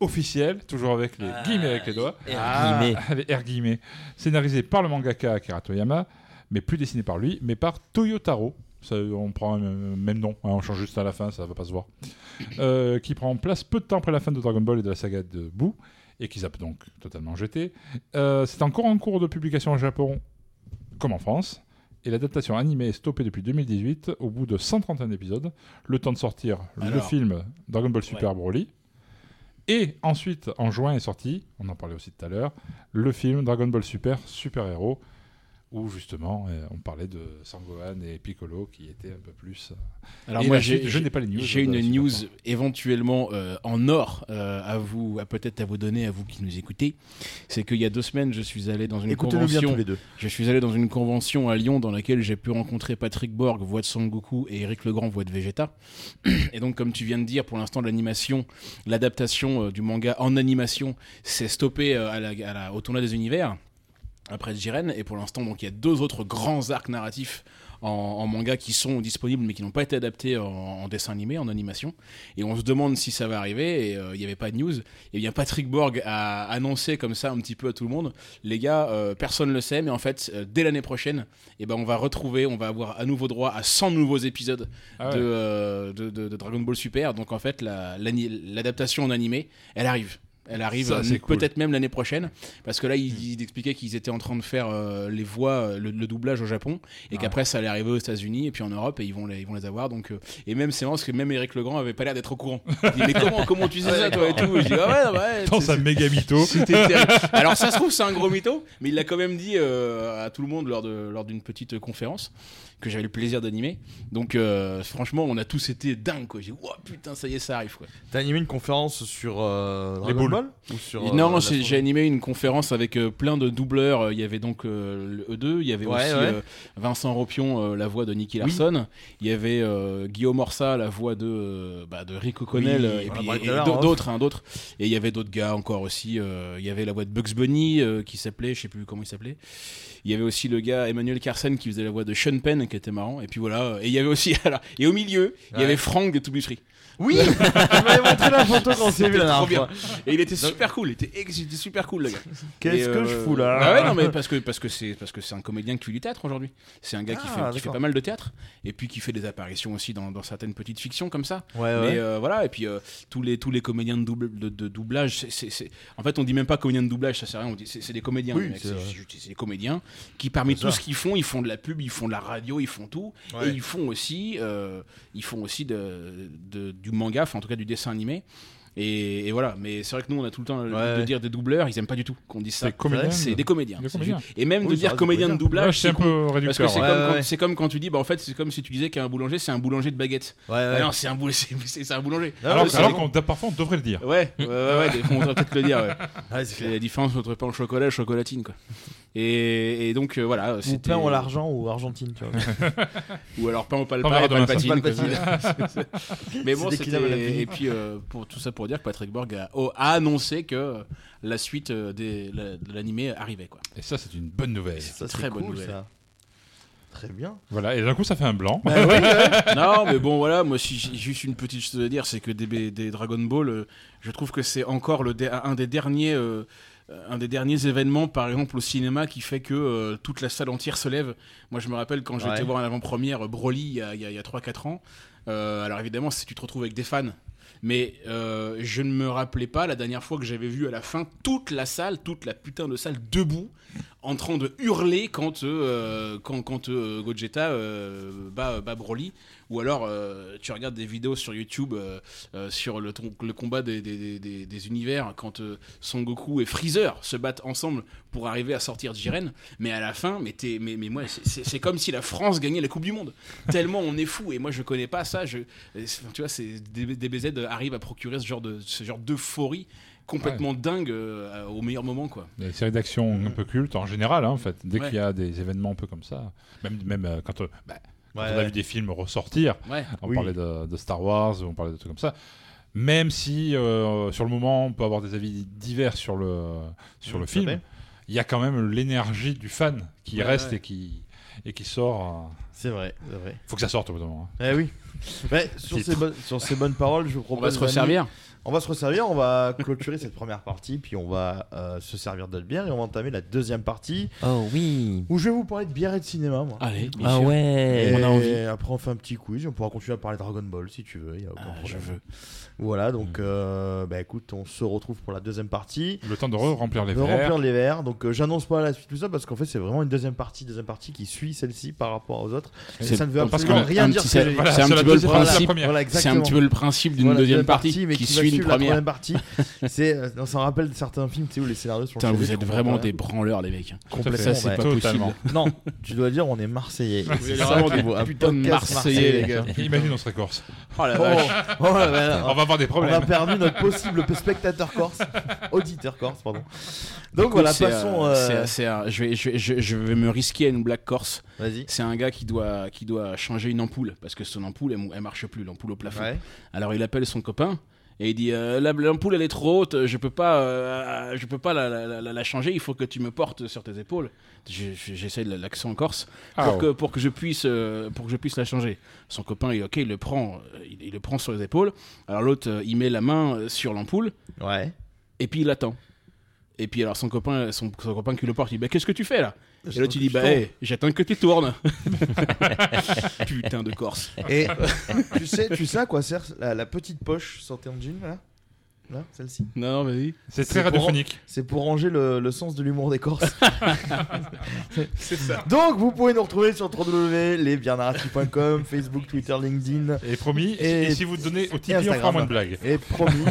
[SPEAKER 7] officielle, toujours avec les guillemets avec les doigts,
[SPEAKER 9] les airs guillemets.
[SPEAKER 7] Ah, avec airs guillemets, scénarisée par le mangaka Akira Toyama, mais plus dessinée par lui, mais par Toyotaro. Ça, on prend le même nom, hein, on change juste à la fin, ça va pas se voir. Euh, qui prend place peu de temps après la fin de Dragon Ball et de la saga de Boo, et qui zappe donc totalement jeté. Euh, C'est encore en cours de publication au Japon comme en France. Et l'adaptation animée est stoppée depuis 2018 au bout de 131 épisodes, le temps de sortir le
[SPEAKER 8] Alors.
[SPEAKER 7] film Dragon Ball Super Broly. Et ensuite, en juin est sorti, on en parlait aussi tout à l'heure, le film Dragon Ball Super Super Héros, où justement euh, on parlait de Sangohan et Piccolo qui étaient un peu plus. euh,
[SPEAKER 8] Alors
[SPEAKER 7] et
[SPEAKER 8] moi,
[SPEAKER 7] la
[SPEAKER 8] j'ai-
[SPEAKER 7] suite, je n'ai pas les news.
[SPEAKER 8] J'ai
[SPEAKER 7] de-
[SPEAKER 8] une news éventuellement euh, en or euh, à vous, à peut-être à vous donner, à vous qui nous écoutez. C'est qu'il y a deux semaines, je suis allé dans une
[SPEAKER 5] Écoutez-nous bien
[SPEAKER 8] convention.
[SPEAKER 5] tous les deux.
[SPEAKER 8] Je suis allé dans une convention à Lyon dans laquelle j'ai pu rencontrer Patrick Borg, voix de Son Goku, et Eric Legrand, voix de Vegeta. Et donc, comme tu viens de dire, pour l'instant, l'animation, l'adaptation euh, du manga en animation s'est stoppée euh, à la- à la- au tournoi des univers après Jiren. Et pour l'instant, donc, il y a deux autres grands arcs narratifs en, en manga qui sont disponibles mais qui n'ont pas été adaptés en, en dessin animé, en animation. Et on se demande si ça va arriver. Et euh, il n'y avait pas de news. Et bien, Patrick Borg a annoncé comme ça un petit peu à tout le monde les gars, euh, personne ne le sait, mais en fait, euh, dès l'année prochaine, et ben, on va retrouver, on va avoir à nouveau droit à 100 nouveaux épisodes
[SPEAKER 7] Ah ouais.
[SPEAKER 8] de, euh, de, de- de Dragon Ball Super. Donc, en fait, la- l'ani- l'adaptation en animé, elle arrive. Elle arrive
[SPEAKER 7] Ça,
[SPEAKER 8] euh,
[SPEAKER 7] c'est cool. Hmm.
[SPEAKER 8] peut-être même l'année prochaine, parce que là, il, il expliquait qu'ils étaient en train de faire euh, les voix, euh, le, le doublage au Japon, et
[SPEAKER 7] Ah Ouais.
[SPEAKER 8] qu'après, ça allait arriver aux États-Unis et puis en Europe, et ils vont les, ils vont les avoir. Donc, euh, et même, c'est marrant parce que même Eric Legrand avait pas l'air d'être au courant. Il dit, mais comment, comment tu sais ça, toi et tout Et Je dis, ah ouais, non, bah ouais,
[SPEAKER 7] Dans
[SPEAKER 8] c'est-
[SPEAKER 7] sa méga mytho.
[SPEAKER 8] c'était terrible. Alors ça se trouve c'est un gros mytho, mais il l'a quand même dit euh, à tout le monde lors de lors d'une petite conférence que j'avais le plaisir d'animer. Donc euh, franchement, on a tous été dingues quoi. J'ai dit, Ouah, putain ça y est ça arrive quoi.
[SPEAKER 5] T'as animé une conférence sur euh, Dragon
[SPEAKER 7] boules.
[SPEAKER 5] Ball ou sur,
[SPEAKER 8] Et
[SPEAKER 5] euh,
[SPEAKER 8] non,
[SPEAKER 5] la
[SPEAKER 8] j'ai j'ai animé une conférence avec euh, plein de doubleurs. Euh, Il y avait donc euh, le E2, il y avait
[SPEAKER 5] Ouais,
[SPEAKER 8] aussi
[SPEAKER 5] ouais.
[SPEAKER 8] euh, Vincent Ropion, euh, la voix de Nicky Larson. Il y avait euh, Guillaume Orsa, la voix de, euh, bah, de Rico Connell,
[SPEAKER 5] Oui,
[SPEAKER 8] euh, et,
[SPEAKER 5] on en
[SPEAKER 8] puis-
[SPEAKER 5] parlait tout
[SPEAKER 8] et
[SPEAKER 5] à l'heure,
[SPEAKER 8] d'au-
[SPEAKER 5] en off.
[SPEAKER 8] d'autres, hein, d'autres. Et il y avait d'autres gars encore aussi. euh, il y avait la voix de Bugs Bunny euh, qui s'appelait, je sais plus comment il s'appelait. Il y avait aussi le gars Emmanuel Carson qui faisait la voix de Sean Penn, qui était marrant. Et puis voilà. euh, Et il y avait aussi, alors, et au milieu, il y
[SPEAKER 5] Ouais.
[SPEAKER 8] avait Franck de To Be Free.
[SPEAKER 5] Oui, il m'avait montré la photo quand on s'est vu la
[SPEAKER 8] C'était
[SPEAKER 5] dernière
[SPEAKER 8] trop bien.
[SPEAKER 5] fois.
[SPEAKER 8] Et il était super cool, il était, ex- il était super cool le gars.
[SPEAKER 5] Qu'est-ce
[SPEAKER 8] Et,
[SPEAKER 5] que je fous, là
[SPEAKER 8] Ah ouais, non mais parce que parce que c'est parce que c'est un comédien qui fait du théâtre aujourd'hui. C'est un gars qui,
[SPEAKER 5] Ah,
[SPEAKER 8] fait, qui fait
[SPEAKER 5] d'accord.
[SPEAKER 8] pas mal de théâtre et puis qui fait des apparitions aussi dans, dans certaines petites fictions comme ça.
[SPEAKER 5] Ouais, Ah ouais.
[SPEAKER 8] Mais euh, voilà et puis euh, tous les tous les comédiens de, double, de, de doublage, c'est- c'est- c'est- en fait on dit même pas comédien de doublage, ça sert à rien. On dit c'est c'est des comédiens.
[SPEAKER 5] Oui,
[SPEAKER 8] les mecs.
[SPEAKER 5] c'est
[SPEAKER 8] C'est
[SPEAKER 5] vrai.
[SPEAKER 8] juste- c'est des comédiens qui parmi
[SPEAKER 5] C'est
[SPEAKER 8] tout
[SPEAKER 5] ça.
[SPEAKER 8] ce qu'ils font, ils font de la pub, ils font de la radio, ils font tout
[SPEAKER 5] Ouais.
[SPEAKER 8] et ils font aussi euh, ils font aussi de, de- du manga, enfin en tout cas du dessin animé. Et, et voilà, mais c'est vrai que nous on a tout le temps le-
[SPEAKER 5] Ouais.
[SPEAKER 8] de dire des doubleurs, ils aiment pas du tout qu'on dise ça.
[SPEAKER 7] Des comédiens.
[SPEAKER 8] C'est des comédiens.
[SPEAKER 7] Des
[SPEAKER 8] c'est
[SPEAKER 7] comédiens.
[SPEAKER 8] juste. Et même
[SPEAKER 7] Oui,
[SPEAKER 8] de
[SPEAKER 7] ça
[SPEAKER 8] dire
[SPEAKER 7] reste des
[SPEAKER 8] comédien de
[SPEAKER 7] comédiens.
[SPEAKER 8] doublage,
[SPEAKER 7] Ouais, c'est un
[SPEAKER 8] con.
[SPEAKER 7] peu
[SPEAKER 8] Parce
[SPEAKER 7] réducteur,
[SPEAKER 8] que c'est
[SPEAKER 7] ouais.
[SPEAKER 8] comme,
[SPEAKER 7] Ouais,
[SPEAKER 8] quand-
[SPEAKER 7] ouais.
[SPEAKER 8] c'est comme quand tu dis, bah en fait, c'est comme si tu disais qu'un boulanger c'est un boulanger de baguette.
[SPEAKER 5] ouais.
[SPEAKER 8] non, c'est un, boul- c'est- c'est- c'est un boulanger.
[SPEAKER 7] Alors,
[SPEAKER 8] Ah Ouais, c'est
[SPEAKER 7] alors
[SPEAKER 8] bon.
[SPEAKER 7] qu'on parfois on devrait le dire.
[SPEAKER 5] Ah,
[SPEAKER 8] Ouais, ouais, ouais, ouais, des fois, on devrait peut-être le dire. Ouais. c'est la différence entre pain au chocolat et chocolatine, quoi. Et, et donc euh, voilà,
[SPEAKER 5] Ou
[SPEAKER 8] c'était
[SPEAKER 5] plein en l'argent ou Argentine, tu vois.
[SPEAKER 8] ou alors pain au palpa
[SPEAKER 5] On verra
[SPEAKER 8] et
[SPEAKER 5] demain, ça.
[SPEAKER 8] palpatine. quoi.
[SPEAKER 5] Palpatine.
[SPEAKER 8] C'est- c'est- Mais bon,
[SPEAKER 5] C'est déclinable à
[SPEAKER 8] c'était
[SPEAKER 5] l'infini.
[SPEAKER 8] et puis euh, pour tout ça pour dire que Patrick Borg a, oh, a annoncé que la suite euh, des- la- de l'animé arrivait quoi.
[SPEAKER 7] Et ça, c'est une bonne nouvelle.
[SPEAKER 8] C'est une très bonne nouvelle.
[SPEAKER 5] Très bien.
[SPEAKER 7] Voilà, et d'un coup, ça fait un blanc.
[SPEAKER 8] non, mais bon, voilà, moi, si j'ai juste une petite chose à dire, c'est que des, des Dragon Ball, euh, je trouve que c'est encore le der- un des derniers. euh, un des derniers événements, par exemple au cinéma, qui fait que euh, toute la salle entière se lève. Moi, je me rappelle quand j'étais
[SPEAKER 5] Ouais.
[SPEAKER 8] voir en avant-première euh, Broly il y a, il y a- il y a 3-4 ans. Euh, alors évidemment, si tu te retrouves avec des fans, mais euh, je ne me rappelais pas la dernière fois que j'avais vu à la fin toute la salle, toute la putain de salle debout, en train de hurler quand euh, quand quand euh, Gogeta euh, bat, bat Broly, ou alors euh, tu regardes des vidéos sur YouTube euh, euh, sur le, ton- le combat des, des- des- des- des univers quand euh, Son Goku et Freezer se battent ensemble pour arriver à sortir de Jiren, mais à la fin, mais t'es- mais, mais moi c'est- c'est c'est comme si la France gagnait la Coupe du Monde, tellement on est fou et moi je connais pas ça, je et c'est- tu vois c'est DB- DBZ arrive à procurer ce genre de ce genre d'euphorie complètement dingue euh, au meilleur moment quoi.
[SPEAKER 7] Des séries d'action un peu cultes en général, hein, en fait. Dès
[SPEAKER 8] Ouais.
[SPEAKER 7] qu'il y a des événements un peu comme ça, même, même euh, quand, euh, bah, quand
[SPEAKER 8] Ouais,
[SPEAKER 7] on a
[SPEAKER 8] ouais.
[SPEAKER 7] vu des films ressortir,
[SPEAKER 8] Ouais.
[SPEAKER 7] on
[SPEAKER 8] Oui.
[SPEAKER 7] parlait de, de Star Wars, on parlait de trucs comme ça. Même si euh, sur le moment on peut avoir des avis divers sur le, sur
[SPEAKER 5] Mmh,
[SPEAKER 7] le
[SPEAKER 5] tout à
[SPEAKER 7] film,
[SPEAKER 5] fait.
[SPEAKER 7] il y a quand même l'énergie du fan qui
[SPEAKER 5] Ouais,
[SPEAKER 7] reste
[SPEAKER 5] ouais.
[SPEAKER 7] et qui et qui sort. euh,
[SPEAKER 5] C'est vrai, c'est vrai.
[SPEAKER 7] Faut que ça sorte au bout d'un moment. hein.
[SPEAKER 5] Eh oui. Ouais, sur,
[SPEAKER 7] Titre.
[SPEAKER 5] ces bonnes, sur ces bonnes paroles, je vous propose.
[SPEAKER 7] va se
[SPEAKER 5] Manu,
[SPEAKER 7] resservir.
[SPEAKER 5] On va se resservir, on va clôturer cette première partie, puis on va euh, se servir d'autres bières et on va entamer la deuxième partie.
[SPEAKER 9] Oh oui.
[SPEAKER 5] Où je vais vous parler de bière et de cinéma, moi.
[SPEAKER 8] Allez,
[SPEAKER 9] bien Ah sûr. ouais,
[SPEAKER 5] Et
[SPEAKER 9] on a envie.
[SPEAKER 5] Après, on fait un petit quiz, on pourra continuer à parler Dragon Ball si tu Ah, veux, il y a aucun
[SPEAKER 8] Ah, je
[SPEAKER 5] problème. Voilà, donc euh, bah, écoute, on se retrouve pour la deuxième partie.
[SPEAKER 7] Le temps de re-remplir les
[SPEAKER 5] de
[SPEAKER 7] verres.
[SPEAKER 5] remplir les verres. Donc euh, j'annonce pas la suite tout ça parce qu'en fait c'est vraiment une deuxième partie, deuxième partie qui suit celle-ci par rapport aux autres. Et
[SPEAKER 8] C'est-
[SPEAKER 5] ça ne veut
[SPEAKER 8] parce
[SPEAKER 5] absolument
[SPEAKER 8] que
[SPEAKER 5] rien
[SPEAKER 8] un
[SPEAKER 5] dire.
[SPEAKER 8] petit-
[SPEAKER 5] ce que j'ai dit.
[SPEAKER 8] voilà, c'est un petit peu le
[SPEAKER 5] Voilà,
[SPEAKER 8] principe.
[SPEAKER 5] voilà,
[SPEAKER 8] Voilà,
[SPEAKER 5] exactement.
[SPEAKER 8] c'est un petit peu le principe d'une
[SPEAKER 5] Voilà,
[SPEAKER 8] deuxième partie
[SPEAKER 5] mais
[SPEAKER 8] qui
[SPEAKER 5] va
[SPEAKER 8] suit une
[SPEAKER 5] suivre la
[SPEAKER 8] première.
[SPEAKER 5] partie. C'est euh, on s'en rappelle de certains films, tu sais où les scénarios sont.
[SPEAKER 8] Putain,
[SPEAKER 5] chelous,
[SPEAKER 8] vous
[SPEAKER 5] tu
[SPEAKER 8] êtes
[SPEAKER 5] comprends
[SPEAKER 8] vraiment
[SPEAKER 5] rien.
[SPEAKER 8] des branleurs les mecs.
[SPEAKER 5] Complètement,
[SPEAKER 8] Ça c'est
[SPEAKER 5] ouais.
[SPEAKER 8] pas possible.
[SPEAKER 5] Non, tu dois dire on est Marseillais.
[SPEAKER 8] Vous
[SPEAKER 5] C'est
[SPEAKER 8] êtes
[SPEAKER 5] ça
[SPEAKER 8] vraiment
[SPEAKER 5] qu'il
[SPEAKER 8] des
[SPEAKER 5] faut, un
[SPEAKER 8] putains de
[SPEAKER 5] podcast
[SPEAKER 8] Marseillais, les gars.
[SPEAKER 7] Imagine, on serait corse.
[SPEAKER 8] Oh la
[SPEAKER 5] Oh,
[SPEAKER 8] vache.
[SPEAKER 5] oh là là,
[SPEAKER 7] On va avoir des problèmes.
[SPEAKER 5] On a perdu notre possible spectateur corse, auditeur corse, pardon. Donc
[SPEAKER 8] Écoute,
[SPEAKER 5] voilà,
[SPEAKER 8] c'est,
[SPEAKER 5] passons.
[SPEAKER 8] euh,
[SPEAKER 5] euh,
[SPEAKER 8] c'est- c'est, euh, je, vais, je, vais- je- je vais me risquer à une blague corse.
[SPEAKER 5] Vas-y.
[SPEAKER 8] C'est un gars qui doit, qui doit changer une ampoule parce que son ampoule, elle, mou- elle marche plus, l'ampoule au plafond.
[SPEAKER 5] Ouais.
[SPEAKER 8] Alors il appelle son copain et il dit euh, La- l'ampoule elle est trop haute, je peux pas, euh, je peux pas la, la- la- la changer. Il faut que tu me portes sur tes épaules. Je- je- J'essaie de l'accent corse
[SPEAKER 7] Ah,
[SPEAKER 8] pour
[SPEAKER 7] oh.
[SPEAKER 8] que pour que je puisse euh, pour que je puisse la changer. Son copain, il, ok, il le prend, euh, il, il le prend sur les épaules. Alors l'autre, euh, il met la main euh, sur l'ampoule.
[SPEAKER 5] Ouais.
[SPEAKER 8] Et puis il attend. Et puis alors son copain, son, son copain qui le porte, il dit bah, qu'est-ce que tu fais là Et
[SPEAKER 5] J'attends
[SPEAKER 8] l'autre il
[SPEAKER 5] que
[SPEAKER 8] dit
[SPEAKER 5] tu
[SPEAKER 8] bah
[SPEAKER 5] tournes.
[SPEAKER 8] hey, j'attends que tu tournes. Putain de Corse.
[SPEAKER 5] Et tu sais, tu sais à quoi sert la, la petite poche sur ton jean là Là, celle-ci
[SPEAKER 8] Non, non, vas-y.
[SPEAKER 7] C'est très
[SPEAKER 5] pour-
[SPEAKER 7] radiophonique.
[SPEAKER 5] C'est pour ranger le, le sens de l'humour des Corses.
[SPEAKER 8] C'est ça.
[SPEAKER 5] Donc, vous pouvez nous retrouver sur www.lesbiennarratifs.com, Facebook, Twitter, LinkedIn.
[SPEAKER 7] Et promis, et si vous donnez au
[SPEAKER 5] et
[SPEAKER 7] Tipeee, on fera
[SPEAKER 5] Instagram.
[SPEAKER 7] moins de blagues.
[SPEAKER 5] Et promis.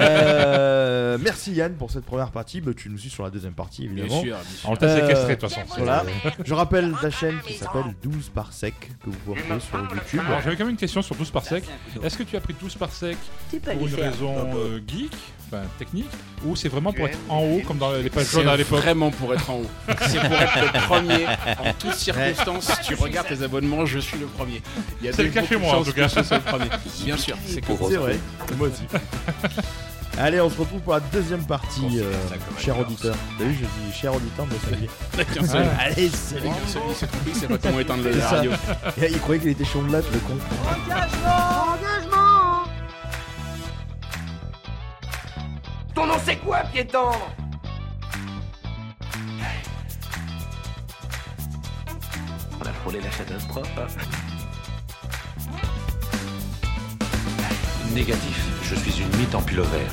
[SPEAKER 5] euh, merci Yann pour cette première partie. Bah, tu nous suis sur la deuxième partie, évidemment.
[SPEAKER 7] sûr, bien sûr. On t'a séquestré, de toute façon.
[SPEAKER 5] Euh, Voilà. Je rappelle ta chaîne qui s'appelle 12 par sec, que vous pouvez retrouver sur YouTube.
[SPEAKER 7] Alors j'avais quand même une question sur 12 parsec. Est-ce que tu as pris 12 parsec
[SPEAKER 5] pas
[SPEAKER 7] pour une
[SPEAKER 5] l'hiver.
[SPEAKER 7] raison euh, geek, enfin technique, ou c'est vraiment pour
[SPEAKER 8] Ouais.
[SPEAKER 7] être en haut comme dans les pages
[SPEAKER 8] C'est
[SPEAKER 7] jaunes à l'époque
[SPEAKER 8] vraiment pour être en haut. C'est pour être le premier. En toutes circonstances, tu regardes tes abonnements, je suis le premier. Il y a
[SPEAKER 7] C'est
[SPEAKER 8] des
[SPEAKER 7] le cas chez
[SPEAKER 8] beaucoup de
[SPEAKER 7] moi, en
[SPEAKER 8] chances
[SPEAKER 7] tout cas.
[SPEAKER 8] que je sois le premier. Bien sûr, c'est que
[SPEAKER 5] C'est vrai, moi aussi. Allez, on se retrouve pour la deuxième partie, euh, cher auditeur. T'as vu, je dis cher auditeur, mais ça y est.
[SPEAKER 8] Qu'un seul.
[SPEAKER 5] Ah, Allez, salut.
[SPEAKER 8] Qu'un seul, il s'est trompé, il sait pas comment éteindre le-
[SPEAKER 5] C'est
[SPEAKER 8] la
[SPEAKER 5] ça.
[SPEAKER 8] radio.
[SPEAKER 5] Il croyait qu'il était chambelate, le con.
[SPEAKER 3] Engagement Engagement
[SPEAKER 1] Ton nom c'est quoi, piéton
[SPEAKER 12] On a frôlé la catastrophe. Négatif, je suis une mythe en pilover.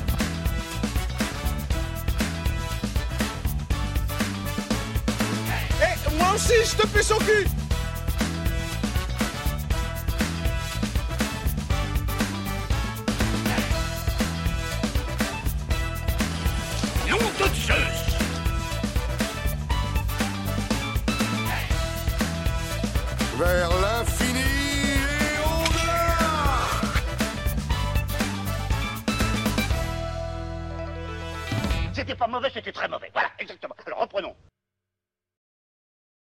[SPEAKER 1] Eh, moi aussi, je te fais son cul
[SPEAKER 13] Nom de Zeus
[SPEAKER 14] vers l'infini et au-delà.
[SPEAKER 13] C'était pas mauvais, c'était très mauvais. Voilà, exactement. Alors reprenons.